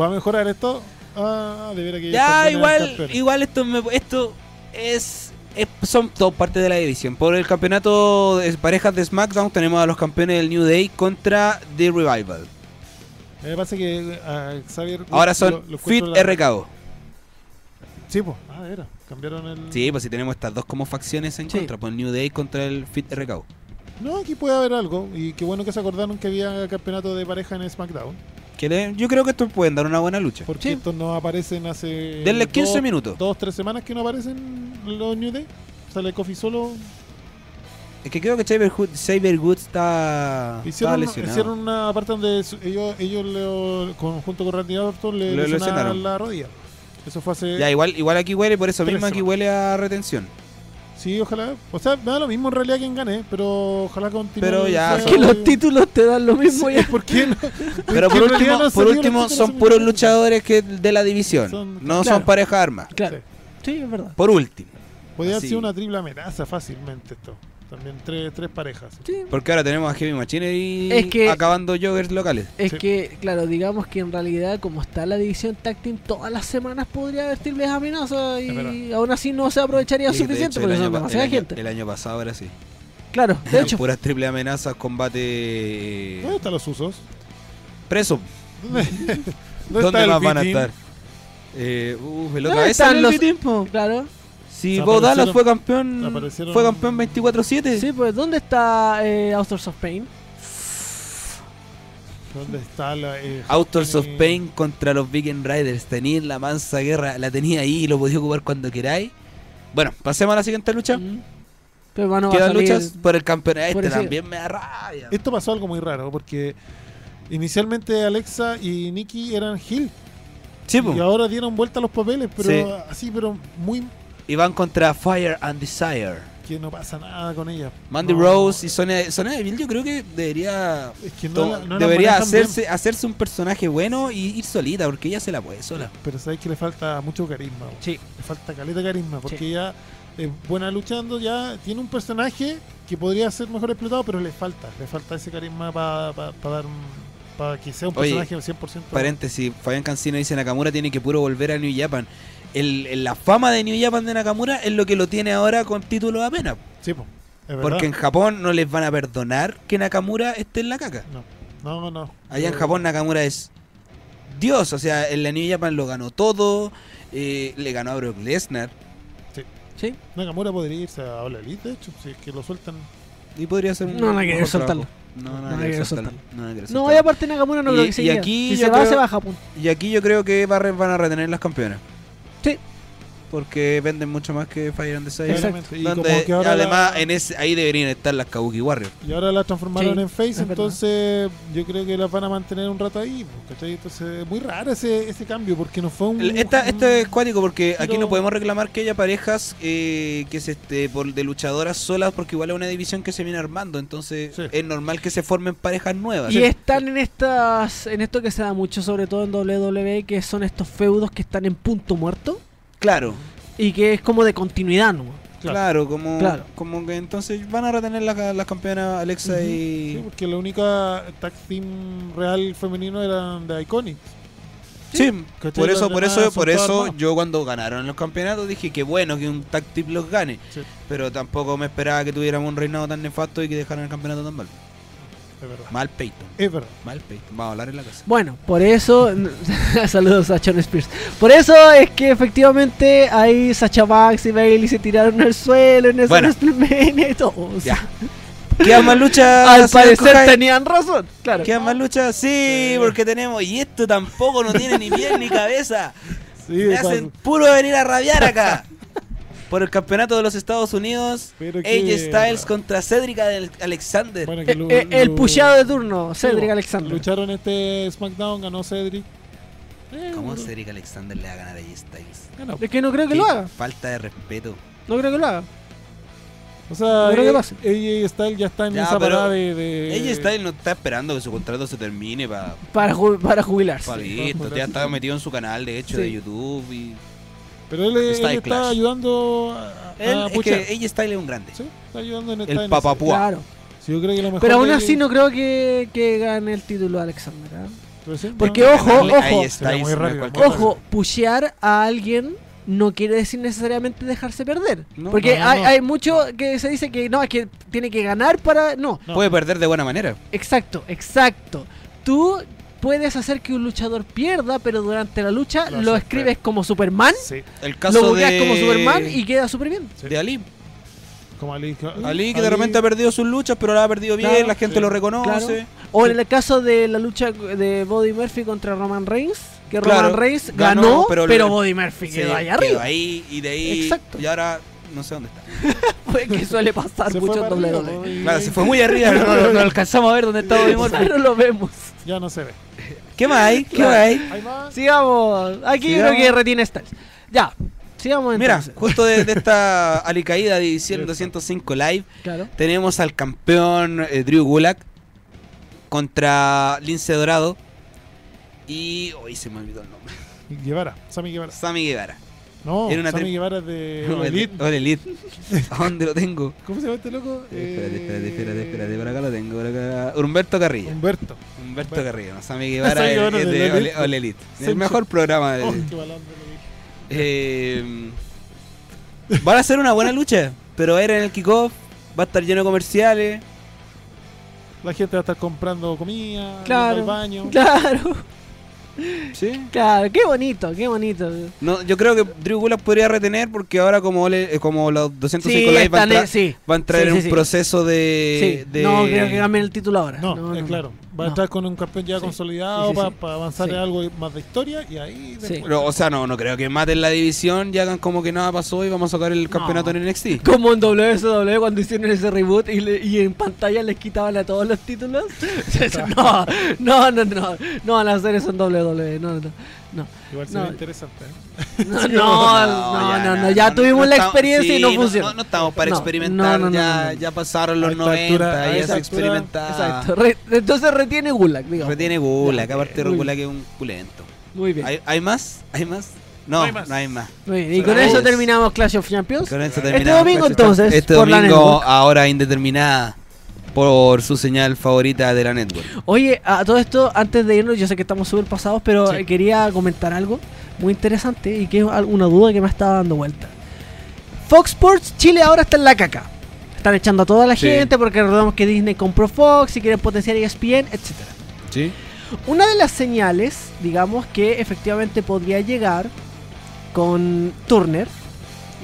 Speaker 3: ¿Va a mejorar esto? Ah, de veras que
Speaker 2: ya,
Speaker 3: están ganando
Speaker 2: igual,
Speaker 3: campeones.
Speaker 2: igual esto, me- esto es, es- son todo parte de la división. Por el campeonato de parejas de SmackDown tenemos a los campeones del New Day contra The Revival.
Speaker 3: Me parece Eh, que a Xavier.
Speaker 2: Ahora
Speaker 3: lo-
Speaker 2: son
Speaker 3: lo
Speaker 2: Fit
Speaker 3: encuentro la-
Speaker 2: RKO.
Speaker 3: Sí, pues. Ah, de veras. Cambiaron el.
Speaker 2: Sí, pues si tenemos estas dos como facciones en
Speaker 1: Sí.
Speaker 2: contra, pues New Day contra el Fit RKO.
Speaker 3: No, aquí puede haber algo. Y qué bueno que se acordaron que había campeonato de pareja en SmackDown.
Speaker 2: Que le- yo creo que estos pueden dar una buena lucha.
Speaker 3: Porque
Speaker 1: Sí.
Speaker 3: estos no aparecen hace.
Speaker 2: Denle 15
Speaker 3: dos-
Speaker 2: minutos.
Speaker 3: Dos, tres semanas que no aparecen los New Day. Sale Coffee solo.
Speaker 2: Es que creo que Saber, Hood- Saber Good está, está
Speaker 3: Hicieron,
Speaker 2: lesionado.
Speaker 3: hicieron una parte donde su- ellos, ellos le- con- junto con Randy Orton le
Speaker 2: Le
Speaker 3: lesionaron
Speaker 2: lesionaron.
Speaker 3: la rodilla. Eso fue hace.
Speaker 2: Ya, igual, igual aquí huele, por eso
Speaker 3: Tres
Speaker 2: mismo aquí
Speaker 3: semanas.
Speaker 2: huele a retención.
Speaker 3: Sí, ojalá. O sea, me da lo mismo en realidad quien gane, pero ojalá continúe.
Speaker 2: Pero ya,
Speaker 3: el
Speaker 1: Que
Speaker 3: juego.
Speaker 1: los títulos te dan lo mismo
Speaker 3: Sí,
Speaker 1: ya.
Speaker 3: ¿Por qué no?
Speaker 2: Pero
Speaker 3: En
Speaker 2: por
Speaker 3: realidad
Speaker 2: último,
Speaker 3: no
Speaker 2: por
Speaker 3: salieron
Speaker 2: último
Speaker 3: los títulos
Speaker 2: son
Speaker 3: en
Speaker 2: puros
Speaker 3: realidad.
Speaker 2: luchadores que de la división.
Speaker 3: Son-
Speaker 2: no
Speaker 1: claro.
Speaker 2: son pareja de armas.
Speaker 1: Claro. Sí, es verdad.
Speaker 2: Por último.
Speaker 3: Podría haber
Speaker 2: Sí.
Speaker 3: sido una triple amenaza fácilmente esto. También tres, tres parejas.
Speaker 1: Sí.
Speaker 2: Porque ahora tenemos a Heavy Machinery
Speaker 1: Es que-
Speaker 2: acabando joggers locales.
Speaker 1: Es
Speaker 3: Sí.
Speaker 1: que, claro, digamos que en realidad, como está la división táctil, todas las semanas podría advertirles amenazas
Speaker 3: Es
Speaker 1: y
Speaker 3: verdad.
Speaker 1: aún así no se aprovecharía
Speaker 2: Y de
Speaker 1: suficiente
Speaker 2: hecho,
Speaker 1: porque
Speaker 2: el
Speaker 1: son
Speaker 2: año pa-
Speaker 1: demasiada
Speaker 2: el año-
Speaker 1: gente.
Speaker 2: El año pasado era así.
Speaker 1: Claro, de
Speaker 2: Eran
Speaker 1: hecho,
Speaker 2: puras triple amenazas, combate eh,
Speaker 3: ¿Dónde están los usos?
Speaker 2: preso.
Speaker 3: ¿Dónde,
Speaker 2: ¿Dónde,
Speaker 3: está el
Speaker 2: más van a
Speaker 3: bitín?
Speaker 2: estar? Eh, uf, el otro
Speaker 1: ¿dónde
Speaker 2: vez
Speaker 1: están
Speaker 2: salió
Speaker 1: los
Speaker 2: el bitín.
Speaker 1: tiempos? Claro.
Speaker 2: Si
Speaker 3: Se
Speaker 2: Bo Dallas
Speaker 3: aparecieron-
Speaker 2: fue campeón,
Speaker 3: aparecieron-
Speaker 2: fue campeón 24-7.
Speaker 1: Sí, pues ¿dónde está eh, Authors of Pain?
Speaker 3: ¿Dónde está la. eh,
Speaker 2: Authors of
Speaker 3: Hawkeye?
Speaker 2: Pain contra los Viking Riders. Tenéis la mansa guerra, la tenía ahí y lo podía ocupar cuando queráis. Bueno, pasemos a la siguiente lucha.
Speaker 1: Mm. Pero bueno, va a
Speaker 2: Quedan
Speaker 1: salir-
Speaker 2: luchas por el campeonato.
Speaker 1: por
Speaker 2: Este
Speaker 1: ese-
Speaker 2: también me da rabia.
Speaker 3: Esto pasó algo muy raro porque inicialmente Alexa y Nikki eran heel
Speaker 2: Sí, po.
Speaker 3: y ahora dieron vuelta los papeles, pero
Speaker 2: Sí.
Speaker 3: así, pero muy
Speaker 2: Y van contra Fire and Desire.
Speaker 3: que no pasa nada con ellas.
Speaker 2: Mandy
Speaker 3: No,
Speaker 2: Rose y Sonia, Sonia Deville yo creo que debería
Speaker 3: es que no
Speaker 2: to-
Speaker 3: la- no las
Speaker 2: debería
Speaker 3: manejan bien,
Speaker 2: hacerse hacerse un personaje bueno y ir solita porque ella se la puede sola.
Speaker 3: pero sabes que le falta mucho carisma. bo.
Speaker 1: Sí.
Speaker 3: Le falta caleta de carisma porque
Speaker 1: Sí.
Speaker 3: ella es buena luchando, ya tiene un personaje que podría ser mejor explotado, pero le falta, le falta ese carisma para dar para que sea un
Speaker 2: Oye,
Speaker 3: personaje 100%
Speaker 2: Paréntesis, Fabián Cancino dice Nakamura tiene que puro volver a New Japan. El, el- la fama de New Japan de Nakamura es lo que lo tiene ahora con título apenas.
Speaker 3: Sí, po, es verdad.
Speaker 2: Porque en Japón no les van a perdonar que Nakamura esté en la caca.
Speaker 3: no, no, Eh, no.
Speaker 2: Allá en
Speaker 3: Yo-
Speaker 2: Japón Nakamura es Dios, o sea, en la New Japan lo ganó todo, eh, le ganó a Brock Lesnar
Speaker 1: Sí,
Speaker 3: Nakamura podría irse a All Elite, de hecho, si es que lo sueltan.
Speaker 2: y podría ser un
Speaker 1: No, no hay que
Speaker 2: mejor
Speaker 1: soltarlo.
Speaker 2: trabajo. No,
Speaker 1: No
Speaker 2: no,
Speaker 1: hay
Speaker 2: hay
Speaker 1: que
Speaker 2: que soltarlo.
Speaker 1: soltarlo.
Speaker 2: No, no hay que
Speaker 1: no,
Speaker 2: soltarlo.
Speaker 1: y aparte Nakamura no
Speaker 2: Y-
Speaker 1: creo que se
Speaker 2: y
Speaker 1: quede.
Speaker 2: aquí
Speaker 1: Si
Speaker 2: yo
Speaker 1: se va,
Speaker 2: creo-
Speaker 1: se baja, punto.
Speaker 2: Y aquí yo creo que Barret van a retener las campeonas.
Speaker 1: Sí.
Speaker 2: Porque venden mucho más que Fire and Desire.
Speaker 1: Exacto.
Speaker 3: claramente. Y
Speaker 2: Donde,
Speaker 3: como que ahora
Speaker 2: además,
Speaker 3: la-
Speaker 2: en ese, ahí deberían estar las Kabuki Warriors.
Speaker 3: y ahora las transformaron
Speaker 1: Sí,
Speaker 3: en
Speaker 1: es
Speaker 3: Face,
Speaker 1: verdad.
Speaker 3: entonces yo creo que las van a mantener un rato ahí. pues, ¿cachai? Entonces, muy raro ese, ese cambio, porque no fue un.
Speaker 2: El- Esta, esto es cuático porque aquí
Speaker 3: Pero-
Speaker 2: no podemos reclamar que haya parejas eh, que se este, por, de luchadoras solas porque igual es una división que se viene armando. Entonces
Speaker 3: Sí.
Speaker 2: es normal que se formen parejas nuevas.
Speaker 1: Y están en estas en esto que se da mucho, sobre todo en WWE, que son estos feudos que están en punto muerto
Speaker 2: Claro,
Speaker 1: y que es como de continuidad, ¿no?
Speaker 2: claro,
Speaker 3: Claro.
Speaker 2: como,
Speaker 1: Claro.
Speaker 2: como que entonces van a retener las las campeonas Alexa
Speaker 1: Ujú.
Speaker 2: y...
Speaker 3: Sí, porque la única tag team real femenino eran de Iconics.
Speaker 2: Sí,
Speaker 3: pues, ¿Cachai?
Speaker 2: por eso,
Speaker 3: Los
Speaker 2: por
Speaker 3: demás
Speaker 2: eso,
Speaker 3: son
Speaker 2: por
Speaker 3: todas
Speaker 2: eso
Speaker 3: armadas.
Speaker 2: yo cuando ganaron los campeonatos dije que bueno que un tag team los gane,
Speaker 3: Sí.
Speaker 2: pero tampoco me esperaba que tuviéramos un reinado tan nefasto y que dejaran el campeonato tan mal.
Speaker 3: Es verdad.
Speaker 2: Mal peito,
Speaker 3: Es verdad.
Speaker 2: mal peito. Vamos a hablar en la casa.
Speaker 1: Bueno, por eso. saludos a Sean Spears. Por eso es que efectivamente ahí Sacha Max y Bailey se tiraron al suelo en esa
Speaker 2: Bueno.
Speaker 1: WrestleMania y todo. O sea,
Speaker 2: Ya. ¿Quedan más luchas?
Speaker 1: Al
Speaker 2: señor
Speaker 1: parecer
Speaker 2: Kohai?
Speaker 1: tenían razón. Claro.
Speaker 2: ¿Quedan más luchas? Sí,
Speaker 3: Sí.
Speaker 2: porque tenemos. Y esto tampoco no tiene ni piel ni cabeza.
Speaker 3: Sí,
Speaker 2: Me hacen
Speaker 3: cuando-
Speaker 2: puro venir a rabiar acá. Por el campeonato de los Estados Unidos,
Speaker 3: Pero
Speaker 2: AJ
Speaker 3: qué-
Speaker 2: Styles contra Cedric Ale- Alexander.
Speaker 3: bueno, que
Speaker 1: Eh,
Speaker 3: lo-
Speaker 1: eh, el
Speaker 3: lo-
Speaker 1: puchado de turno, Cedric
Speaker 3: Sí, pues,
Speaker 1: Alexander.
Speaker 3: Lucharon este SmackDown, ganó Cedric. Eh,
Speaker 2: ¿Cómo
Speaker 3: bueno,
Speaker 2: Cedric Alexander le va a ganar a AJ Styles?
Speaker 3: ganó.
Speaker 1: Es que no creo que
Speaker 2: Qué
Speaker 1: lo haga.
Speaker 2: Falta de respeto.
Speaker 1: No creo que lo haga.
Speaker 3: O sea,
Speaker 1: No creo que
Speaker 3: eh,
Speaker 1: pase.
Speaker 3: AJ Styles ya está en
Speaker 2: Ya,
Speaker 3: esa
Speaker 2: pero
Speaker 3: parada de, de-
Speaker 2: Ella está, no está esperando que su contrato se termine para
Speaker 1: Para, ju- para jubilarse.
Speaker 2: listo. Ya está metido en su canal, de hecho,
Speaker 1: Sí.
Speaker 2: de YouTube. Y...
Speaker 3: Pero él, él
Speaker 2: Style
Speaker 3: está
Speaker 2: Clash.
Speaker 3: ayudando
Speaker 1: Ah,
Speaker 3: a, a
Speaker 2: Él, es
Speaker 3: puchar.
Speaker 2: que ella Styles es un grande.
Speaker 3: Sí, está ayudando en
Speaker 2: El
Speaker 3: está en
Speaker 2: papapú.
Speaker 1: Claro.
Speaker 3: ese. Sí, yo creo que lo mejor
Speaker 1: Pero aún
Speaker 3: de-
Speaker 1: así no creo que, que gane el título Alexander. ¿ah?
Speaker 3: Pero sí, no,
Speaker 1: porque,
Speaker 3: no,
Speaker 1: ojo,
Speaker 3: ganarle-
Speaker 1: ojo.
Speaker 3: Sería
Speaker 2: Ahí Styles
Speaker 3: muy
Speaker 2: no es
Speaker 3: rápido,
Speaker 2: cualquier
Speaker 3: muy
Speaker 1: Ojo, pushear a alguien no quiere decir necesariamente dejarse perder.
Speaker 2: No,
Speaker 1: porque
Speaker 3: no, no,
Speaker 1: hay,
Speaker 3: no.
Speaker 1: hay mucho que se dice que no, es que tiene que ganar para... No,
Speaker 3: No.
Speaker 2: Puede perder de buena manera.
Speaker 1: exacto, exacto. Tú puedes hacer que un luchador pierda, pero durante la lucha
Speaker 3: Lo
Speaker 1: lo
Speaker 3: hace
Speaker 1: escribes
Speaker 3: perder.
Speaker 1: como Superman,
Speaker 3: Sí,
Speaker 2: El
Speaker 1: lo
Speaker 2: caso
Speaker 1: bugueas
Speaker 2: de...
Speaker 1: como Superman y queda súper bien.
Speaker 3: Sí.
Speaker 2: de Ali.
Speaker 3: como Ali.
Speaker 2: Ali que de repente ha perdido sus luchas, pero la ha perdido bien,
Speaker 1: Claro,
Speaker 2: la gente
Speaker 3: sí.
Speaker 2: lo reconoce.
Speaker 1: O en el caso de la lucha de Body Murphy contra Roman Reigns, que
Speaker 2: Claro,
Speaker 1: Roman Reigns ganó,
Speaker 2: ganó,
Speaker 1: pero,
Speaker 2: pero-
Speaker 1: Body Murphy
Speaker 2: Sí,
Speaker 1: quedó ahí arriba.
Speaker 2: ahí y de ahí.
Speaker 1: Exacto.
Speaker 2: Y ahora no sé dónde está.
Speaker 1: Pues que suele pasar
Speaker 3: Se
Speaker 1: mucho
Speaker 3: fue
Speaker 1: en E.
Speaker 3: para arriba,
Speaker 1: WWE.
Speaker 3: ¿no?
Speaker 2: Claro, se fue muy arriba, no, no- no alcanzamos a ver dónde está Bobby Murphy.
Speaker 1: Pero lo vemos.
Speaker 3: Ya no se ve.
Speaker 2: ¿Qué más hay? ¿Qué
Speaker 1: Claro.
Speaker 2: más hay?
Speaker 3: Ahí va.
Speaker 1: Sigamos. Aquí yo creo
Speaker 2: Sigamos.
Speaker 1: que retiene Styles. Ya. Sigamos
Speaker 2: Mira,
Speaker 1: entonces.
Speaker 2: justo de, de esta alicaída de edición
Speaker 3: Eso.
Speaker 2: 205 Live,
Speaker 1: Claro.
Speaker 2: tenemos al campeón eh, Drew Gulak contra Lince Dorado y. Hoy se me olvidó el nombre.
Speaker 3: Guevara, Sammy Guevara.
Speaker 2: Sammy Guevara.
Speaker 3: No,
Speaker 2: Era una
Speaker 3: Sammy
Speaker 2: tri-
Speaker 3: Guevara es de
Speaker 2: No, el-
Speaker 3: Elite.
Speaker 2: All Elite. ¿A dónde lo tengo?
Speaker 3: ¿Cómo se llama este loco?
Speaker 1: Eh,
Speaker 2: Eh, Espérate, espérate, espérate, espérate, por
Speaker 3: Eh,
Speaker 2: acá lo tengo, por acá. Humberto Carrillo.
Speaker 3: Humberto.
Speaker 2: Humberto
Speaker 3: Humberto.
Speaker 2: Carrillo, no, Sammy Guevara
Speaker 3: Sammy
Speaker 2: es-
Speaker 3: Guevara
Speaker 2: es
Speaker 3: del
Speaker 2: de Ole-
Speaker 3: Elite.
Speaker 2: All Elite. El
Speaker 3: Sancho.
Speaker 2: mejor programa de.
Speaker 3: Oh, qué balandro lo dije.
Speaker 2: Eh, van a ser una buena lucha, pero era en el kickoff, va a estar lleno de comerciales.
Speaker 3: La gente va a estar comprando comida,
Speaker 1: Claro.
Speaker 3: yendo al baño.
Speaker 1: Claro,
Speaker 2: ¿sí?
Speaker 1: claro, qué bonito, qué bonito.
Speaker 2: No, yo creo que Drew Gulak podría retener porque ahora como Ole- eh, como los 205 live
Speaker 1: están,
Speaker 2: van, a
Speaker 1: eh,
Speaker 2: entrar-
Speaker 1: sí.
Speaker 2: van a entrar
Speaker 1: Sí,
Speaker 2: en
Speaker 1: sí,
Speaker 2: un
Speaker 1: sí.
Speaker 2: proceso de...
Speaker 1: sí.
Speaker 2: Eh, de-
Speaker 1: No, creo que cambien el título ahora.
Speaker 3: No, eh, claro. Va a
Speaker 1: no.
Speaker 3: estar con un campeón ya
Speaker 1: Sí.
Speaker 3: consolidado
Speaker 1: Sí, sí,
Speaker 3: para
Speaker 1: sí.
Speaker 3: avanzar
Speaker 1: Sí.
Speaker 3: en algo más de historia y ahí
Speaker 1: Sí.
Speaker 3: después-
Speaker 2: No, o sea, no, no creo que maten la división y hagan como que nada pasó y vamos a sacar el campeonato en NXT.
Speaker 1: Como en WSW cuando hicieron ese reboot y, le- y en pantalla les quitaban a todos los títulos. no, no, no, no. No van a hacer eso en WWE. No, no, no.
Speaker 3: Igual se
Speaker 1: No.
Speaker 3: ve interesante. ¿eh?
Speaker 1: No, no, no, no, no, ya tuvimos la
Speaker 2: estamos-
Speaker 1: experiencia y
Speaker 2: sí,
Speaker 1: no funcionó.
Speaker 2: No, no estamos para
Speaker 1: No,
Speaker 2: experimentar,
Speaker 1: no, no, no,
Speaker 2: ya,
Speaker 1: no, no.
Speaker 2: ya pasaron los
Speaker 3: A esta
Speaker 2: 90,
Speaker 3: altura- a
Speaker 2: ya
Speaker 3: esta
Speaker 2: se
Speaker 3: altura,
Speaker 2: experimentaba.
Speaker 1: Exacto. Re- entonces retiene Gulag, digamos.
Speaker 2: Retiene Gula, que aparte
Speaker 1: Muy
Speaker 2: Gula que es un culento.
Speaker 1: Muy bien.
Speaker 2: ¿Hay, hay más? ¿Hay más? No, no
Speaker 3: No
Speaker 2: hay
Speaker 3: hay
Speaker 2: más.
Speaker 1: Muy bien. Y con
Speaker 2: Solamente
Speaker 1: eso
Speaker 2: es-
Speaker 1: terminamos Clash of Champions.
Speaker 2: Con eso
Speaker 3: Este
Speaker 2: terminamos.
Speaker 1: domingo, entonces,
Speaker 2: Este
Speaker 1: por la
Speaker 2: domingo,
Speaker 1: network.
Speaker 2: ahora indeterminada por su señal favorita de la network.
Speaker 1: Oye, a todo esto, antes de irnos, yo sé que estamos súper pasados, pero
Speaker 3: Sí.
Speaker 1: eh, quería comentar algo muy interesante y que es al- una duda que me estaba dando vuelta. Fox Sports Chile ahora está en la caca. Están echando a toda la
Speaker 2: Sí.
Speaker 1: gente porque recordamos que Disney compró Fox y quieren potenciar E ESPN, etcétera.
Speaker 2: ¿Sí?
Speaker 1: Una de las señales, digamos, que efectivamente podría llegar con Turner,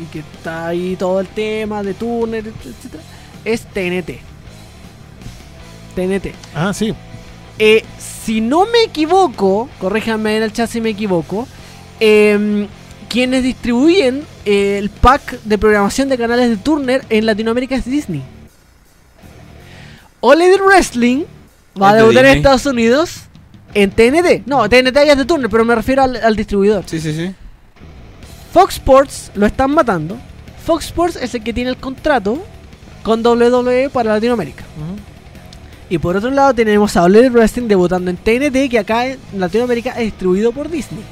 Speaker 1: y que está ahí todo el tema de Turner, etcétera, es TNT. TNT.
Speaker 3: Ah, sí.
Speaker 1: Eh, si no me equivoco, corríjame en el chat si me equivoco, em, quienes distribuyen eh, el pack de programación de canales de Turner en Latinoamérica es Disney. All Elite Wrestling va
Speaker 2: Es
Speaker 1: a
Speaker 2: de
Speaker 1: debutar en
Speaker 2: Disney.
Speaker 1: Estados Unidos en TNT. No, TNT ya es de Turner, pero me refiero al, al distribuidor.
Speaker 2: Sí, sí, sí.
Speaker 1: Fox Sports lo están matando. Fox Sports es el que tiene el contrato con WWE para Latinoamérica.
Speaker 3: Ujú.
Speaker 1: Y por otro lado tenemos a All Elite Wrestling debutando en TNT, que acá en Latinoamérica es distribuido por Disney.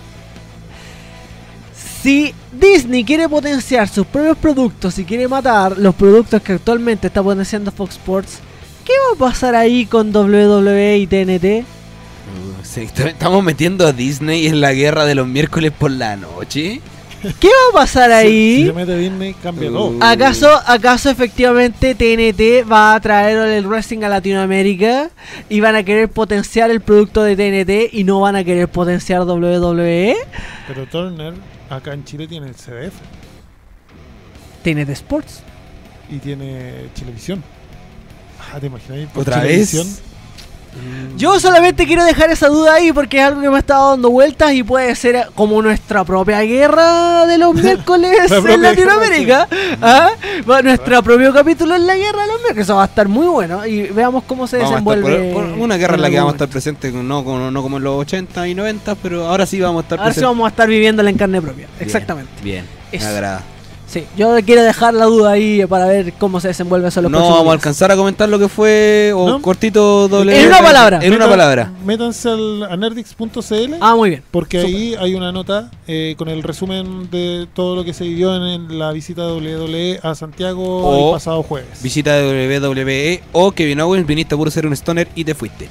Speaker 1: Si Disney quiere potenciar sus propios productos y quiere matar los productos que actualmente está potenciando Fox Sports, ¿qué va a pasar ahí con WWE y TNT?
Speaker 2: Estamos metiendo a Disney en la guerra de los miércoles por la noche.
Speaker 1: ¿Qué va a pasar
Speaker 3: Si, si
Speaker 1: ahí?
Speaker 3: se mete Disney, cambia
Speaker 2: Uh.
Speaker 3: todo.
Speaker 1: ¿Acaso, ¿Acaso efectivamente TNT va a traer All Elite Wrestling a Latinoamérica y van a querer potenciar el producto de TNT y no van a querer potenciar E? WWE?
Speaker 3: Pero Turner acá en Chile tiene el CDF
Speaker 1: TNT Sports.
Speaker 2: Mm.
Speaker 3: y tiene Chilevisión. Ah, ¿te imaginas? Por
Speaker 2: ¿Otra
Speaker 3: Chilevisión.
Speaker 2: vez? Mm.
Speaker 1: Yo solamente quiero dejar esa duda ahí porque es algo que me ha estado dando vueltas y puede ser como nuestra propia guerra de los miércoles
Speaker 3: La propia
Speaker 1: en Latinoamérica. ¿Ah? Va- Nuestro propio capítulo en la guerra de los miércoles. Eso va a estar muy bueno y veamos cómo se
Speaker 2: Vamos a estar
Speaker 1: desenvuelve.
Speaker 2: por- por una guerra en la que
Speaker 1: algún
Speaker 2: vamos a estar
Speaker 1: momento.
Speaker 2: presentes, no, como- no como en los 80 y 90, pero ahora sí vamos a estar
Speaker 1: Ahora sí
Speaker 2: presentes.
Speaker 1: vamos a estar viviéndola en carne propia.
Speaker 2: Bien,
Speaker 1: Exactamente.
Speaker 2: Bien,
Speaker 1: Eso.
Speaker 2: me agrada.
Speaker 1: Sí, yo quiero dejar la duda ahí para ver cómo se desenvuelve eso en los
Speaker 2: No
Speaker 1: próximos
Speaker 2: vamos a
Speaker 1: días.
Speaker 2: alcanzar a comentar lo que fue, o
Speaker 3: ¿No?
Speaker 2: cortito doble.
Speaker 1: En una palabra.
Speaker 2: En una
Speaker 3: Metan-
Speaker 2: palabra.
Speaker 3: Métanse al, a nerdix.cl
Speaker 1: Ah, muy bien.
Speaker 3: porque
Speaker 1: súper.
Speaker 3: ahí hay una nota eh, con el resumen de todo lo que se vivió en, en la visita de WWE a Santiago
Speaker 2: O
Speaker 3: el pasado jueves.
Speaker 2: Oh. Visita de WWE o Kevin Owens, viniste a puro ser un stoner y te fuiste.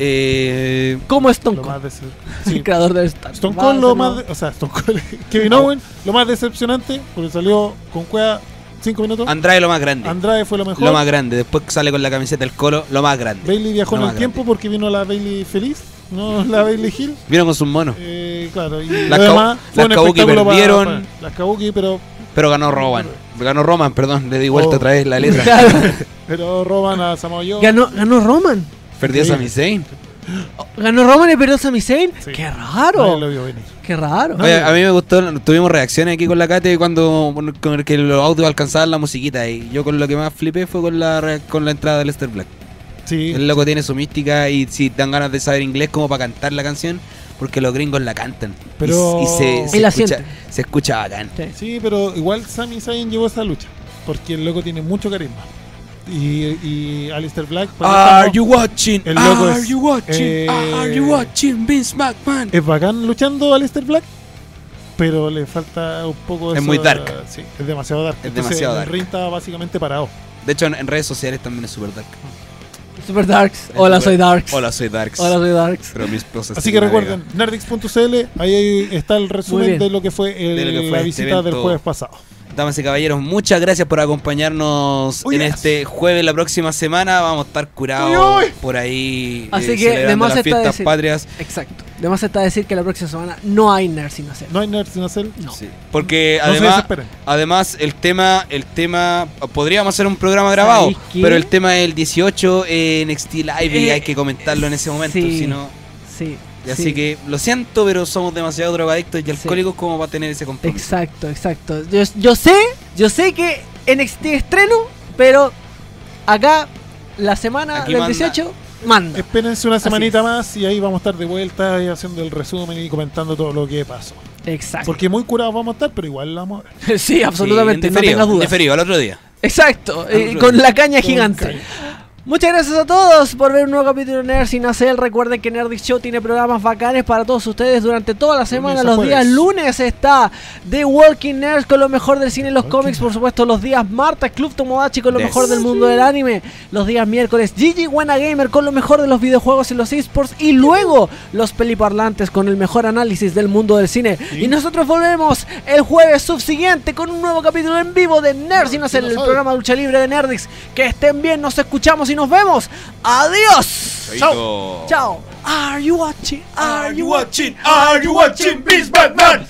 Speaker 2: Eh,
Speaker 1: ¿Cómo es Stone
Speaker 3: Lo
Speaker 1: Cold?
Speaker 3: más dece-
Speaker 1: El
Speaker 3: sí.
Speaker 1: creador de Star
Speaker 3: Stone
Speaker 1: Va a
Speaker 3: Cold lo
Speaker 1: ser
Speaker 3: más, de- o sea, Stone Cold, Kevin Owen lo más decepcionante porque salió con cueva 5 minutos.
Speaker 2: Andrade lo más grande.
Speaker 3: Andrade fue lo mejor.
Speaker 2: Lo más grande. Después que sale con la camiseta del colo, lo más grande.
Speaker 3: Bailey viajó
Speaker 2: lo
Speaker 3: en
Speaker 2: más
Speaker 3: el tiempo porque vino la Bailey feliz, no la Bailey Hill.
Speaker 2: Vieron con sus monos.
Speaker 3: Eh, claro, y
Speaker 2: Las
Speaker 3: lo
Speaker 2: Kau-
Speaker 3: demás fue
Speaker 2: las
Speaker 3: un
Speaker 2: Kabuki
Speaker 3: espectáculo para-
Speaker 2: perdieron.
Speaker 3: para- las Kabuki, pero,
Speaker 2: Pero ganó Roman. Ganó Roman, perdón. Le di vuelta
Speaker 3: Oh.
Speaker 2: otra vez la letra.
Speaker 1: Claro.
Speaker 3: pero roban a Samoa Joe.
Speaker 1: ganó, ganó Roman.
Speaker 2: Perdí a
Speaker 3: Sí.
Speaker 2: Sami Zayn.
Speaker 1: Ganó Roman y perdió Sami Zayn.
Speaker 3: Sí.
Speaker 1: Qué
Speaker 3: Nadie lo
Speaker 1: raro.
Speaker 3: vio venir.
Speaker 1: Qué raro.
Speaker 2: Oye, a mí me gustó, tuvimos reacciones aquí con la Kate cuando con el que los audios alcanzaban la musiquita y yo con lo que más flipé fue con la re- con la entrada de Lester Black.
Speaker 3: Sí,
Speaker 2: El loco tiene su mística y si dan ganas de saber inglés como para cantar la canción, porque los gringos la cantan.
Speaker 3: Pero-
Speaker 2: Y, y se, se
Speaker 1: Y la
Speaker 2: escucha,
Speaker 1: sienten.
Speaker 2: se escucha bacán.
Speaker 1: Sí.
Speaker 3: Sí, pero igual Sami Zayn llevó esa lucha. Porque el loco tiene mucho carisma. Y, y Alistair Black. por
Speaker 2: Are
Speaker 3: ejemplo,
Speaker 2: you watching?
Speaker 3: El loco
Speaker 2: Are
Speaker 3: es-
Speaker 2: you watching?
Speaker 3: eh,
Speaker 2: Are you watching? Vince McMahon.
Speaker 3: Es bacán luchando Alistair Black. Pero le falta un poco de
Speaker 2: Es
Speaker 3: eso-
Speaker 2: muy dark.
Speaker 3: Sí, es demasiado dark.
Speaker 2: Es demasiado
Speaker 3: el
Speaker 2: dark.
Speaker 3: ring está básicamente parado.
Speaker 2: De hecho, en, en redes sociales también es super dark.
Speaker 1: Super Darks. Hola, soy Darks.
Speaker 2: eh, Hola, soy Darks.
Speaker 1: Hola, soy Darks.
Speaker 2: Pero mis cosas
Speaker 3: Así
Speaker 2: se
Speaker 3: que
Speaker 2: navegan.
Speaker 3: recuerden, nerdix.cl. Ahí está el
Speaker 1: Muy
Speaker 3: resumen
Speaker 1: bien.
Speaker 3: de lo que fue, el-
Speaker 2: De lo que fue
Speaker 3: la
Speaker 2: este
Speaker 3: visita del
Speaker 2: evento.
Speaker 3: jueves pasado.
Speaker 2: Damas y caballeros, muchas gracias por acompañarnos
Speaker 3: Uy,
Speaker 2: en
Speaker 3: yes.
Speaker 2: este jueves. La próxima semana vamos a estar curados
Speaker 3: Uy, uy.
Speaker 2: por ahí. eh,
Speaker 1: Así que,
Speaker 2: celebrando
Speaker 1: de más
Speaker 2: las
Speaker 1: está
Speaker 2: fiestas
Speaker 1: decir-
Speaker 2: patrias.
Speaker 1: Exacto. Además está decir que la próxima semana no hay Nerd sin hacer.
Speaker 3: No hay nerds sin hacer.
Speaker 1: No.
Speaker 2: Sí. Porque
Speaker 3: No se
Speaker 2: además,
Speaker 3: desesperen.
Speaker 2: además el tema, el tema, podríamos hacer un programa grabado,
Speaker 1: ¿Sabéis qué?
Speaker 2: pero el tema es el 18 en NXT Live y
Speaker 1: Eh,
Speaker 2: hay que comentarlo en ese momento,
Speaker 1: sí.
Speaker 2: si no.
Speaker 1: Sí.
Speaker 2: y Así
Speaker 1: sí.
Speaker 2: que lo siento, pero somos demasiado drogadictos y alcohólicos como para tener ese compromiso.
Speaker 1: Exacto, exacto. Yo, yo sé, yo sé que NXT estreno, pero acá la semana
Speaker 2: Aquí
Speaker 1: del
Speaker 2: manda.
Speaker 1: 18 manda.
Speaker 3: Espérense una
Speaker 1: Así
Speaker 3: semanita
Speaker 1: es.
Speaker 3: más y ahí vamos a estar de vuelta y haciendo el resumen y comentando todo lo que pasó.
Speaker 2: Eh,
Speaker 1: Exacto.
Speaker 3: Porque muy curados vamos a estar, pero igual la vamos a ver.
Speaker 1: sí, absolutamente,
Speaker 2: Sí, en
Speaker 1: no
Speaker 2: diferido,
Speaker 1: tengas
Speaker 2: en
Speaker 1: dudas.
Speaker 2: diferido, al otro día.
Speaker 1: Exacto, eh,
Speaker 2: Al-
Speaker 1: con la caña
Speaker 3: Con
Speaker 1: gigante.
Speaker 3: caña.
Speaker 1: Muchas gracias a todos por ver un nuevo capítulo de Nerd Sin Hacer. Recuerden que Nerdic Show tiene programas bacanes para todos ustedes durante toda la semana.
Speaker 3: a
Speaker 1: Los
Speaker 3: jueves.
Speaker 1: días lunes está The Walking Nerds con lo mejor del cine y los
Speaker 3: Walking
Speaker 1: cómics, por supuesto. Los días martes Club Tomodachi con lo
Speaker 2: Yes.
Speaker 1: mejor del mundo del anime. Los días miércoles Gigi Wanna Gamer con lo mejor de los videojuegos y los esports. Y luego los peliparlantes con el mejor análisis del mundo del cine.
Speaker 3: Sí.
Speaker 1: Y nosotros volvemos el jueves subsiguiente con un nuevo capítulo en vivo de Nerd Sin
Speaker 3: Sin
Speaker 1: Hacer, el
Speaker 3: Hacer.
Speaker 1: programa de lucha libre de Nerdix. Que estén bien, nos escuchamos y nos vemos. Adiós.
Speaker 2: Chao.
Speaker 1: Chao. Are you watching? Are you watching?
Speaker 2: Are you watching Vince McMahon?